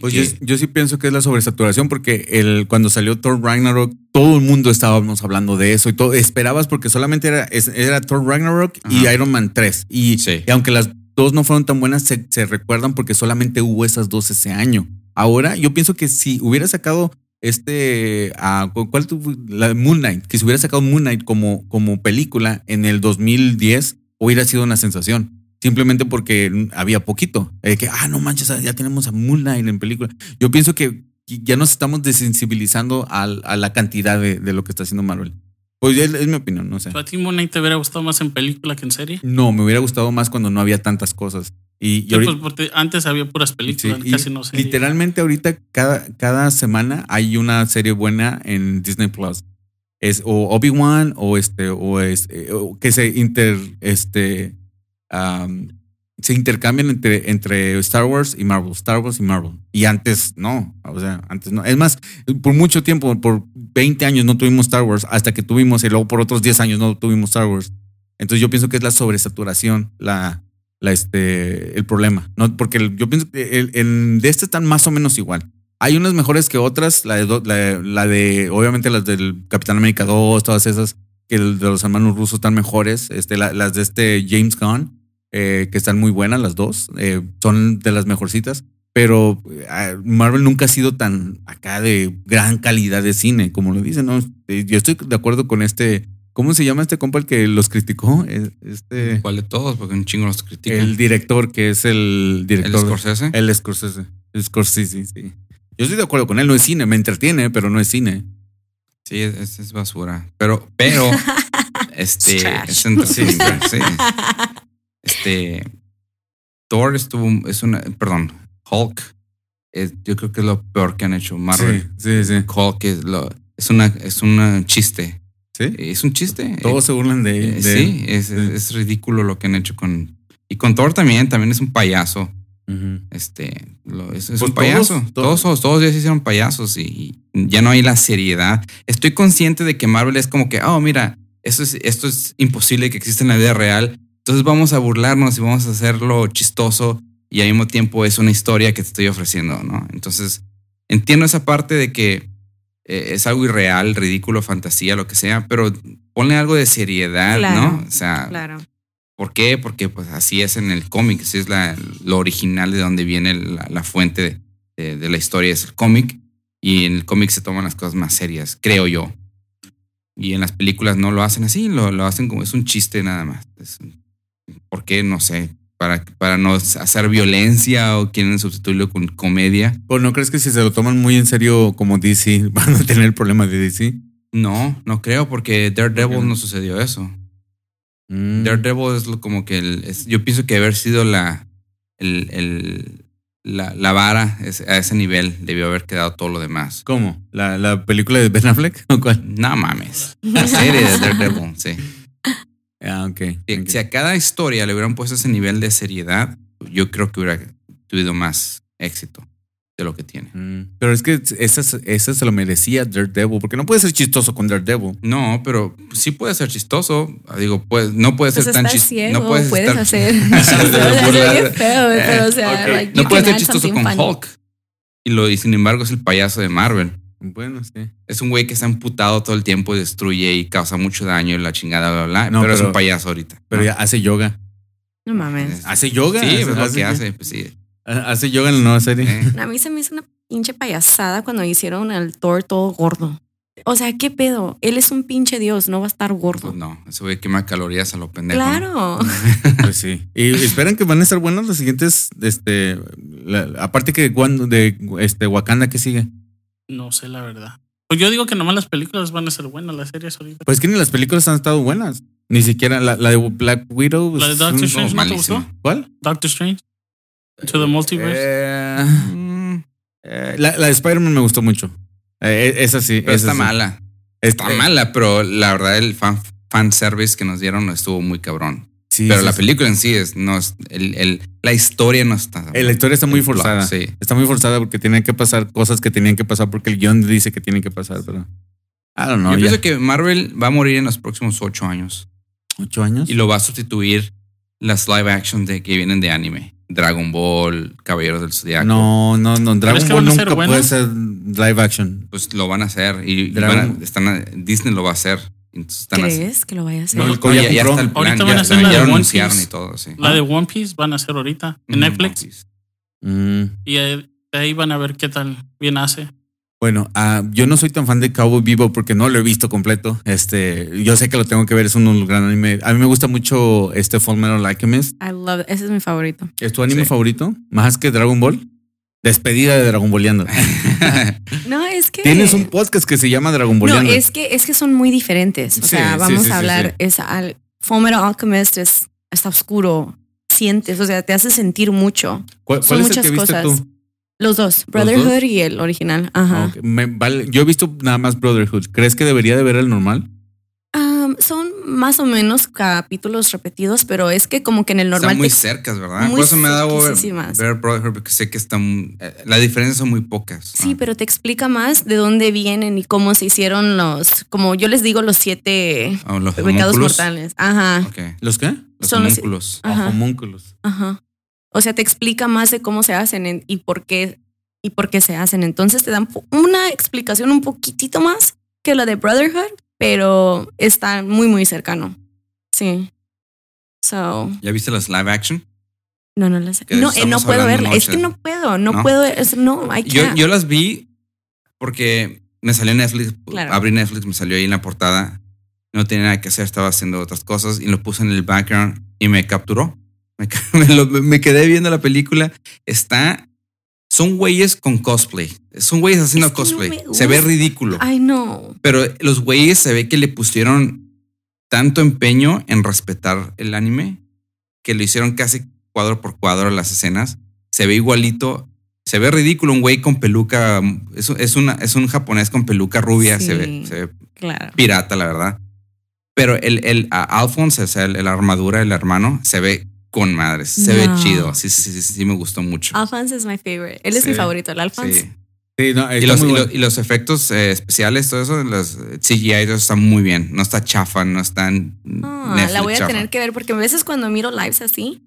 Speaker 5: Pues
Speaker 3: que-
Speaker 5: yo, yo sí pienso que es la sobresaturación porque el, cuando salió Thor Ragnarok, todo el mundo estábamos hablando de eso y todo. Esperabas porque solamente era, es- era Thor Ragnarok y
Speaker 3: Ajá.
Speaker 5: Iron Man 3. Y,
Speaker 3: Sí.
Speaker 5: y aunque las dos no fueron tan buenas, se, se recuerdan porque solamente hubo esas dos ese año. Ahora yo pienso que si hubiera sacado este, ah, ¿cu- ¿cuál tu- la Moon Knight? Que si hubiera sacado Moon Knight como, como película en el 2010, hubiera sido una sensación. Simplemente porque había poquito. Eh, que, ah, no manches, ya tenemos a Moon Knight en película. Yo pienso que ya nos estamos desensibilizando al- a, la cantidad de, de lo que está haciendo Marvel. Pues es, es mi opinión, no sé.
Speaker 7: ¿A ti Moon Knight te hubiera gustado más en película que en serie?
Speaker 5: No, me hubiera gustado más cuando no había tantas cosas. Y, y
Speaker 7: Sí,
Speaker 5: ahorita-
Speaker 7: pues, porque antes había puras películas,
Speaker 5: Sí, y
Speaker 7: casi no sé.
Speaker 5: Literalmente ahorita cada, cada semana hay una serie buena en Disney Plus. Es o Obi-Wan o este o es eh, o que se inter este am, se intercambian entre, entre Star Wars y Marvel, Star Wars y Marvel. Y antes no, o sea, antes no. Es más, por mucho tiempo, por 20 años no tuvimos Star Wars, hasta que tuvimos, y luego por otros 10 años no tuvimos Star Wars. Entonces yo pienso que es la sobresaturación, la, la, este, el problema. ¿no? Porque el- yo pienso que el, en- de este están más o menos igual. Hay unas mejores que otras, la de, do- la, la de obviamente las del Capitán América 2, todas esas, que el de los hermanos rusos están mejores. Este, la- las de este James Gunn, eh, que están muy buenas las dos, eh, son de las mejorcitas. Pero eh, Marvel nunca ha sido tan acá de gran calidad de cine, como lo dicen. ¿no? Eh, Yo estoy de acuerdo con este, ¿cómo se llama este compa el que los criticó? Eh, Este...
Speaker 3: ¿Cuál de todos? Porque un chingo los critican.
Speaker 5: El director, que es el
Speaker 3: El
Speaker 5: director.
Speaker 3: Scorsese.
Speaker 5: El Scorsese. Scorsese, sí. Yo estoy de acuerdo con él, no es cine, me entretiene, pero no es cine.
Speaker 3: Sí, es, es basura. Pero, pero, este,
Speaker 6: Es trash.
Speaker 3: es entretenimiento, sí. Este, Thor estuvo, es una, perdón, Hulk. eh, yo creo que es lo peor que han hecho Marvel.
Speaker 5: Sí, sí, sí.
Speaker 3: Hulk es, lo- es una, es un chiste.
Speaker 5: Sí.
Speaker 3: Es un chiste.
Speaker 5: Todos se burlan de,
Speaker 3: Eh,
Speaker 5: de
Speaker 3: sí, es,
Speaker 5: Sí.
Speaker 3: es ridículo lo que han hecho con. Y con Thor también, también es un payaso.
Speaker 5: Ujú.
Speaker 3: Este, lo- es, es
Speaker 5: Pues
Speaker 3: un payaso.
Speaker 5: todos-
Speaker 3: Todos, todos, todos ya se hicieron payasos y, y ya no hay la seriedad. Estoy consciente de que Marvel es como que, oh, mira, esto es, esto es imposible que exista en la vida real. Entonces vamos a burlarnos y vamos a hacerlo chistoso y al mismo tiempo es una historia que te estoy ofreciendo, ¿no? Entonces entiendo esa parte de que eh, es algo irreal, ridículo, fantasía, lo que sea, pero ponle algo de seriedad,
Speaker 6: Claro,
Speaker 3: ¿no? O sea,
Speaker 6: Claro.
Speaker 3: ¿Por qué? Porque pues así es en el cómic, así es la, lo original de donde viene la, la fuente de, de- de la historia, es el cómic. Y en el cómic se toman las cosas más serias, creo yo. Y en las películas no lo hacen así, lo, lo hacen como es un chiste nada más. Es un- ¿Por qué? No sé. Para, para no hacer violencia o quieren sustituirlo con comedia.
Speaker 5: Pues no crees que si se lo toman muy en serio como DC, van a tener problemas de DC.
Speaker 3: No, no creo, porque
Speaker 5: ¿Por qué
Speaker 3: Daredevil
Speaker 5: no?
Speaker 3: no sucedió eso.
Speaker 5: Mm.
Speaker 3: Daredevil es lo- como que el- es- yo pienso que haber sido la el- el- la, la vara es- a ese nivel debió haber quedado todo lo demás.
Speaker 5: ¿Cómo? ¿La, la película de Ben Affleck? ¿O cuál?
Speaker 3: No mames. La serie de Daredevil, sí.
Speaker 5: Ah, ok.
Speaker 3: Si,
Speaker 5: ok.
Speaker 3: si a cada historia le hubieran puesto ese nivel de seriedad, yo creo que hubiera tenido más éxito de lo que tiene.
Speaker 5: Mm. Pero es que esa, esa se lo merecía Daredevil, porque no puede ser chistoso con Daredevil.
Speaker 3: No, pero sí puede ser chistoso. Digo, pues no puede
Speaker 6: Pues
Speaker 3: ser tan
Speaker 6: estás
Speaker 3: chistoso.
Speaker 6: ciego,
Speaker 3: No puedes,
Speaker 6: puedes
Speaker 3: estar-
Speaker 6: hacer. o sea,
Speaker 3: burlar.
Speaker 6: bien feo, pero, o sea,
Speaker 5: Ok.
Speaker 6: like, you
Speaker 3: no puede
Speaker 6: can
Speaker 3: ser
Speaker 6: add
Speaker 3: chistoso
Speaker 6: something
Speaker 3: con
Speaker 6: funny.
Speaker 3: Hulk. Y lo y sin embargo es el payaso de Marvel.
Speaker 5: Bueno, sí.
Speaker 3: Es un güey que está amputado todo el tiempo, destruye y causa mucho daño y la chingada, bla, bla, bla.
Speaker 5: No,
Speaker 3: pero, es
Speaker 5: pero-
Speaker 3: un payaso ahorita.
Speaker 5: Pero
Speaker 3: ¿no?
Speaker 5: ya hace yoga.
Speaker 6: No mames.
Speaker 5: ¿Hace yoga?
Speaker 3: Ah. Sí,
Speaker 5: Hace-
Speaker 3: pues lo que
Speaker 5: yoga.
Speaker 3: hace, pues sí.
Speaker 5: Ah, Hace yoga en la nueva serie.
Speaker 3: Eh,
Speaker 6: A mí se me hizo una pinche payasada cuando hicieron al Thor todo gordo. O sea, ¿qué pedo? Él es un pinche dios, no va a estar gordo.
Speaker 3: pues no, ese güey quema calorías a lo pendejo. ¿no?
Speaker 6: Claro.
Speaker 5: Pues sí. Y esperan que van a estar buenos los siguientes, este, la- aparte que Wan- de este Wakanda que sigue.
Speaker 7: No sé, la verdad. Pues yo digo que nomás las películas van a ser buenas, las series ahorita.
Speaker 5: Pues que ni las películas han estado buenas. Ni siquiera la, la de Black Widow.
Speaker 7: La de
Speaker 5: es
Speaker 7: Doctor
Speaker 5: un-
Speaker 7: Strange, ¿no te
Speaker 3: malísimo.
Speaker 7: gustó?
Speaker 5: ¿Cuál?
Speaker 7: Doctor Strange. To the Multiverse.
Speaker 5: Eh,
Speaker 3: Mm,
Speaker 5: eh, la, la de Spider-Man me gustó mucho. Eh, e- esa sí.
Speaker 3: pero
Speaker 5: esa
Speaker 3: está
Speaker 5: sí.
Speaker 3: mala. Está
Speaker 5: Eh,
Speaker 3: mala, pero la verdad el fan, fan service que nos dieron estuvo muy cabrón.
Speaker 5: eh, sí,
Speaker 3: pero
Speaker 5: sí,
Speaker 3: la
Speaker 5: sí.
Speaker 3: película en sí es, no es- el- el- la historia no está.
Speaker 5: Eh, La historia está muy
Speaker 3: el plot,
Speaker 5: forzada.
Speaker 3: Sí.
Speaker 5: Está muy forzada porque tienen que pasar cosas que tenían que pasar porque el guión dice que tienen que pasar, pero. I don't know.
Speaker 3: Yo
Speaker 5: ya.
Speaker 3: pienso que Marvel va a morir en los próximos ocho años
Speaker 5: ¿Ocho años?
Speaker 3: y lo va a sustituir las live action de que vienen de anime. Dragon Ball, Caballeros del Zodiaco.
Speaker 5: No, no, no.
Speaker 7: ¿Crees
Speaker 5: Dragon
Speaker 7: que
Speaker 5: Ball
Speaker 7: van a ser
Speaker 5: nunca puede
Speaker 7: buenas?
Speaker 5: ser live action.
Speaker 3: Pues lo van a hacer y, y
Speaker 5: Dragon-
Speaker 3: van a- están a- Disney lo va a hacer. Entonces están haciendo-
Speaker 6: ¿Crees que lo vaya a hacer?
Speaker 3: No,
Speaker 5: El Koya
Speaker 3: ya, ya
Speaker 5: compró.
Speaker 3: está el plan, ya,
Speaker 7: Ahorita van a hacer
Speaker 3: ya
Speaker 7: la de
Speaker 3: lo
Speaker 7: One
Speaker 3: anunciaron
Speaker 7: Piece.
Speaker 3: y todo, sí.
Speaker 5: ah.
Speaker 7: La de One Piece van a hacer ahorita en Netflix.
Speaker 5: Mm.
Speaker 7: Y eh, de ahí van a ver qué tal bien hace.
Speaker 5: Bueno, ah, yo no soy tan fan de Cowboy Vivo porque no lo he visto completo. Este, yo sé que lo tengo que ver, es un gran anime. A mí me gusta mucho este Full Metal Alchemist.
Speaker 6: I love it. Ese es mi favorito.
Speaker 5: ¿Es tu anime
Speaker 3: Sí.
Speaker 5: favorito? Más que Dragon Ball. Despedida de Dragon Balleando.
Speaker 6: No, es que.
Speaker 5: Tienes un podcast que se llama Dragon
Speaker 6: No,
Speaker 5: Balleando.
Speaker 6: es que, es que son muy diferentes. O
Speaker 5: Sí,
Speaker 6: sea,
Speaker 5: sí,
Speaker 6: vamos
Speaker 5: sí, sí,
Speaker 6: a hablar.
Speaker 5: sí.
Speaker 6: Es al, Full Metal Alchemist es, está oscuro. Sientes, o sea, te hace sentir mucho.
Speaker 5: ¿Cuál,
Speaker 6: son
Speaker 5: cuál es el
Speaker 6: muchas
Speaker 5: que viste
Speaker 6: cosas.
Speaker 5: tú?
Speaker 6: Los dos, Brotherhood y el original. Ajá.
Speaker 5: Ah, ok. Me- vale, yo he visto nada más Brotherhood. ¿Crees que debería de ver el normal?
Speaker 6: Am, son más o menos capítulos repetidos, pero es que como que en el normal
Speaker 3: Están muy
Speaker 6: te-
Speaker 3: cercas, ¿verdad?
Speaker 6: muy
Speaker 3: Por eso me da ver,
Speaker 6: cerquisísimas.
Speaker 3: ver Brotherhood, porque sé que están. eh, Las diferencias son muy pocas. Ah,
Speaker 6: Sí,
Speaker 3: ¿no?
Speaker 6: pero te explica más de dónde vienen y cómo se hicieron los, como yo les digo, los siete
Speaker 3: Ah, los
Speaker 6: pecados
Speaker 3: homúnculos.
Speaker 6: mortales. Ajá,
Speaker 3: Ok,
Speaker 5: ¿Los qué?
Speaker 3: Los
Speaker 6: Son los-
Speaker 3: homúnculos.
Speaker 6: Ajá.
Speaker 5: Homúnculos.
Speaker 6: ajá. O sea, te explica más de cómo se hacen en- y por qué y por qué se hacen. Entonces te dan po- una explicación un poquitito más que la de Brotherhood, pero está muy muy cercano. Sí. So,
Speaker 3: ¿Ya viste las live action?
Speaker 6: no, no las.
Speaker 3: Que de
Speaker 6: No,
Speaker 3: eso
Speaker 6: eh, no
Speaker 3: estamos
Speaker 6: puedo
Speaker 3: hablando
Speaker 6: verla. Es que
Speaker 3: noche.
Speaker 6: no puedo, no,
Speaker 3: ¿No?
Speaker 6: puedo. es- no, I
Speaker 3: Yo,
Speaker 6: can't.
Speaker 3: yo las vi porque me salió en Netflix.
Speaker 6: Claro.
Speaker 3: Abrí Netflix, me salió ahí en la portada. No tenía nada que hacer, estaba haciendo otras cosas y lo puse en el background y me capturó. Me, ca- me lo- me quedé viendo la película. Está. Son güeyes con cosplay. Son güeyes haciendo
Speaker 6: Es que no
Speaker 3: cosplay.
Speaker 6: me
Speaker 3: Se ve
Speaker 6: gusta.
Speaker 3: ridículo.
Speaker 6: Ay, no.
Speaker 3: Pero los güeyes se ve que le pusieron tanto empeño en respetar el anime que lo hicieron casi cuadro por cuadro las escenas. Se ve igualito. Se ve ridículo un güey con peluca. Es, es una, es un japonés con peluca rubia. Se, ve,
Speaker 6: Sí.
Speaker 3: se ve
Speaker 6: Claro.
Speaker 3: pirata, la verdad. Pero el, el a Alphonse, o sea, el- la armadura, el hermano, se ve con madres. Se
Speaker 6: No.
Speaker 3: ve chido. Sí, sí, sí, sí, me gustó mucho.
Speaker 6: Alphonse es mi favorite. Él es
Speaker 3: Sí.
Speaker 6: mi favorito, el Alphonse.
Speaker 3: Sí.
Speaker 5: Sí, no,
Speaker 3: Y
Speaker 5: está
Speaker 3: los,
Speaker 5: muy
Speaker 3: y
Speaker 5: bueno.
Speaker 3: lo- y los efectos eh, especiales, todo eso, los CGI, todo eso está muy bien. No está chafa, no está en
Speaker 6: Ah,
Speaker 3: Netflix
Speaker 6: la voy a
Speaker 3: chafa.
Speaker 6: tener que ver porque a veces cuando miro lives así,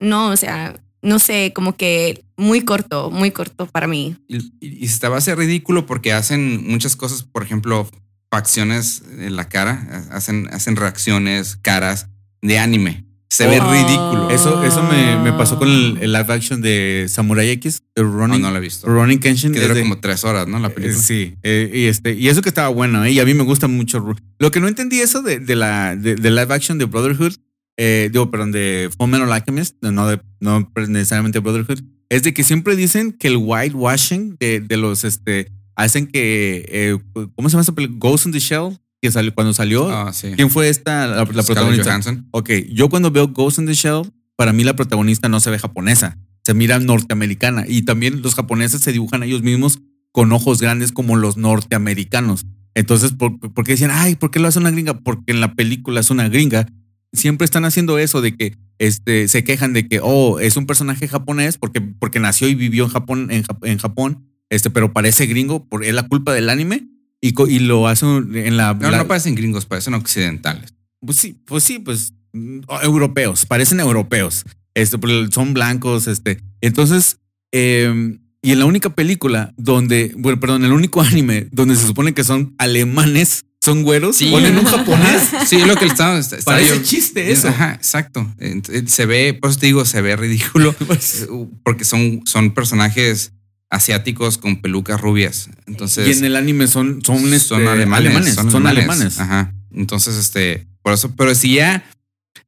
Speaker 6: no, o sea, no sé, como que muy corto, muy corto para mí.
Speaker 3: Y, y- y se va a hacer ridículo porque hacen muchas cosas, por ejemplo, facciones en la cara, hacen, hacen reacciones, caras de anime. Se ve
Speaker 6: Oh.
Speaker 3: ridículo. Eso
Speaker 5: Eso, eso me, me pasó con el, el live action de Samurai X, de
Speaker 3: Ah, no,
Speaker 5: Ronin,
Speaker 3: no lo he visto.
Speaker 5: Ronin Kenshin.
Speaker 3: Que
Speaker 5: es
Speaker 3: dura
Speaker 5: de-
Speaker 3: como tres horas, ¿no? La
Speaker 5: Eh,
Speaker 3: película.
Speaker 5: Sí, eh, y este, y eso que estaba bueno, eh, y a mí me gusta mucho. Ru- Lo que no entendí eso de, de la de, de live action de Brotherhood, eh, digo, perdón, de Fullmetal Alchemist, no, no, de- no necesariamente Brotherhood, es de que siempre dicen que el whitewashing de, de los, este, hacen que, eh, ¿cómo se llama esa película? Ghost in the Shell, que salió, cuando salió,
Speaker 3: Ah, sí.
Speaker 5: ¿quién fue esta, la, la
Speaker 3: Scarlett
Speaker 5: protagonista?
Speaker 3: Johansson.
Speaker 5: Ok, yo cuando veo Ghost in the Shell, para mí la protagonista no se ve japonesa, se mira norteamericana. Y también los japoneses se dibujan a ellos mismos con ojos grandes como los norteamericanos. Entonces, ¿por, por qué dicen, ay, por qué lo hace una gringa? Porque en la película es una gringa. Siempre están haciendo eso de que este, se quejan de que, oh, es un personaje japonés porque, porque nació y vivió en Japón, en, Jap- en Japón este, pero parece gringo, por, es la culpa del anime. Y, co- y lo hacen en la...
Speaker 3: No,
Speaker 5: la-
Speaker 3: no parecen gringos, parecen occidentales.
Speaker 5: pues sí, pues sí, pues mm, o- europeos, parecen europeos. Este, pero son blancos, este. Entonces, eh, y en la única película donde, bueno, perdón, el único anime donde se supone que son alemanes, son güeros,
Speaker 3: Sí.
Speaker 5: ponen un japonés.
Speaker 3: Sí, es lo que le estaba. estaba
Speaker 5: Parece
Speaker 3: yo-
Speaker 5: chiste eso.
Speaker 3: Ajá, exacto. Ent- eh, Se ve, por eso te digo, se ve ridículo eh, porque son, son personajes asiáticos con pelucas rubias. Entonces,
Speaker 5: y en el anime son, son, este,
Speaker 3: son alemanes,
Speaker 5: Son, alemanes.
Speaker 3: Ajá. Entonces, este, por eso, pero si ya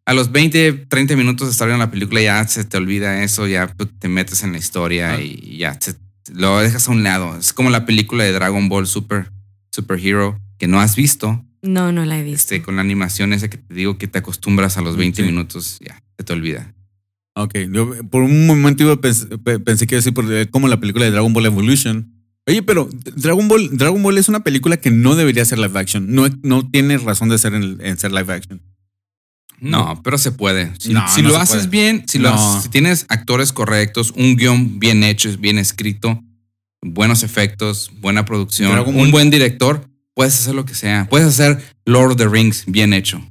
Speaker 3: a los 20, 30 minutos de estar en la película ya se te olvida eso, ya pues, te metes en la historia
Speaker 5: Ah.
Speaker 3: y ya se- lo dejas a un lado. Es como la película de Dragon Ball Super, Superhero que no has visto,
Speaker 6: No, no la he visto.
Speaker 3: este, con la animación esa que te digo que te acostumbras a los 20
Speaker 5: Sí.
Speaker 3: minutos, ya se te olvida.
Speaker 5: Ok, yo eh, por un momento iba a pens- pe- pensé que iba a decir por- eh, como la película de Dragon Ball Evolution. Oye, pero Dragon Ball, Dragon Ball es una película que no debería ser live action. No, no tiene razón de ser en, en ser live action.
Speaker 3: No, pero se puede. Si,
Speaker 5: No,
Speaker 3: si
Speaker 5: no
Speaker 3: lo
Speaker 5: se
Speaker 3: haces
Speaker 5: puede.
Speaker 3: bien, si, lo
Speaker 5: No.
Speaker 3: haces- si tienes actores correctos, un guión bien hecho, bien escrito, buenos efectos, buena producción,
Speaker 5: Dragon
Speaker 3: un
Speaker 5: Ball-
Speaker 3: buen director, puedes hacer lo que sea. Puedes hacer Lord of the Rings bien hecho.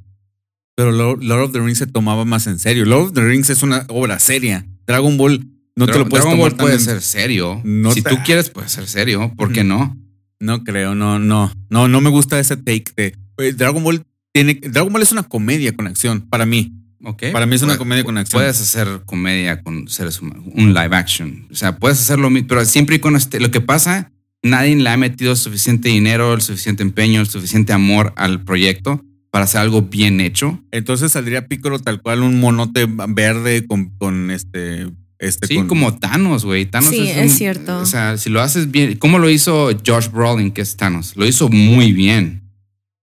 Speaker 5: Pero Lord, Lord of the Rings se tomaba más en serio. Lord of the Rings es una obra seria. Dragon Ball no te
Speaker 3: Dra-
Speaker 5: lo puedes
Speaker 3: Dragon
Speaker 5: tomar
Speaker 3: Ball
Speaker 5: tan
Speaker 3: puede
Speaker 5: en-
Speaker 3: ser serio.
Speaker 5: No
Speaker 3: si
Speaker 5: te-
Speaker 3: tú quieres, puede ser serio. ¿Por qué no?
Speaker 5: No creo, no, no. No, no me gusta ese take de eh, Dragon Ball tiene Dragon Ball es una comedia con acción para mí.
Speaker 3: Ok.
Speaker 5: Para mí es una
Speaker 3: Pu-
Speaker 5: comedia con acción.
Speaker 3: Puedes hacer comedia con seres humanos, un live action. O sea, puedes hacerlo, mi- pero siempre y con este. Lo que pasa, nadie le ha metido suficiente dinero, el suficiente empeño, el suficiente amor al proyecto para hacer algo bien hecho.
Speaker 5: Entonces saldría Piccolo tal cual un monote verde con, con este este
Speaker 3: Sí,
Speaker 5: con-
Speaker 3: como Thanos, güey. Thanos
Speaker 6: Sí,
Speaker 3: un-
Speaker 6: es cierto.
Speaker 3: O sea, si lo haces bien, ¿cómo lo hizo Josh Brolin, que es Thanos? Lo hizo muy bien.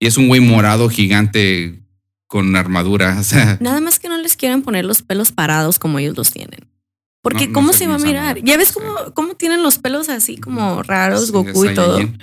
Speaker 3: Y es un güey morado gigante con armadura. O sea,
Speaker 6: Nada más que no les quieran poner los pelos parados como ellos los tienen. Porque
Speaker 3: No, no
Speaker 6: ¿cómo
Speaker 3: sé
Speaker 6: se va a
Speaker 3: cómo se llama,
Speaker 6: mirar? Ya ves
Speaker 3: sí. Mm,
Speaker 6: cómo, cómo tienen los pelos así como raros,
Speaker 3: sí,
Speaker 6: Goku y
Speaker 3: es
Speaker 6: todo.
Speaker 3: Saiyajin.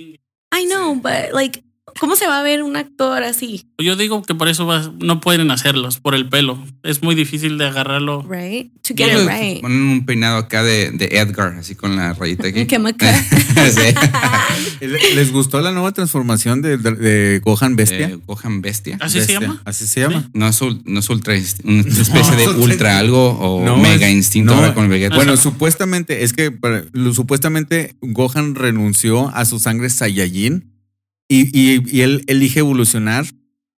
Speaker 6: I know, but like, ¿cómo se va a ver un actor así?
Speaker 7: Yo digo que por eso va- no pueden hacerlos, por el pelo. Es muy difícil de agarrarlo.
Speaker 6: Right? To get
Speaker 3: Yo
Speaker 6: it
Speaker 3: le
Speaker 6: right.
Speaker 3: Ponen un peinado acá de, de Edgar, así con la rayita aquí. Ah,
Speaker 6: Que me cae.
Speaker 3: Sí.
Speaker 5: ¿Le- ¿Les gustó la nueva transformación de, de- de Gohan Bestia? Ah.
Speaker 3: Eh, Gohan Bestia.
Speaker 7: ¿Así se
Speaker 5: Bestia.
Speaker 7: llama?
Speaker 5: Así se llama.
Speaker 3: No es, ul- no es ultra, inst- una especie de ultra algo o
Speaker 5: No,
Speaker 3: mega
Speaker 5: es-
Speaker 3: instinto
Speaker 5: no,
Speaker 3: ahora con el Vegeta.
Speaker 5: Bueno, supuestamente es que para- lo- supuestamente Gohan renunció a su sangre Saiyajin y, y- y él elige evolucionar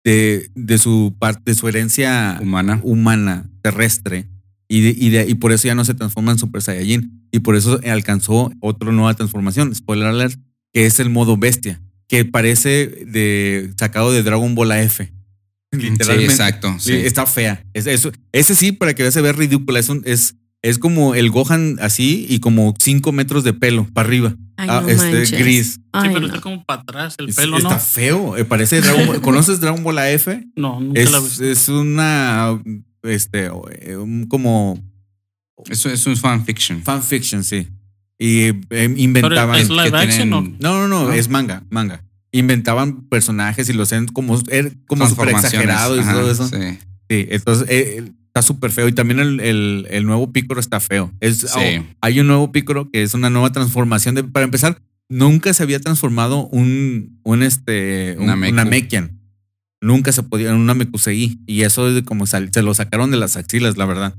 Speaker 5: de, de su parte, de su herencia
Speaker 3: humana.
Speaker 5: humana, terrestre, y, de- y, de- y por eso ya no se transforma en Super Saiyajin. Y por eso alcanzó otra nueva transformación, spoiler alert, que es el modo bestia, que parece de sacado de Dragon Ball AF. Literalmente.
Speaker 3: Sí, exacto. sí.
Speaker 5: Sí, Está fea. Es, eso, ese sí, para que veas, se ve ridícula. Es, un- es, es como el Gohan así y como 5 metros de pelo para arriba.
Speaker 6: Ay,
Speaker 5: Ah,
Speaker 6: no
Speaker 5: este
Speaker 6: manches.
Speaker 5: gris.
Speaker 7: Sí,
Speaker 6: Ay,
Speaker 7: pero
Speaker 6: no.
Speaker 7: está como para atrás el
Speaker 5: Es-
Speaker 7: pelo,
Speaker 5: está
Speaker 7: ¿no?
Speaker 5: feo. eh, Parece Dragon Ball- ¿Conoces Dragon Ball AF?
Speaker 7: No, nunca la
Speaker 5: Es,
Speaker 7: vi.
Speaker 5: es una. Este. o- eh, un como.
Speaker 3: Eso es un fanfiction.
Speaker 5: Fanfiction, sí. Y eh,
Speaker 7: Pero
Speaker 5: inventaban.
Speaker 7: es live
Speaker 3: que
Speaker 7: action
Speaker 3: tienen-
Speaker 7: o
Speaker 5: No, no, no,
Speaker 3: Ah.
Speaker 5: es manga, manga. Inventaban personajes y los hacían como, er- como super
Speaker 3: Transformaciones,
Speaker 5: exagerados y
Speaker 3: ajá,
Speaker 5: todo eso. Sí,
Speaker 3: Sí.
Speaker 5: entonces eh, eh, está súper feo. Y también el, el- el nuevo Picoro está feo. Es,
Speaker 3: Sí.
Speaker 5: oh, hay un nuevo Picoro que es una nueva transformación. De, para empezar, nunca se había transformado un, un este, un,
Speaker 3: Una Meku.
Speaker 5: una Mekian. Nunca se podía, una Mekusei. Y eso es de como sal- se lo sacaron de las axilas, la verdad.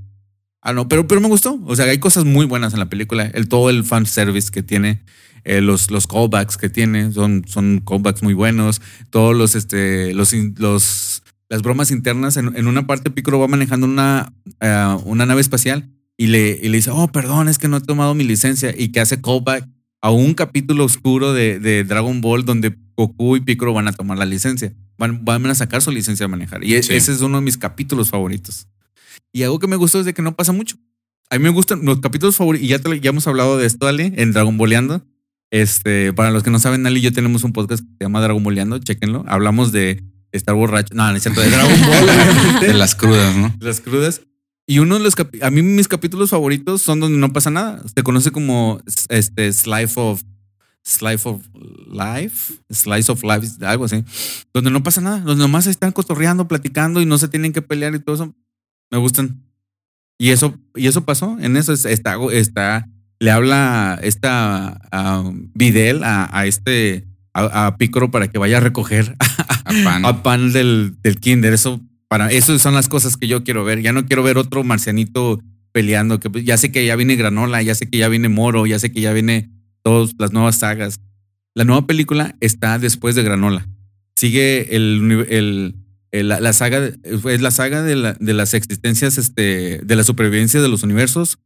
Speaker 5: Ah, no, pero, pero me gustó. O sea, hay cosas muy buenas en la película. El, todo el fan service que tiene, eh, los, los callbacks que tiene, son, son callbacks muy buenos. Todos los, este, los, in- los, las bromas internas. En, en una parte, Piccolo va manejando una, ah, una nave espacial y le, y le dice, oh, perdón, es que no he tomado mi licencia. Y que hace callback a un capítulo oscuro de, de Dragon Ball donde Goku y Piccolo van a tomar la licencia. Van, van a sacar su licencia de manejar. Y e-
Speaker 3: Sí.
Speaker 5: ese es uno de mis capítulos favoritos. Y algo que me gustó es de que no pasa mucho. A mí me gustan los capítulos favoritos. Y ya, te lo- ya hemos hablado de esto, Ale, en Dragon Boleando. Este, para los que no saben, Ale y yo tenemos un podcast que se llama Dragon Boleando. Chequenlo. Hablamos de estar borracho. No, no es cierto, de Dragon Ball. obviamente.
Speaker 3: De las crudas, ¿no?
Speaker 5: Las crudas. Y uno de los capi- a mí mis capítulos favoritos son donde no pasa nada. Se conoce como s- este slice of slice of life, slice of life, algo así. Donde no pasa nada, donde nomás están cotorreando, platicando y no se tienen que pelear y todo eso. Me gustan. Y eso y eso pasó, en eso es- está está le habla esta a Videl a, a este a, a Picoro para que vaya a recoger
Speaker 3: A pan.
Speaker 5: a pan del, del kinder. Eso para eso son las cosas que yo quiero ver. Ya no quiero ver otro marcianito peleando. Que pues, ya sé que ya viene Granola, ya sé que ya viene Moro, ya sé que ya viene todas las nuevas sagas. La nueva película está después de Granola. Sigue el, uni- el- el- Eh, la, la saga de- es la saga de, la- de las existencias este de la supervivencia de los universos,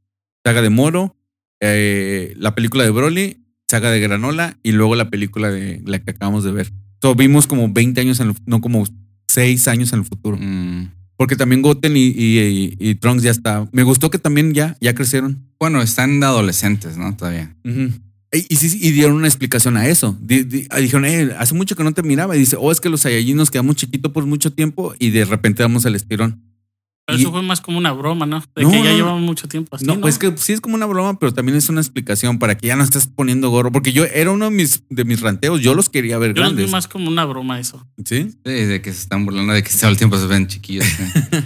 Speaker 5: saga de Moro, eh, la película de Broly, saga de Granola y luego la película de la que acabamos de ver. So, vimos como 20 años, en el, no como 6 años en el futuro.
Speaker 3: Mm.
Speaker 5: Porque también Goten y, y- y- y Trunks ya está. Me gustó que también ya, ya crecieron.
Speaker 3: Bueno, están de adolescentes, ¿no? Todavía.
Speaker 5: Y, y sí, sí, y dieron una explicación a eso. Di- di- ah, dijeron, "Eh, hace mucho que no te miraba. Y dice, oh, es que los Saiyajin nos quedamos chiquitos por mucho tiempo y de repente damos el estirón.
Speaker 7: Pero
Speaker 5: Y-
Speaker 7: eso fue más como una broma, ¿no? De
Speaker 5: No,
Speaker 7: que ya
Speaker 5: no, no.
Speaker 7: llevamos mucho tiempo así.
Speaker 5: no,
Speaker 7: No,
Speaker 5: pues que sí es como una broma, pero también es una explicación para que ya no estés poniendo gorro. Porque yo era uno de mis, de mis ranteos. Yo los quería ver
Speaker 7: Yo lo vi
Speaker 5: grandes.
Speaker 7: más como una broma eso.
Speaker 5: Sí.
Speaker 3: Sí, de que se están burlando de que todo el tiempo se ven chiquillos. ¿eh?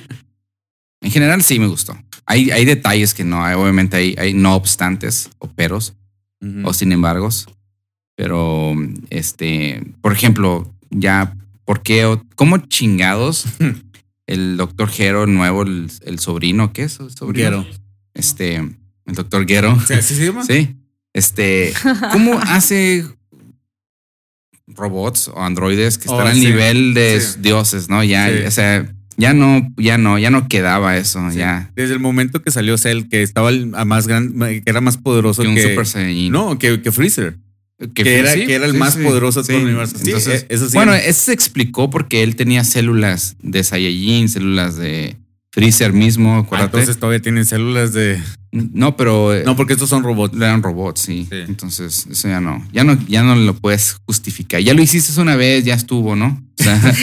Speaker 3: en general, sí me gustó. Hay, hay detalles que no hay. Obviamente, hay, hay no obstantes o peros
Speaker 5: Ujú.
Speaker 3: o sin embargo. Pero, este, por ejemplo, ya ¿Por qué? o- ¿Cómo chingados el doctor Gero nuevo, el, el sobrino, ¿qué es? el sobrino?
Speaker 5: Guero.
Speaker 3: Este, el doctor Gero.
Speaker 5: O sea, ¿Así se llama?
Speaker 3: Sí. Este, ¿cómo hace robots o androides que
Speaker 5: Oh,
Speaker 3: están al
Speaker 5: sí.
Speaker 3: nivel de
Speaker 5: Sí.
Speaker 3: dioses, no? Ya,
Speaker 5: Sí.
Speaker 3: o sea, ya no, ya no, ya no quedaba eso,
Speaker 5: Sí.
Speaker 3: ya.
Speaker 5: Desde el momento que salió Cell, que estaba el- a más grande, que era más poderoso
Speaker 3: Que
Speaker 5: que,
Speaker 3: un Super Saiyajin.
Speaker 5: no, que, que Freezer.
Speaker 3: que,
Speaker 5: era- que era el más poderoso de todo el universo. Sí,
Speaker 3: Entonces,
Speaker 5: eh, eso sí.
Speaker 3: bueno, eso se explicó porque él tenía células de Saiyajin, células de Freezer mismo,
Speaker 5: Ah,
Speaker 3: acuérdate.
Speaker 5: entonces todavía tienen células de.
Speaker 3: no, pero eh,
Speaker 5: No, porque estos son robots.
Speaker 3: eran robots, sí.
Speaker 5: Sí.
Speaker 3: Entonces, eso ya no, ya no, ya no lo puedes justificar. Ya lo hiciste una vez, ya estuvo, ¿no? O sea,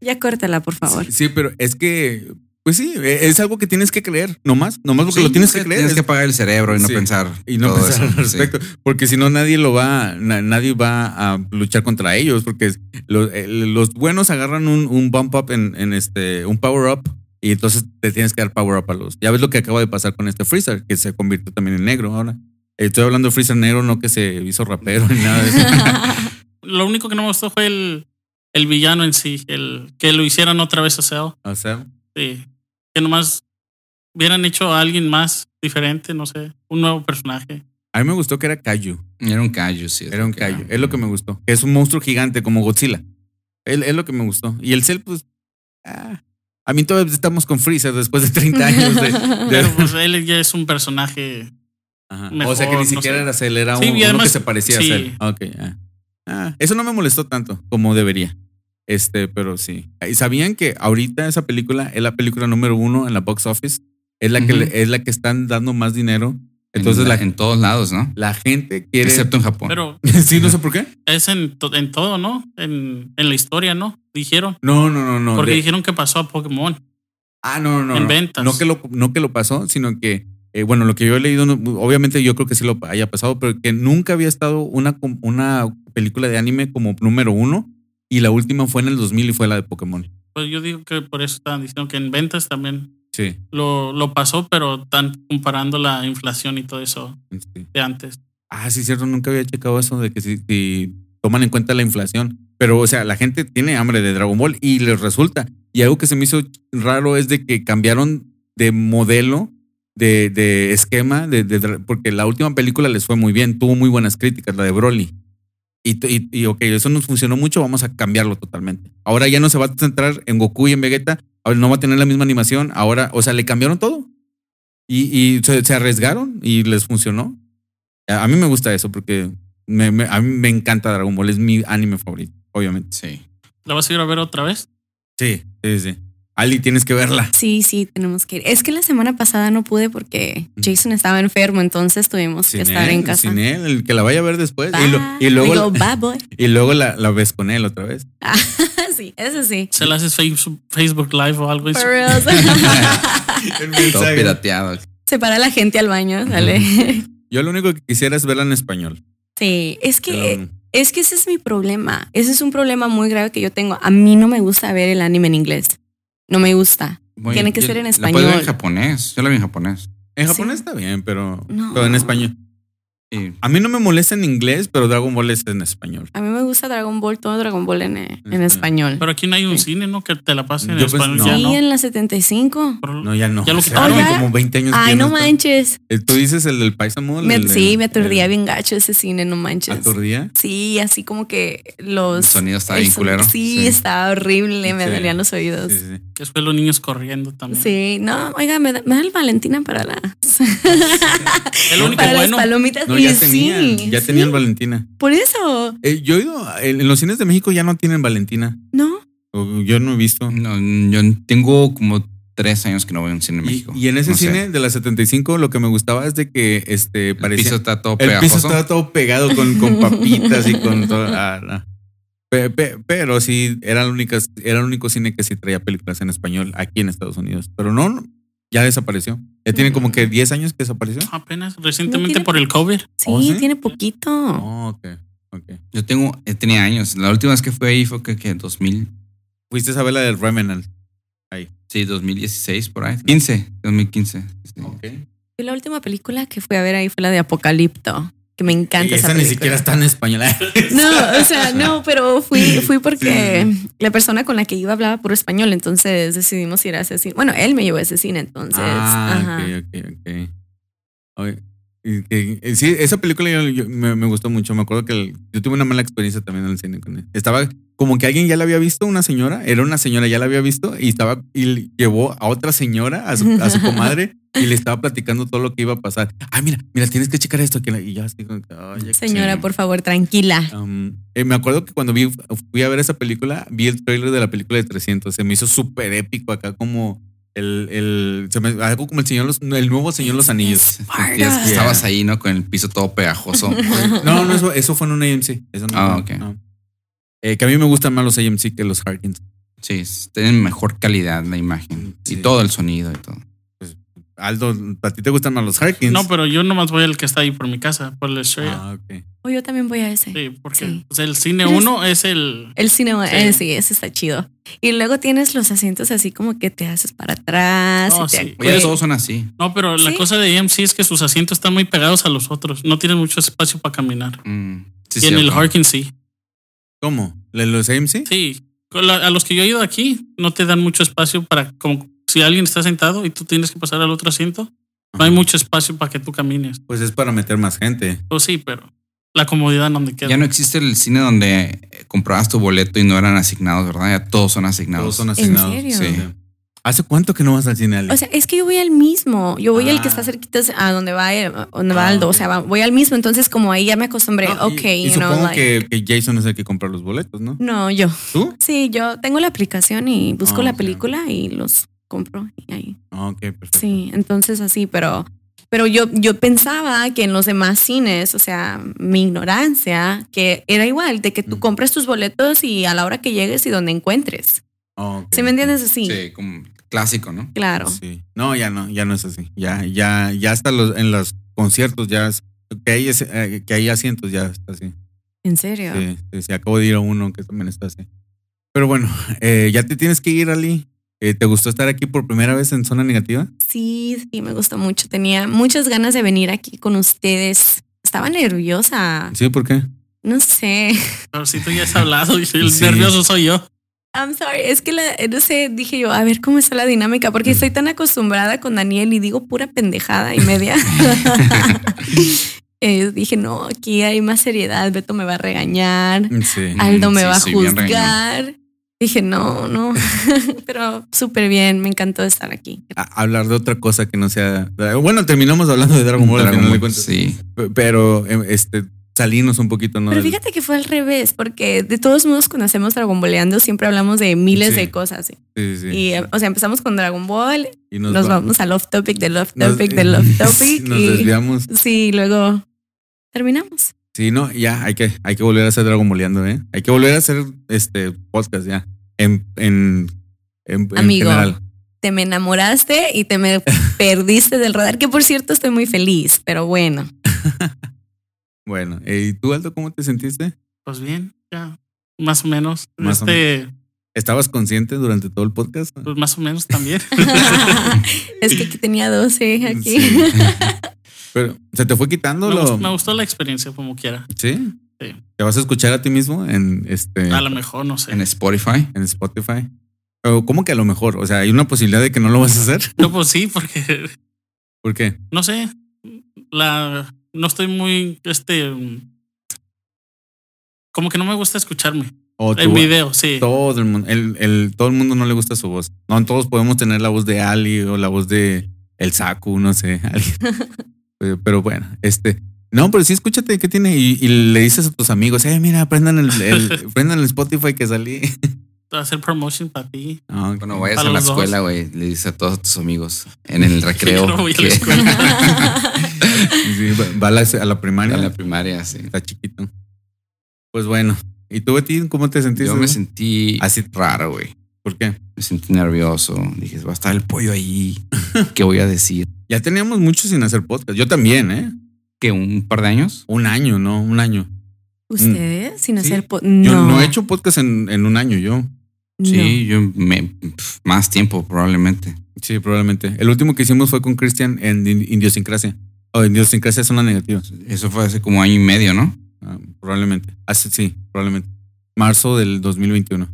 Speaker 6: Ya córtala, por favor.
Speaker 5: Sí, pero es que. Pues sí, e- es algo que tienes que creer, nomás. Nomás porque
Speaker 3: Sí,
Speaker 5: lo tienes
Speaker 3: o sea,
Speaker 5: que creer.
Speaker 3: Tienes que
Speaker 5: es-
Speaker 3: apagar el cerebro y no
Speaker 5: Sí.
Speaker 3: pensar.
Speaker 5: y no
Speaker 3: todo eso.
Speaker 5: pensar al respecto. Porque si no, nadie lo va, na- nadie va a luchar contra ellos. Porque los, eh, los buenos agarran un, un bump up en, en este, un power up. Y entonces te tienes que dar power up a los. Ya ves lo que acaba de pasar con este Freezer, que se convirtió también en negro ahora. Estoy hablando de Freezer negro, no que se hizo rapero ni nada de eso.
Speaker 7: Lo único que no me gustó fue el, el villano en sí, el que lo hicieran otra vez a Cell.
Speaker 5: O sea,
Speaker 7: Sí. Que nomás hubieran hecho a alguien más diferente, no sé, un nuevo personaje.
Speaker 5: a mí me gustó que era Kaiju.
Speaker 3: Era un callo, sí. es
Speaker 5: Era un
Speaker 3: lo que
Speaker 5: Kaiju. Es lo que me gustó. Es un monstruo gigante como Godzilla. Es, es lo que me gustó. Y el Cell, pues. ah. A mí todavía estamos con Freezer después de 30 años de- de,
Speaker 7: Pero pues él ya es un personaje.
Speaker 5: Ajá.
Speaker 7: Mejor,
Speaker 5: o sea que ni
Speaker 7: no
Speaker 5: siquiera
Speaker 7: sé.
Speaker 5: era Cell, era
Speaker 7: Sí,
Speaker 5: un-
Speaker 7: y
Speaker 5: uno
Speaker 7: además-
Speaker 5: que se parecía
Speaker 7: sí.
Speaker 5: a Cell. Ah, ok, ah. Ah, eso no me molestó tanto como debería. Este, pero sí. ¿Y sabían que ahorita esa película es la película número uno en la box office? Es la que
Speaker 3: Ujú.
Speaker 5: le- es la que están dando más dinero.
Speaker 3: En
Speaker 5: Entonces
Speaker 3: la-
Speaker 5: la,
Speaker 3: en todos lados, ¿no?
Speaker 5: la gente quiere.
Speaker 3: Excepto en Japón.
Speaker 7: Pero
Speaker 5: sí, no sé por qué.
Speaker 7: es en, to- en todo, ¿no? En, en la historia, ¿no? Dijeron.
Speaker 5: No, no, no, no.
Speaker 7: Porque
Speaker 5: de-
Speaker 7: dijeron que pasó a Pokémon.
Speaker 5: Ah, no, no, no.
Speaker 7: En
Speaker 5: no.
Speaker 7: ventas.
Speaker 5: No que lo, no que lo pasó, sino que, eh, bueno, lo que yo he leído, no- obviamente yo creo que sí lo haya pasado, pero que nunca había estado una, com- una película de anime como número uno y la última fue en el 2000 y fue la de Pokémon.
Speaker 7: Pues yo digo que por eso estaban diciendo que en ventas también
Speaker 5: Sí.
Speaker 7: lo, lo pasó, pero están comparando la inflación y todo eso
Speaker 5: sí.
Speaker 7: de antes.
Speaker 5: Ah, sí, cierto, nunca había checado eso de que si, si toman en cuenta la inflación. Pero, o sea, la gente tiene hambre de Dragon Ball y les resulta. Y algo que se me hizo raro es de que cambiaron de modelo, de, de esquema, de, de dra- porque la última película les fue muy bien, tuvo muy buenas críticas, la de Broly. Y, t- y, y, ok, eso nos funcionó mucho, vamos a cambiarlo totalmente. Ahora ya no se va a centrar en Goku y en Vegeta, ahora no va a tener la misma animación, ahora, o sea, le cambiaron todo. Y, y se- se arriesgaron y les funcionó. A a mí me gusta eso porque me, me- a mí me encanta Dragon Ball, es mi anime favorito, obviamente.
Speaker 3: Sí.
Speaker 7: ¿La vas a ir a ver otra vez?
Speaker 5: Sí, sí, sí. Ali, tienes que verla.
Speaker 6: Sí, sí, tenemos que ir. Es que la semana pasada no pude porque Jason estaba enfermo, entonces tuvimos que estar
Speaker 5: él,
Speaker 6: en casa.
Speaker 5: Sin él, el que la vaya a ver después.
Speaker 6: Bye.
Speaker 5: Y, lo- y luego,
Speaker 6: Digo, bye, boy.
Speaker 5: y luego la, la ves con él otra vez.
Speaker 6: sí, eso sí.
Speaker 7: ¿Se la haces face- Facebook Live o algo?
Speaker 6: For reals.
Speaker 3: Todo pirateado.
Speaker 6: Separa a la gente al baño, ¿sale?
Speaker 5: Yo lo único que quisiera es verla en español.
Speaker 6: Sí, es que
Speaker 5: Pero-
Speaker 6: es que ese es mi problema. Ese es un problema muy grave que yo tengo. A mí no me gusta ver el anime en inglés. No me gusta.
Speaker 3: Bueno,
Speaker 6: Tiene que
Speaker 3: yo-
Speaker 6: ser en
Speaker 3: La puedes ver en
Speaker 6: español.
Speaker 3: japonés. Yo la vi en japonés.
Speaker 5: en
Speaker 6: sí.
Speaker 5: japonés está bien, pero,
Speaker 6: No.
Speaker 5: pero en español.
Speaker 3: Y
Speaker 5: A mí no me molesta en inglés, pero Dragon Ball es en español.
Speaker 6: A mí me gusta Dragon Ball, todo Dragon Ball en, en
Speaker 5: Ujú.
Speaker 6: español.
Speaker 7: Pero aquí no hay un cine, ¿no? Que te la pasen en
Speaker 5: Yo pues,
Speaker 7: español.
Speaker 5: Este. no.
Speaker 7: ya,
Speaker 6: sí,
Speaker 7: ¿no?
Speaker 6: en la 75.
Speaker 7: Por-
Speaker 5: No, ya no.
Speaker 7: Ya lo
Speaker 5: O sea,
Speaker 7: quitaron.
Speaker 5: tiene
Speaker 6: Oh, ya.
Speaker 5: como 20 años. que
Speaker 6: Ay,
Speaker 5: ya
Speaker 6: no
Speaker 5: está.
Speaker 6: manches.
Speaker 5: El- Tú dices el del Paisa Mall,
Speaker 6: Me-
Speaker 5: el-
Speaker 6: sí, me
Speaker 5: el-
Speaker 6: aturdía bien gacho ese cine, no manches.
Speaker 5: ¿Aturdía?
Speaker 6: Sí, así como que
Speaker 3: el
Speaker 6: los...
Speaker 3: sonido estaba
Speaker 6: el
Speaker 3: bien
Speaker 6: son-
Speaker 3: culero.
Speaker 6: Sí, estaba horrible, me
Speaker 5: Sí.
Speaker 6: dolían los oídos.
Speaker 5: Sí,
Speaker 6: Sí,
Speaker 5: sí, sí.
Speaker 7: Después los niños corriendo también.
Speaker 6: no, oiga, me da, me da el Valentina para las,
Speaker 7: El único
Speaker 6: para
Speaker 7: bueno.
Speaker 6: las palomitas.
Speaker 5: No,
Speaker 6: y
Speaker 5: ya tenían,
Speaker 6: sí,
Speaker 5: ya
Speaker 6: sí,
Speaker 5: tenían Valentina.
Speaker 6: Por eso,
Speaker 5: Eh, yo he ido, en, en los cines de México ya no tienen Valentina.
Speaker 6: ¿no?
Speaker 5: O- Yo no he visto.
Speaker 3: No, yo tengo como tres años que no voy a un cine en
Speaker 5: Y,
Speaker 3: México.
Speaker 5: y en ese
Speaker 3: No sé.
Speaker 5: cine de la 75 lo que me gustaba es de que este
Speaker 3: El
Speaker 5: parecía
Speaker 3: piso está todo
Speaker 5: el piso
Speaker 3: pegajoso.
Speaker 5: estaba todo pegado con, con papitas y con todo. ah, no. Pe- pe- pero sí era la única era el único cine que sí traía películas en español aquí en Estados Unidos, pero no no, ya desapareció. Ya tiene como que 10 años que desapareció.
Speaker 3: Ah,
Speaker 7: Apenas recientemente
Speaker 6: tiene-
Speaker 7: por el COVID.
Speaker 6: Sí,
Speaker 5: ¿Oh, sí?
Speaker 6: tiene poquito.
Speaker 5: Oh, ok, ok.
Speaker 3: Yo tengo, eh, tenía años. La última vez que fui ahí fue que, que 2000,
Speaker 5: Fuiste a ver la del Remnant.
Speaker 3: sí, 2016 por ahí. 15, 2015. sí. Oh,
Speaker 6: Fui La última película que fui a ver ahí fue la de Apocalipto, que que me encanta
Speaker 5: esa
Speaker 6: esa
Speaker 5: ni
Speaker 6: película.
Speaker 5: siquiera está en español.
Speaker 6: No, o sea, no, pero fui, fui porque la persona con la que iba hablaba puro español, entonces decidimos ir a ese cine. Bueno, él me llevó a ese cine, entonces.
Speaker 5: Ah,
Speaker 6: ajá.
Speaker 5: ok, ok, ok. Ok. Y que- eh, Sí, esa película yo- yo- me, me gustó mucho. Me acuerdo que el- yo tuve una mala experiencia también en el cine con él. Estaba como que alguien ya la había visto, una señora, era una señora, ya la había visto y estaba y l- llevó a otra señora, a su, a su comadre, y le estaba platicando todo lo que iba a pasar. Ah, mira, mira, tienes que checar esto. Aquí. Y ya así como que, ay, ya-
Speaker 6: Señora,
Speaker 5: sí.
Speaker 6: por favor, tranquila.
Speaker 5: Um, eh, me acuerdo que cuando vi, fui a ver esa película, vi el trailer de la película de 300. Se me hizo súper épico acá como el, el se me- algo como el señor los- el nuevo señor los anillos.
Speaker 3: Sentías que estabas ahí, ¿no? Con el piso todo pegajoso.
Speaker 5: No, no, eso, eso fue en un AMC. Eso no,
Speaker 3: Ah, ok.
Speaker 5: no. Eh, que a mí me gustan más los AMC que los Harkins.
Speaker 3: Sí, es- tienen mejor calidad la imagen
Speaker 5: Sí.
Speaker 3: y todo el sonido y todo.
Speaker 5: Aldo, ¿a ti te gustan más los Harkins?
Speaker 7: No, pero yo nomás voy al que está ahí por mi casa, por la estrella.
Speaker 5: Ah, ok.
Speaker 6: O Oh, yo también voy a ese.
Speaker 7: sí, porque
Speaker 6: sí.
Speaker 7: pues, el cine
Speaker 6: Pero es-
Speaker 7: uno es el.
Speaker 6: El cine,
Speaker 7: Sí.
Speaker 6: eh, sí, ese está chido. Y luego tienes los asientos así como que te haces para atrás.
Speaker 7: No,
Speaker 6: y te
Speaker 7: sí.
Speaker 3: Oye,
Speaker 6: acuestas.
Speaker 3: todos son así.
Speaker 7: No, pero la
Speaker 6: Sí.
Speaker 7: cosa de AMC es que sus asientos están muy pegados a los otros. No tienen mucho espacio para caminar.
Speaker 3: Mm, sí,
Speaker 7: y en el
Speaker 3: cierto.
Speaker 7: Harkins sí.
Speaker 5: ¿Cómo? ¿La- ¿Los AMC?
Speaker 7: Sí. Con la- a los que yo he ido aquí, no te dan mucho espacio para. Como si alguien está sentado y tú tienes que pasar al otro asiento, no hay
Speaker 5: Ajá.
Speaker 7: mucho espacio para que tú camines.
Speaker 5: Pues es para meter más gente.
Speaker 7: O Pues sí, pero la comodidad donde queda.
Speaker 3: Ya no existe el cine donde eh, comprabas tu boleto y no eran asignados, ¿verdad? Ya todos son asignados.
Speaker 5: Todos son
Speaker 6: pues, ¿En
Speaker 5: asignados.
Speaker 6: serio?
Speaker 3: Sí.
Speaker 5: ¿Hace cuánto que no vas al cine, Ale?
Speaker 6: O sea, es que yo voy al mismo. Yo voy al que
Speaker 5: Ah.
Speaker 6: está cerquita a donde va, eh, a donde va
Speaker 5: Ah,
Speaker 6: Aldo.
Speaker 5: ok.
Speaker 6: O sea, va- voy al mismo. Entonces, como ahí ya me acostumbré.
Speaker 5: No, y-
Speaker 6: ok,
Speaker 5: y,
Speaker 6: you know,
Speaker 5: supongo
Speaker 6: like-
Speaker 5: que, que Jason es el que compra los boletos, ¿no?
Speaker 6: No, yo.
Speaker 5: ¿Tú?
Speaker 6: Sí, yo tengo la aplicación y busco
Speaker 5: Ah,
Speaker 6: la
Speaker 5: ok.
Speaker 6: película y los compro y ahí.
Speaker 5: Ah, Ok, perfecto.
Speaker 6: Sí, entonces así, pero pero yo yo pensaba que en los demás cines, o sea, mi ignorancia, que era igual de que tú
Speaker 5: Ujú.
Speaker 6: compras tus boletos y a la hora que llegues y donde encuentres.
Speaker 5: Ah, ok.
Speaker 6: ¿Sí me entiendes así?
Speaker 3: Sí, como clásico, ¿no?
Speaker 6: Claro.
Speaker 5: Sí. No, ya no, ya no es así. Ya, ya, ya hasta los, en los conciertos ya es- que hay ese- eh, que hay asientos ya está así.
Speaker 6: ¿En serio?
Speaker 5: Sí, sí, sí, acabo de ir a uno que también está así. Pero bueno, eh, ya te tienes que ir, Ali. Eh, ¿Te gustó estar aquí por primera vez en zona negativa?
Speaker 6: Sí, sí, me gustó mucho. Tenía muchas ganas de venir aquí con ustedes. Estaba nerviosa.
Speaker 5: Sí, ¿por qué?
Speaker 6: No sé.
Speaker 7: Pero si tú ya has hablado y el
Speaker 5: Sí.
Speaker 7: nervioso soy yo.
Speaker 6: I'm sorry. Es que la, no sé, dije yo, a ver cómo está la dinámica, porque estoy tan acostumbrada con Daniel y digo pura pendejada y media. Eh, dije, no, aquí hay más seriedad. Beto me va a regañar.
Speaker 5: Mm, Sí.
Speaker 6: Aldo me
Speaker 3: sí,
Speaker 6: va a
Speaker 3: soy bien
Speaker 6: juzgar. Dije, no, no. Pero súper bien. Me encantó estar aquí.
Speaker 5: A- hablar de otra cosa que no sea. eh, Bueno, terminamos hablando de Dragon Ball al
Speaker 3: Dragon
Speaker 5: final de
Speaker 3: Ball,
Speaker 5: cuentas.
Speaker 3: sí.
Speaker 5: P- Pero em, este salirnos un poquito, ¿no?
Speaker 6: Pero
Speaker 5: Del-
Speaker 6: fíjate que fue al revés, porque de todos modos cuando hacemos Dragon Balleando siempre hablamos de miles
Speaker 5: Sí.
Speaker 6: de cosas.
Speaker 5: sí, sí, sí.
Speaker 6: Y, eh, o sea, empezamos con Dragon Ball,
Speaker 5: Y
Speaker 6: nos,
Speaker 5: va-
Speaker 6: vamos al off topic, del off
Speaker 5: nos-
Speaker 6: topic, del off topic.
Speaker 5: Nos
Speaker 6: y,
Speaker 5: desviamos.
Speaker 6: sí, luego terminamos.
Speaker 5: Sí, no, ya hay que, hay que volver a hacer Dragon Boleando, ¿eh? Hay que volver a hacer este podcast ya. En, en, en, en
Speaker 6: Amigo.
Speaker 5: general.
Speaker 6: Te me enamoraste y te me perdiste del radar, que por cierto estoy muy feliz, pero bueno.
Speaker 5: Bueno, eh, ¿y tú, Aldo, cómo te sentiste?
Speaker 7: Pues bien, ya. Más o menos.
Speaker 5: Más o
Speaker 7: este,
Speaker 5: ¿Estabas consciente durante todo el podcast?
Speaker 7: pues más o menos también.
Speaker 6: es que aquí tenía 12 aquí.
Speaker 5: Sí. Pero, ¿se te fue quitando
Speaker 7: me,
Speaker 5: lo...?
Speaker 7: gustó, me gustó la experiencia como quiera.
Speaker 5: ¿Sí?
Speaker 7: Sí.
Speaker 5: ¿Te vas a escuchar a ti mismo en, este,
Speaker 7: A lo mejor, no sé.
Speaker 3: En Spotify.
Speaker 5: en Spotify? ¿O ¿Cómo que a lo mejor? O sea, ¿hay una posibilidad de que no lo vas a hacer?
Speaker 7: No, pues sí, porque
Speaker 5: ¿Por qué?
Speaker 7: no sé. La no estoy muy este mm, como que no me gusta escucharme
Speaker 5: ¿O
Speaker 7: en
Speaker 5: tú-
Speaker 7: video, sí.
Speaker 5: Todo el mundo, el, el- todo el mundo no le gusta su voz. No todos podemos tener la voz de Ali o la voz de el Saku, no sé, alguien. Eh, pero bueno, este. No, pero sí escúchate qué tiene y, y le dices a tus amigos, eh, mira, prendan el, el- prendan el Spotify que salí.
Speaker 7: Hacer promotion para ti.
Speaker 5: Ah, ok.
Speaker 3: Cuando vayas
Speaker 7: Para
Speaker 3: a la
Speaker 7: los dos.
Speaker 3: escuela, güey, le dices a todos tus amigos en el recreo.
Speaker 7: Yo no voy a la
Speaker 3: que-
Speaker 7: escuela.
Speaker 5: Sí, va- va a la, a la primaria.
Speaker 3: a la primaria, sí.
Speaker 5: Está chiquito. Pues bueno. ¿Y tú, Betty, cómo te sentiste?
Speaker 3: Yo
Speaker 5: güey?
Speaker 3: me sentí
Speaker 5: Así,
Speaker 3: raro, güey.
Speaker 5: ¿por qué?
Speaker 3: Me sentí nervioso. Dije, va a estar el pollo ahí. ¿Qué voy a decir?
Speaker 5: Ya teníamos mucho sin hacer podcast. Yo también, ¿eh?
Speaker 3: ¿Que un par de años?
Speaker 5: Un año, ¿no? Un año.
Speaker 6: ¿Ustedes? Sin hacer... po-
Speaker 5: Yo
Speaker 6: no,
Speaker 5: no he hecho podcast en, en un año, yo.
Speaker 6: no.
Speaker 3: Sí, yo me, pf, más tiempo probablemente.
Speaker 5: Sí, probablemente. El último que hicimos fue con Christian en Ind- Idiosincrasia. O idiosincrasia son las negativas.
Speaker 3: Eso fue hace como año y medio, ¿no?
Speaker 5: Ah, probablemente. Hace, sí, probablemente. Marzo del 2021.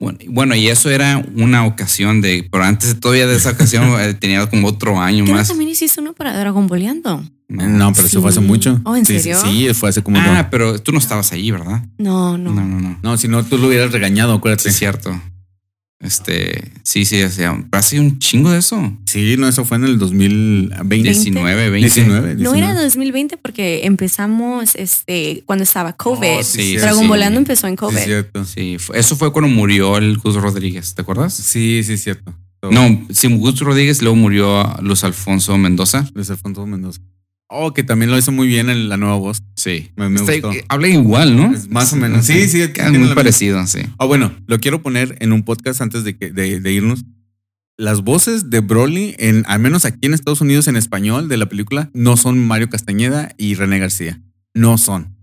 Speaker 3: Bueno, y- bueno, y eso era una ocasión de, pero antes todavía de esa ocasión eh, tenía como otro año
Speaker 6: Creo que
Speaker 3: más.
Speaker 6: también hiciste uno para Dragon Boleando.
Speaker 5: No, pero eso fue hace
Speaker 6: Sí.
Speaker 5: mucho.
Speaker 6: Oh, ¿en
Speaker 5: Sí, sí,
Speaker 6: serio?
Speaker 5: Sí, fue hace como.
Speaker 3: Ah, pero tú no estabas ahí, ¿verdad?
Speaker 6: No, no.
Speaker 3: No, no, no.
Speaker 5: no, si no, tú lo hubieras regañado,
Speaker 3: Sí,
Speaker 5: acuérdate.
Speaker 3: es cierto. Este, sí, sí, o sea, pero ha sido un chingo de eso.
Speaker 5: Sí, no, eso fue en el 2020.
Speaker 3: 19, 20.
Speaker 5: 19.
Speaker 6: No
Speaker 5: 19.
Speaker 6: era 2020 porque empezamos este cuando estaba COVID.
Speaker 3: Oh, sí,
Speaker 6: Dragon
Speaker 3: sí.
Speaker 6: Boleando empezó en COVID.
Speaker 5: Sí, cierto.
Speaker 3: Sí, fue- eso fue cuando murió el Gus Rodríguez, ¿te acuerdas?
Speaker 5: Sí, sí, cierto.
Speaker 3: No, sí, Gus Rodríguez, luego murió Luis Alfonso Mendoza.
Speaker 5: Luis Alfonso Mendoza. Oh, que también lo hizo muy bien en la nueva voz.
Speaker 3: Sí.
Speaker 5: Me, me
Speaker 3: Está-
Speaker 5: gustó.
Speaker 3: habla igual, ¿no?
Speaker 5: Es más o menos. Sí, sí,
Speaker 3: queda
Speaker 5: tiene
Speaker 3: muy
Speaker 5: la-
Speaker 3: parecido, sí.
Speaker 5: Ah, bueno, lo quiero poner en un podcast antes de, que, de, de irnos. Las voces de Broly, en, al menos aquí en Estados Unidos en español de la película, no son Mario Castañeda y René García. No son.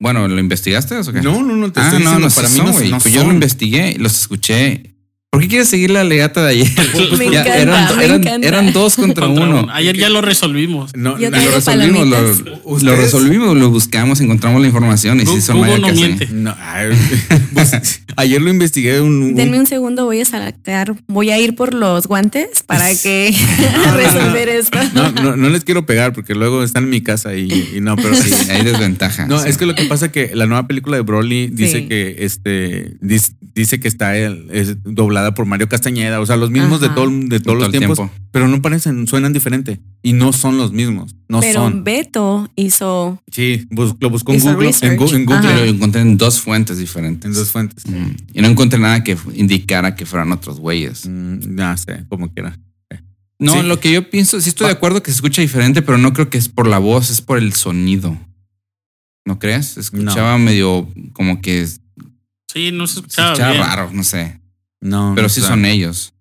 Speaker 3: Bueno, ¿lo investigaste o qué?
Speaker 5: No, no, no te
Speaker 3: ah,
Speaker 5: estoy
Speaker 3: no,
Speaker 5: diciendo,
Speaker 3: no,
Speaker 5: para
Speaker 3: sí
Speaker 5: mí
Speaker 3: son,
Speaker 5: no,
Speaker 3: güey.
Speaker 5: no
Speaker 3: Pues yo lo
Speaker 5: son.
Speaker 3: investigué, los escuché. ¿Por qué quieres seguir la legata de ayer? Pues,
Speaker 6: Me
Speaker 3: Ya
Speaker 6: encanta,
Speaker 3: eran,
Speaker 6: me
Speaker 3: eran-
Speaker 6: encanta.
Speaker 3: eran dos contra,
Speaker 7: Contra
Speaker 3: uno.
Speaker 7: uno. Ayer ya lo resolvimos.
Speaker 5: No,
Speaker 6: Yo
Speaker 5: la-
Speaker 3: Lo
Speaker 6: Traigo
Speaker 3: resolvimos, lo,
Speaker 6: palomitas.
Speaker 3: lo resolvimos, lo buscamos, encontramos la información y sí
Speaker 7: Gu-
Speaker 3: son
Speaker 7: Google
Speaker 3: Mario
Speaker 7: no
Speaker 3: Casey.
Speaker 7: miente.
Speaker 5: no, ay, Ah, pues, ayer lo investigué un, un-
Speaker 6: Denme un segundo, voy a sacar, voy a ir por los guantes para que resolver esto.
Speaker 5: No, no, no les quiero pegar porque luego están en mi casa y, y no, pero sí.
Speaker 3: Sí, hay desventaja.
Speaker 5: No,
Speaker 3: sí.
Speaker 5: es que lo que pasa es que la nueva película de Broly dice
Speaker 6: Ah, Sí.
Speaker 5: que este dice, dice que está el- es doblada por Mario Castañeda, o sea, los mismos de
Speaker 6: Ajá.
Speaker 5: todo de todos
Speaker 3: Todo
Speaker 5: los
Speaker 3: el
Speaker 5: tiempos,
Speaker 3: tiempo.
Speaker 5: pero no parecen, suenan diferente y no son los mismos, no
Speaker 6: Pero
Speaker 5: son.
Speaker 6: Beto hizo
Speaker 5: Sí, bus- lo buscó en
Speaker 6: Hizo
Speaker 5: Google, en,
Speaker 6: research.
Speaker 5: Gu- en Google,
Speaker 6: Ajá.
Speaker 3: Lo encontré en dos fuentes diferentes.
Speaker 5: en dos fuentes.
Speaker 3: Mm, Y no encontré nada que indicara que fueran otros güeyes.
Speaker 5: Mm, no sé, como quiera.
Speaker 3: No,
Speaker 5: Sí. Ah.
Speaker 3: lo que yo pienso, sí estoy de acuerdo que se escucha diferente, pero no creo que es por la voz, es por el sonido. ¿No crees? Se Escuchaba medio como que se
Speaker 7: Sí, no se escuchaba.
Speaker 3: escuchaba
Speaker 7: bien.
Speaker 3: raro, no sé.
Speaker 5: No,
Speaker 3: Pero
Speaker 5: no
Speaker 3: sí
Speaker 5: sé.
Speaker 3: son ellos.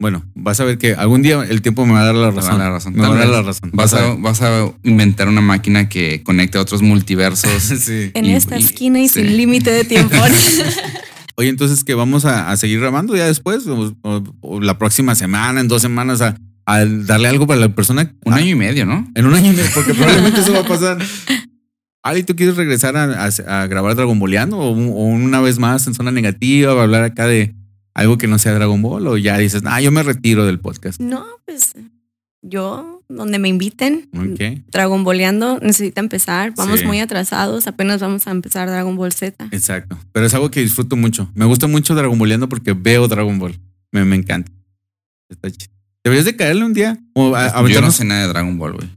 Speaker 5: Bueno, vas a ver que algún día el tiempo me va a dar
Speaker 3: Me
Speaker 5: la
Speaker 3: va a
Speaker 5: razón.
Speaker 3: dar la razón.
Speaker 5: Me va a
Speaker 3: Tal
Speaker 5: dar
Speaker 3: vez.
Speaker 5: la razón.
Speaker 3: Vas a, vas a inventar una máquina que conecte a otros multiversos.
Speaker 5: sí.
Speaker 6: en
Speaker 3: Y-
Speaker 6: esta
Speaker 3: y-
Speaker 6: esquina y
Speaker 3: sí.
Speaker 6: sin límite de tiempo.
Speaker 5: Oye, entonces que vamos a, a seguir grabando ya después, o, o- o la próxima semana, en dos semanas, a, a darle algo para la persona.
Speaker 3: Un
Speaker 5: Ah,
Speaker 3: año y medio, ¿no?
Speaker 5: En un año, y medio, porque probablemente eso va a pasar. Ali, ¿tú quieres regresar a, a- a grabar Dragon Boleando o, un- o una vez más en zona negativa, va a hablar acá de algo que no sea Dragon Ball o ya dices, ah, yo me retiro del podcast?
Speaker 6: no, pues yo, donde me inviten,
Speaker 3: Mm.
Speaker 5: Ok.
Speaker 6: Dragon Boleando necesita empezar. Vamos
Speaker 5: Sí.
Speaker 6: muy atrasados, apenas vamos a empezar Dragon Ball Z.
Speaker 5: Exacto. Pero es algo que disfruto mucho. Me gusta mucho Dragon Boleando porque veo Dragon Ball. Me, me encanta. Está chido. Deberías de caerle un día o a,
Speaker 3: Yo no
Speaker 5: aventarnos
Speaker 3: sé nada de Dragon Ball, güey.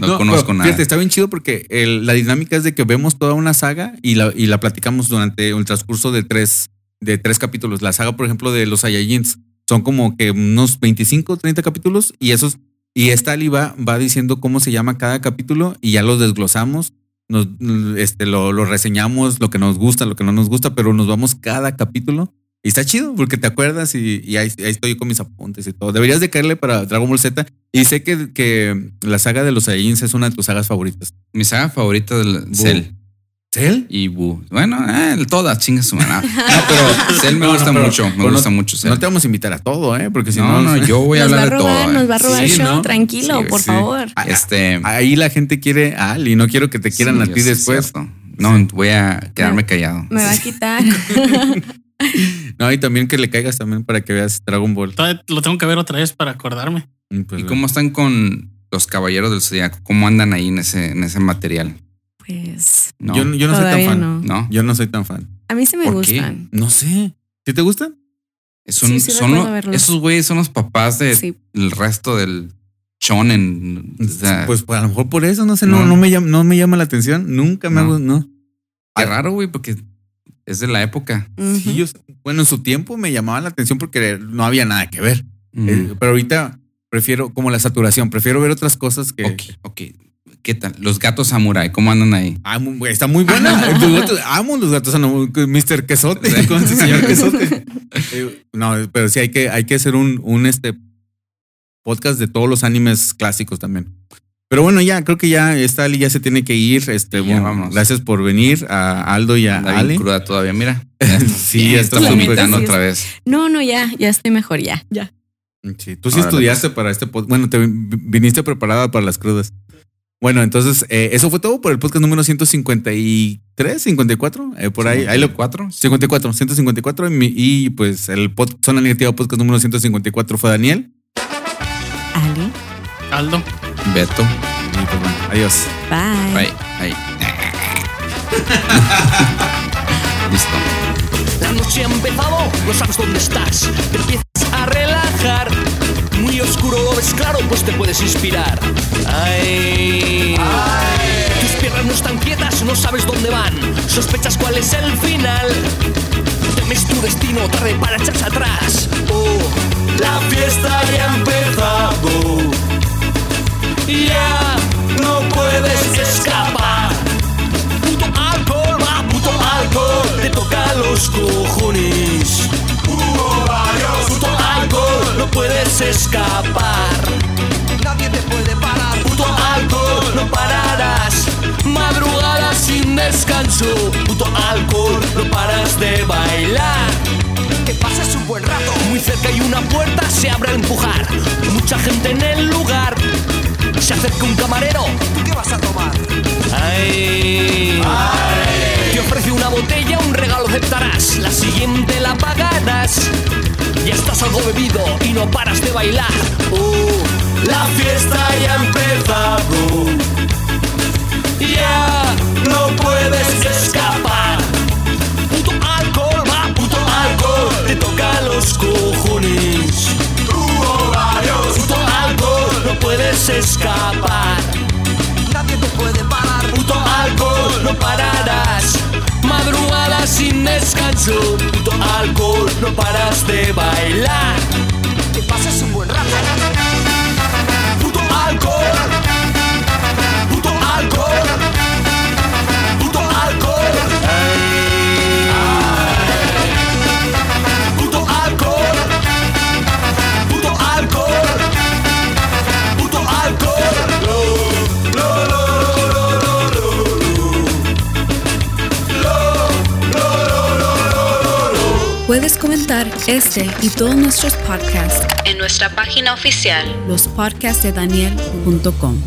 Speaker 3: No,
Speaker 5: No,
Speaker 3: conozco
Speaker 5: pero
Speaker 3: nada.
Speaker 5: Fíjate, está bien chido porque el- la dinámica es de que vemos toda una saga y la, y la platicamos durante el transcurso de tres, de tres capítulos. La saga, por ejemplo, de los Saiyajins son como que unos 25, 30 capítulos y esos. Y esta Ali va, va diciendo cómo se llama cada capítulo y ya los desglosamos, nos, este, lo, lo reseñamos, lo que nos gusta, lo que no nos gusta, pero nos vamos cada capítulo. Y está chido porque te acuerdas y, y ahí, ahí estoy con mis apuntes y todo. Deberías de caerle para Dragon Ball Z y sé que, que la saga de los Saiyans es una de tus sagas favoritas.
Speaker 3: Mi saga favorita del
Speaker 5: Bu.
Speaker 3: Cell.
Speaker 5: ¿Cell?
Speaker 3: y Bu. Bueno, eh, todas, chinga su madre. No, pero Cell me
Speaker 5: No, no,
Speaker 3: gusta
Speaker 5: pero-
Speaker 3: mucho, me
Speaker 5: pero no-
Speaker 3: gusta mucho Cell.
Speaker 5: No te vamos a invitar a todo, ¿eh? Porque si
Speaker 3: no,
Speaker 5: no,
Speaker 3: no, yo voy a
Speaker 6: nos va a
Speaker 3: hablar de
Speaker 6: robar,
Speaker 3: todo. eh.
Speaker 6: nos va a robar el
Speaker 5: Sí,
Speaker 6: show,
Speaker 5: ¿no?
Speaker 6: tranquilo,
Speaker 3: Sí,
Speaker 6: por
Speaker 3: sí.
Speaker 6: favor.
Speaker 3: Este,
Speaker 6: ah,
Speaker 5: ahí la gente quiere a Ali. No quiero que te quieran
Speaker 3: sí,
Speaker 5: a ti
Speaker 3: sí,
Speaker 5: después.
Speaker 3: cierto. No, voy a quedarme callado.
Speaker 6: Me va a quitar.
Speaker 5: No, y también que le caigas también para que veas Dragon Ball.
Speaker 7: Todavía lo tengo que ver otra vez para acordarme.
Speaker 5: Mm, pues,
Speaker 3: ¿Y cómo están con los caballeros del zodiaco? ¿Cómo andan ahí en ese, en ese material?
Speaker 6: Pues
Speaker 3: No,
Speaker 5: Yo, yo no soy tan
Speaker 6: todavía
Speaker 5: fan.
Speaker 6: no.
Speaker 3: no.
Speaker 5: Yo no soy tan fan.
Speaker 6: A mí sí me
Speaker 3: ¿Por qué?
Speaker 6: gustan.
Speaker 5: No sé. ¿Sí te gustan?
Speaker 3: Es un-
Speaker 6: Sí, sí
Speaker 3: son
Speaker 6: recuerdo
Speaker 3: lo-
Speaker 6: verlo.
Speaker 3: esos güeyes son los papás del
Speaker 6: Sí.
Speaker 3: resto del shonen. O sea,
Speaker 5: pues, pues, a lo mejor por eso, no sé. No,
Speaker 3: No.
Speaker 5: no, me, llama, no me llama la atención. Nunca me
Speaker 3: No.
Speaker 5: hago. No.
Speaker 3: qué raro, güey, porque es de la época.
Speaker 5: Sí, yo- bueno, en su tiempo me llamaba la atención porque no había nada que ver.
Speaker 3: Mm.
Speaker 5: Eh, pero ahorita prefiero, como la saturación, prefiero ver otras cosas que.
Speaker 3: Ok, ok. ¿Qué tal? Los gatos samurai, ¿cómo andan ahí?
Speaker 5: Ah, mu- güey, está muy buena. Los gatos- amo los gatos, no, Mr. Quesote,
Speaker 3: Sí.
Speaker 5: con su señor Quesote. Eh, No, pero sí hay que, hay que hacer un, un este podcast de todos los animes clásicos también. Pero bueno, ya creo que ya esta Ali ya se tiene que ir. Este,
Speaker 3: Sí, ya
Speaker 5: bueno,
Speaker 3: vámonos.
Speaker 5: gracias por venir a Aldo y a
Speaker 3: Anda bien
Speaker 5: Ali.
Speaker 3: cruda todavía, mira.
Speaker 5: Sí, ya está
Speaker 3: está
Speaker 6: súper-
Speaker 3: vomitando
Speaker 6: Sí,
Speaker 3: otra vez.
Speaker 6: No, no, ya, ya estoy mejor, ya. Ya.
Speaker 9: Sí, tú sí
Speaker 5: Ahora la
Speaker 9: estudiaste para este podcast. Bueno, te vin- viniste preparada para las crudas. Bueno, entonces, eh, eso fue todo por el podcast número 153, 54, eh, por ahí. ahí lo,
Speaker 3: 4.
Speaker 9: 54, 154. Y, mi- y, pues el pod, Zona Negativa Podcast número 154 fue Daniel.
Speaker 6: Ali,
Speaker 7: Aldo.
Speaker 3: Beto.
Speaker 9: Y pues bueno, adiós.
Speaker 6: bye.
Speaker 3: Ahí, ahí. Listo.
Speaker 10: La noche ha empezado, no sabes dónde estás. Te empiezas a relajar. Muy oscuro lo ves claro, pues te puedes inspirar. Ay. Tus piernas no están quietas, no sabes dónde van. Sospechas cuál es el final. Temes tu destino, tarde para echarse atrás. Oh, la fiesta ya ha empezado. Ya no puedes escapar puto alcohol, va puto alcohol, te toca los cojones. Hubo varios, puto alcohol, no puedes escapar. Nadie te puede parar, puto alcohol, no pararás. Madrugada sin descanso, puto alcohol, no paras de bailar. Que pases un buen rato, muy cerca hay una puerta, se abre al empujar. Mucha gente en el lugar. Se acerca un camarero. ¿Tú qué vas a tomar? Ay. Te ofrece una botella, un regalo aceptarás. La siguiente la pagarás. Ya estás algo bebido y no paras de bailar. Uh, la fiesta ya ha empezado. Ya no puedes escapar. Puto alcohol, va, puto alcohol, te toca los cojones. Hubo varios. Puto alcohol, no puedes escapar. Nadie te puede parar. Puto alcohol, no pararás. Madrugada sin descanso. Puto alcohol, no paras de bailar. Que pases un buen rato. Puto alcohol. Puto alcohol. Puto alcohol. Puto alcohol. Puto alcohol. Puto alcohol.
Speaker 2: Puedes comentar este y todos nuestros podcasts,
Speaker 1: en nuestra página oficial.
Speaker 2: lospodcastsdedaniel.com.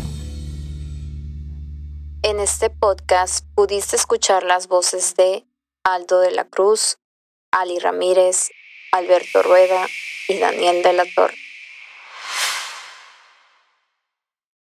Speaker 1: En este podcast pudiste escuchar las voces de Aldo de la Cruz, Ali Ramírez, Alberto Rueda y Daniel de la Torre.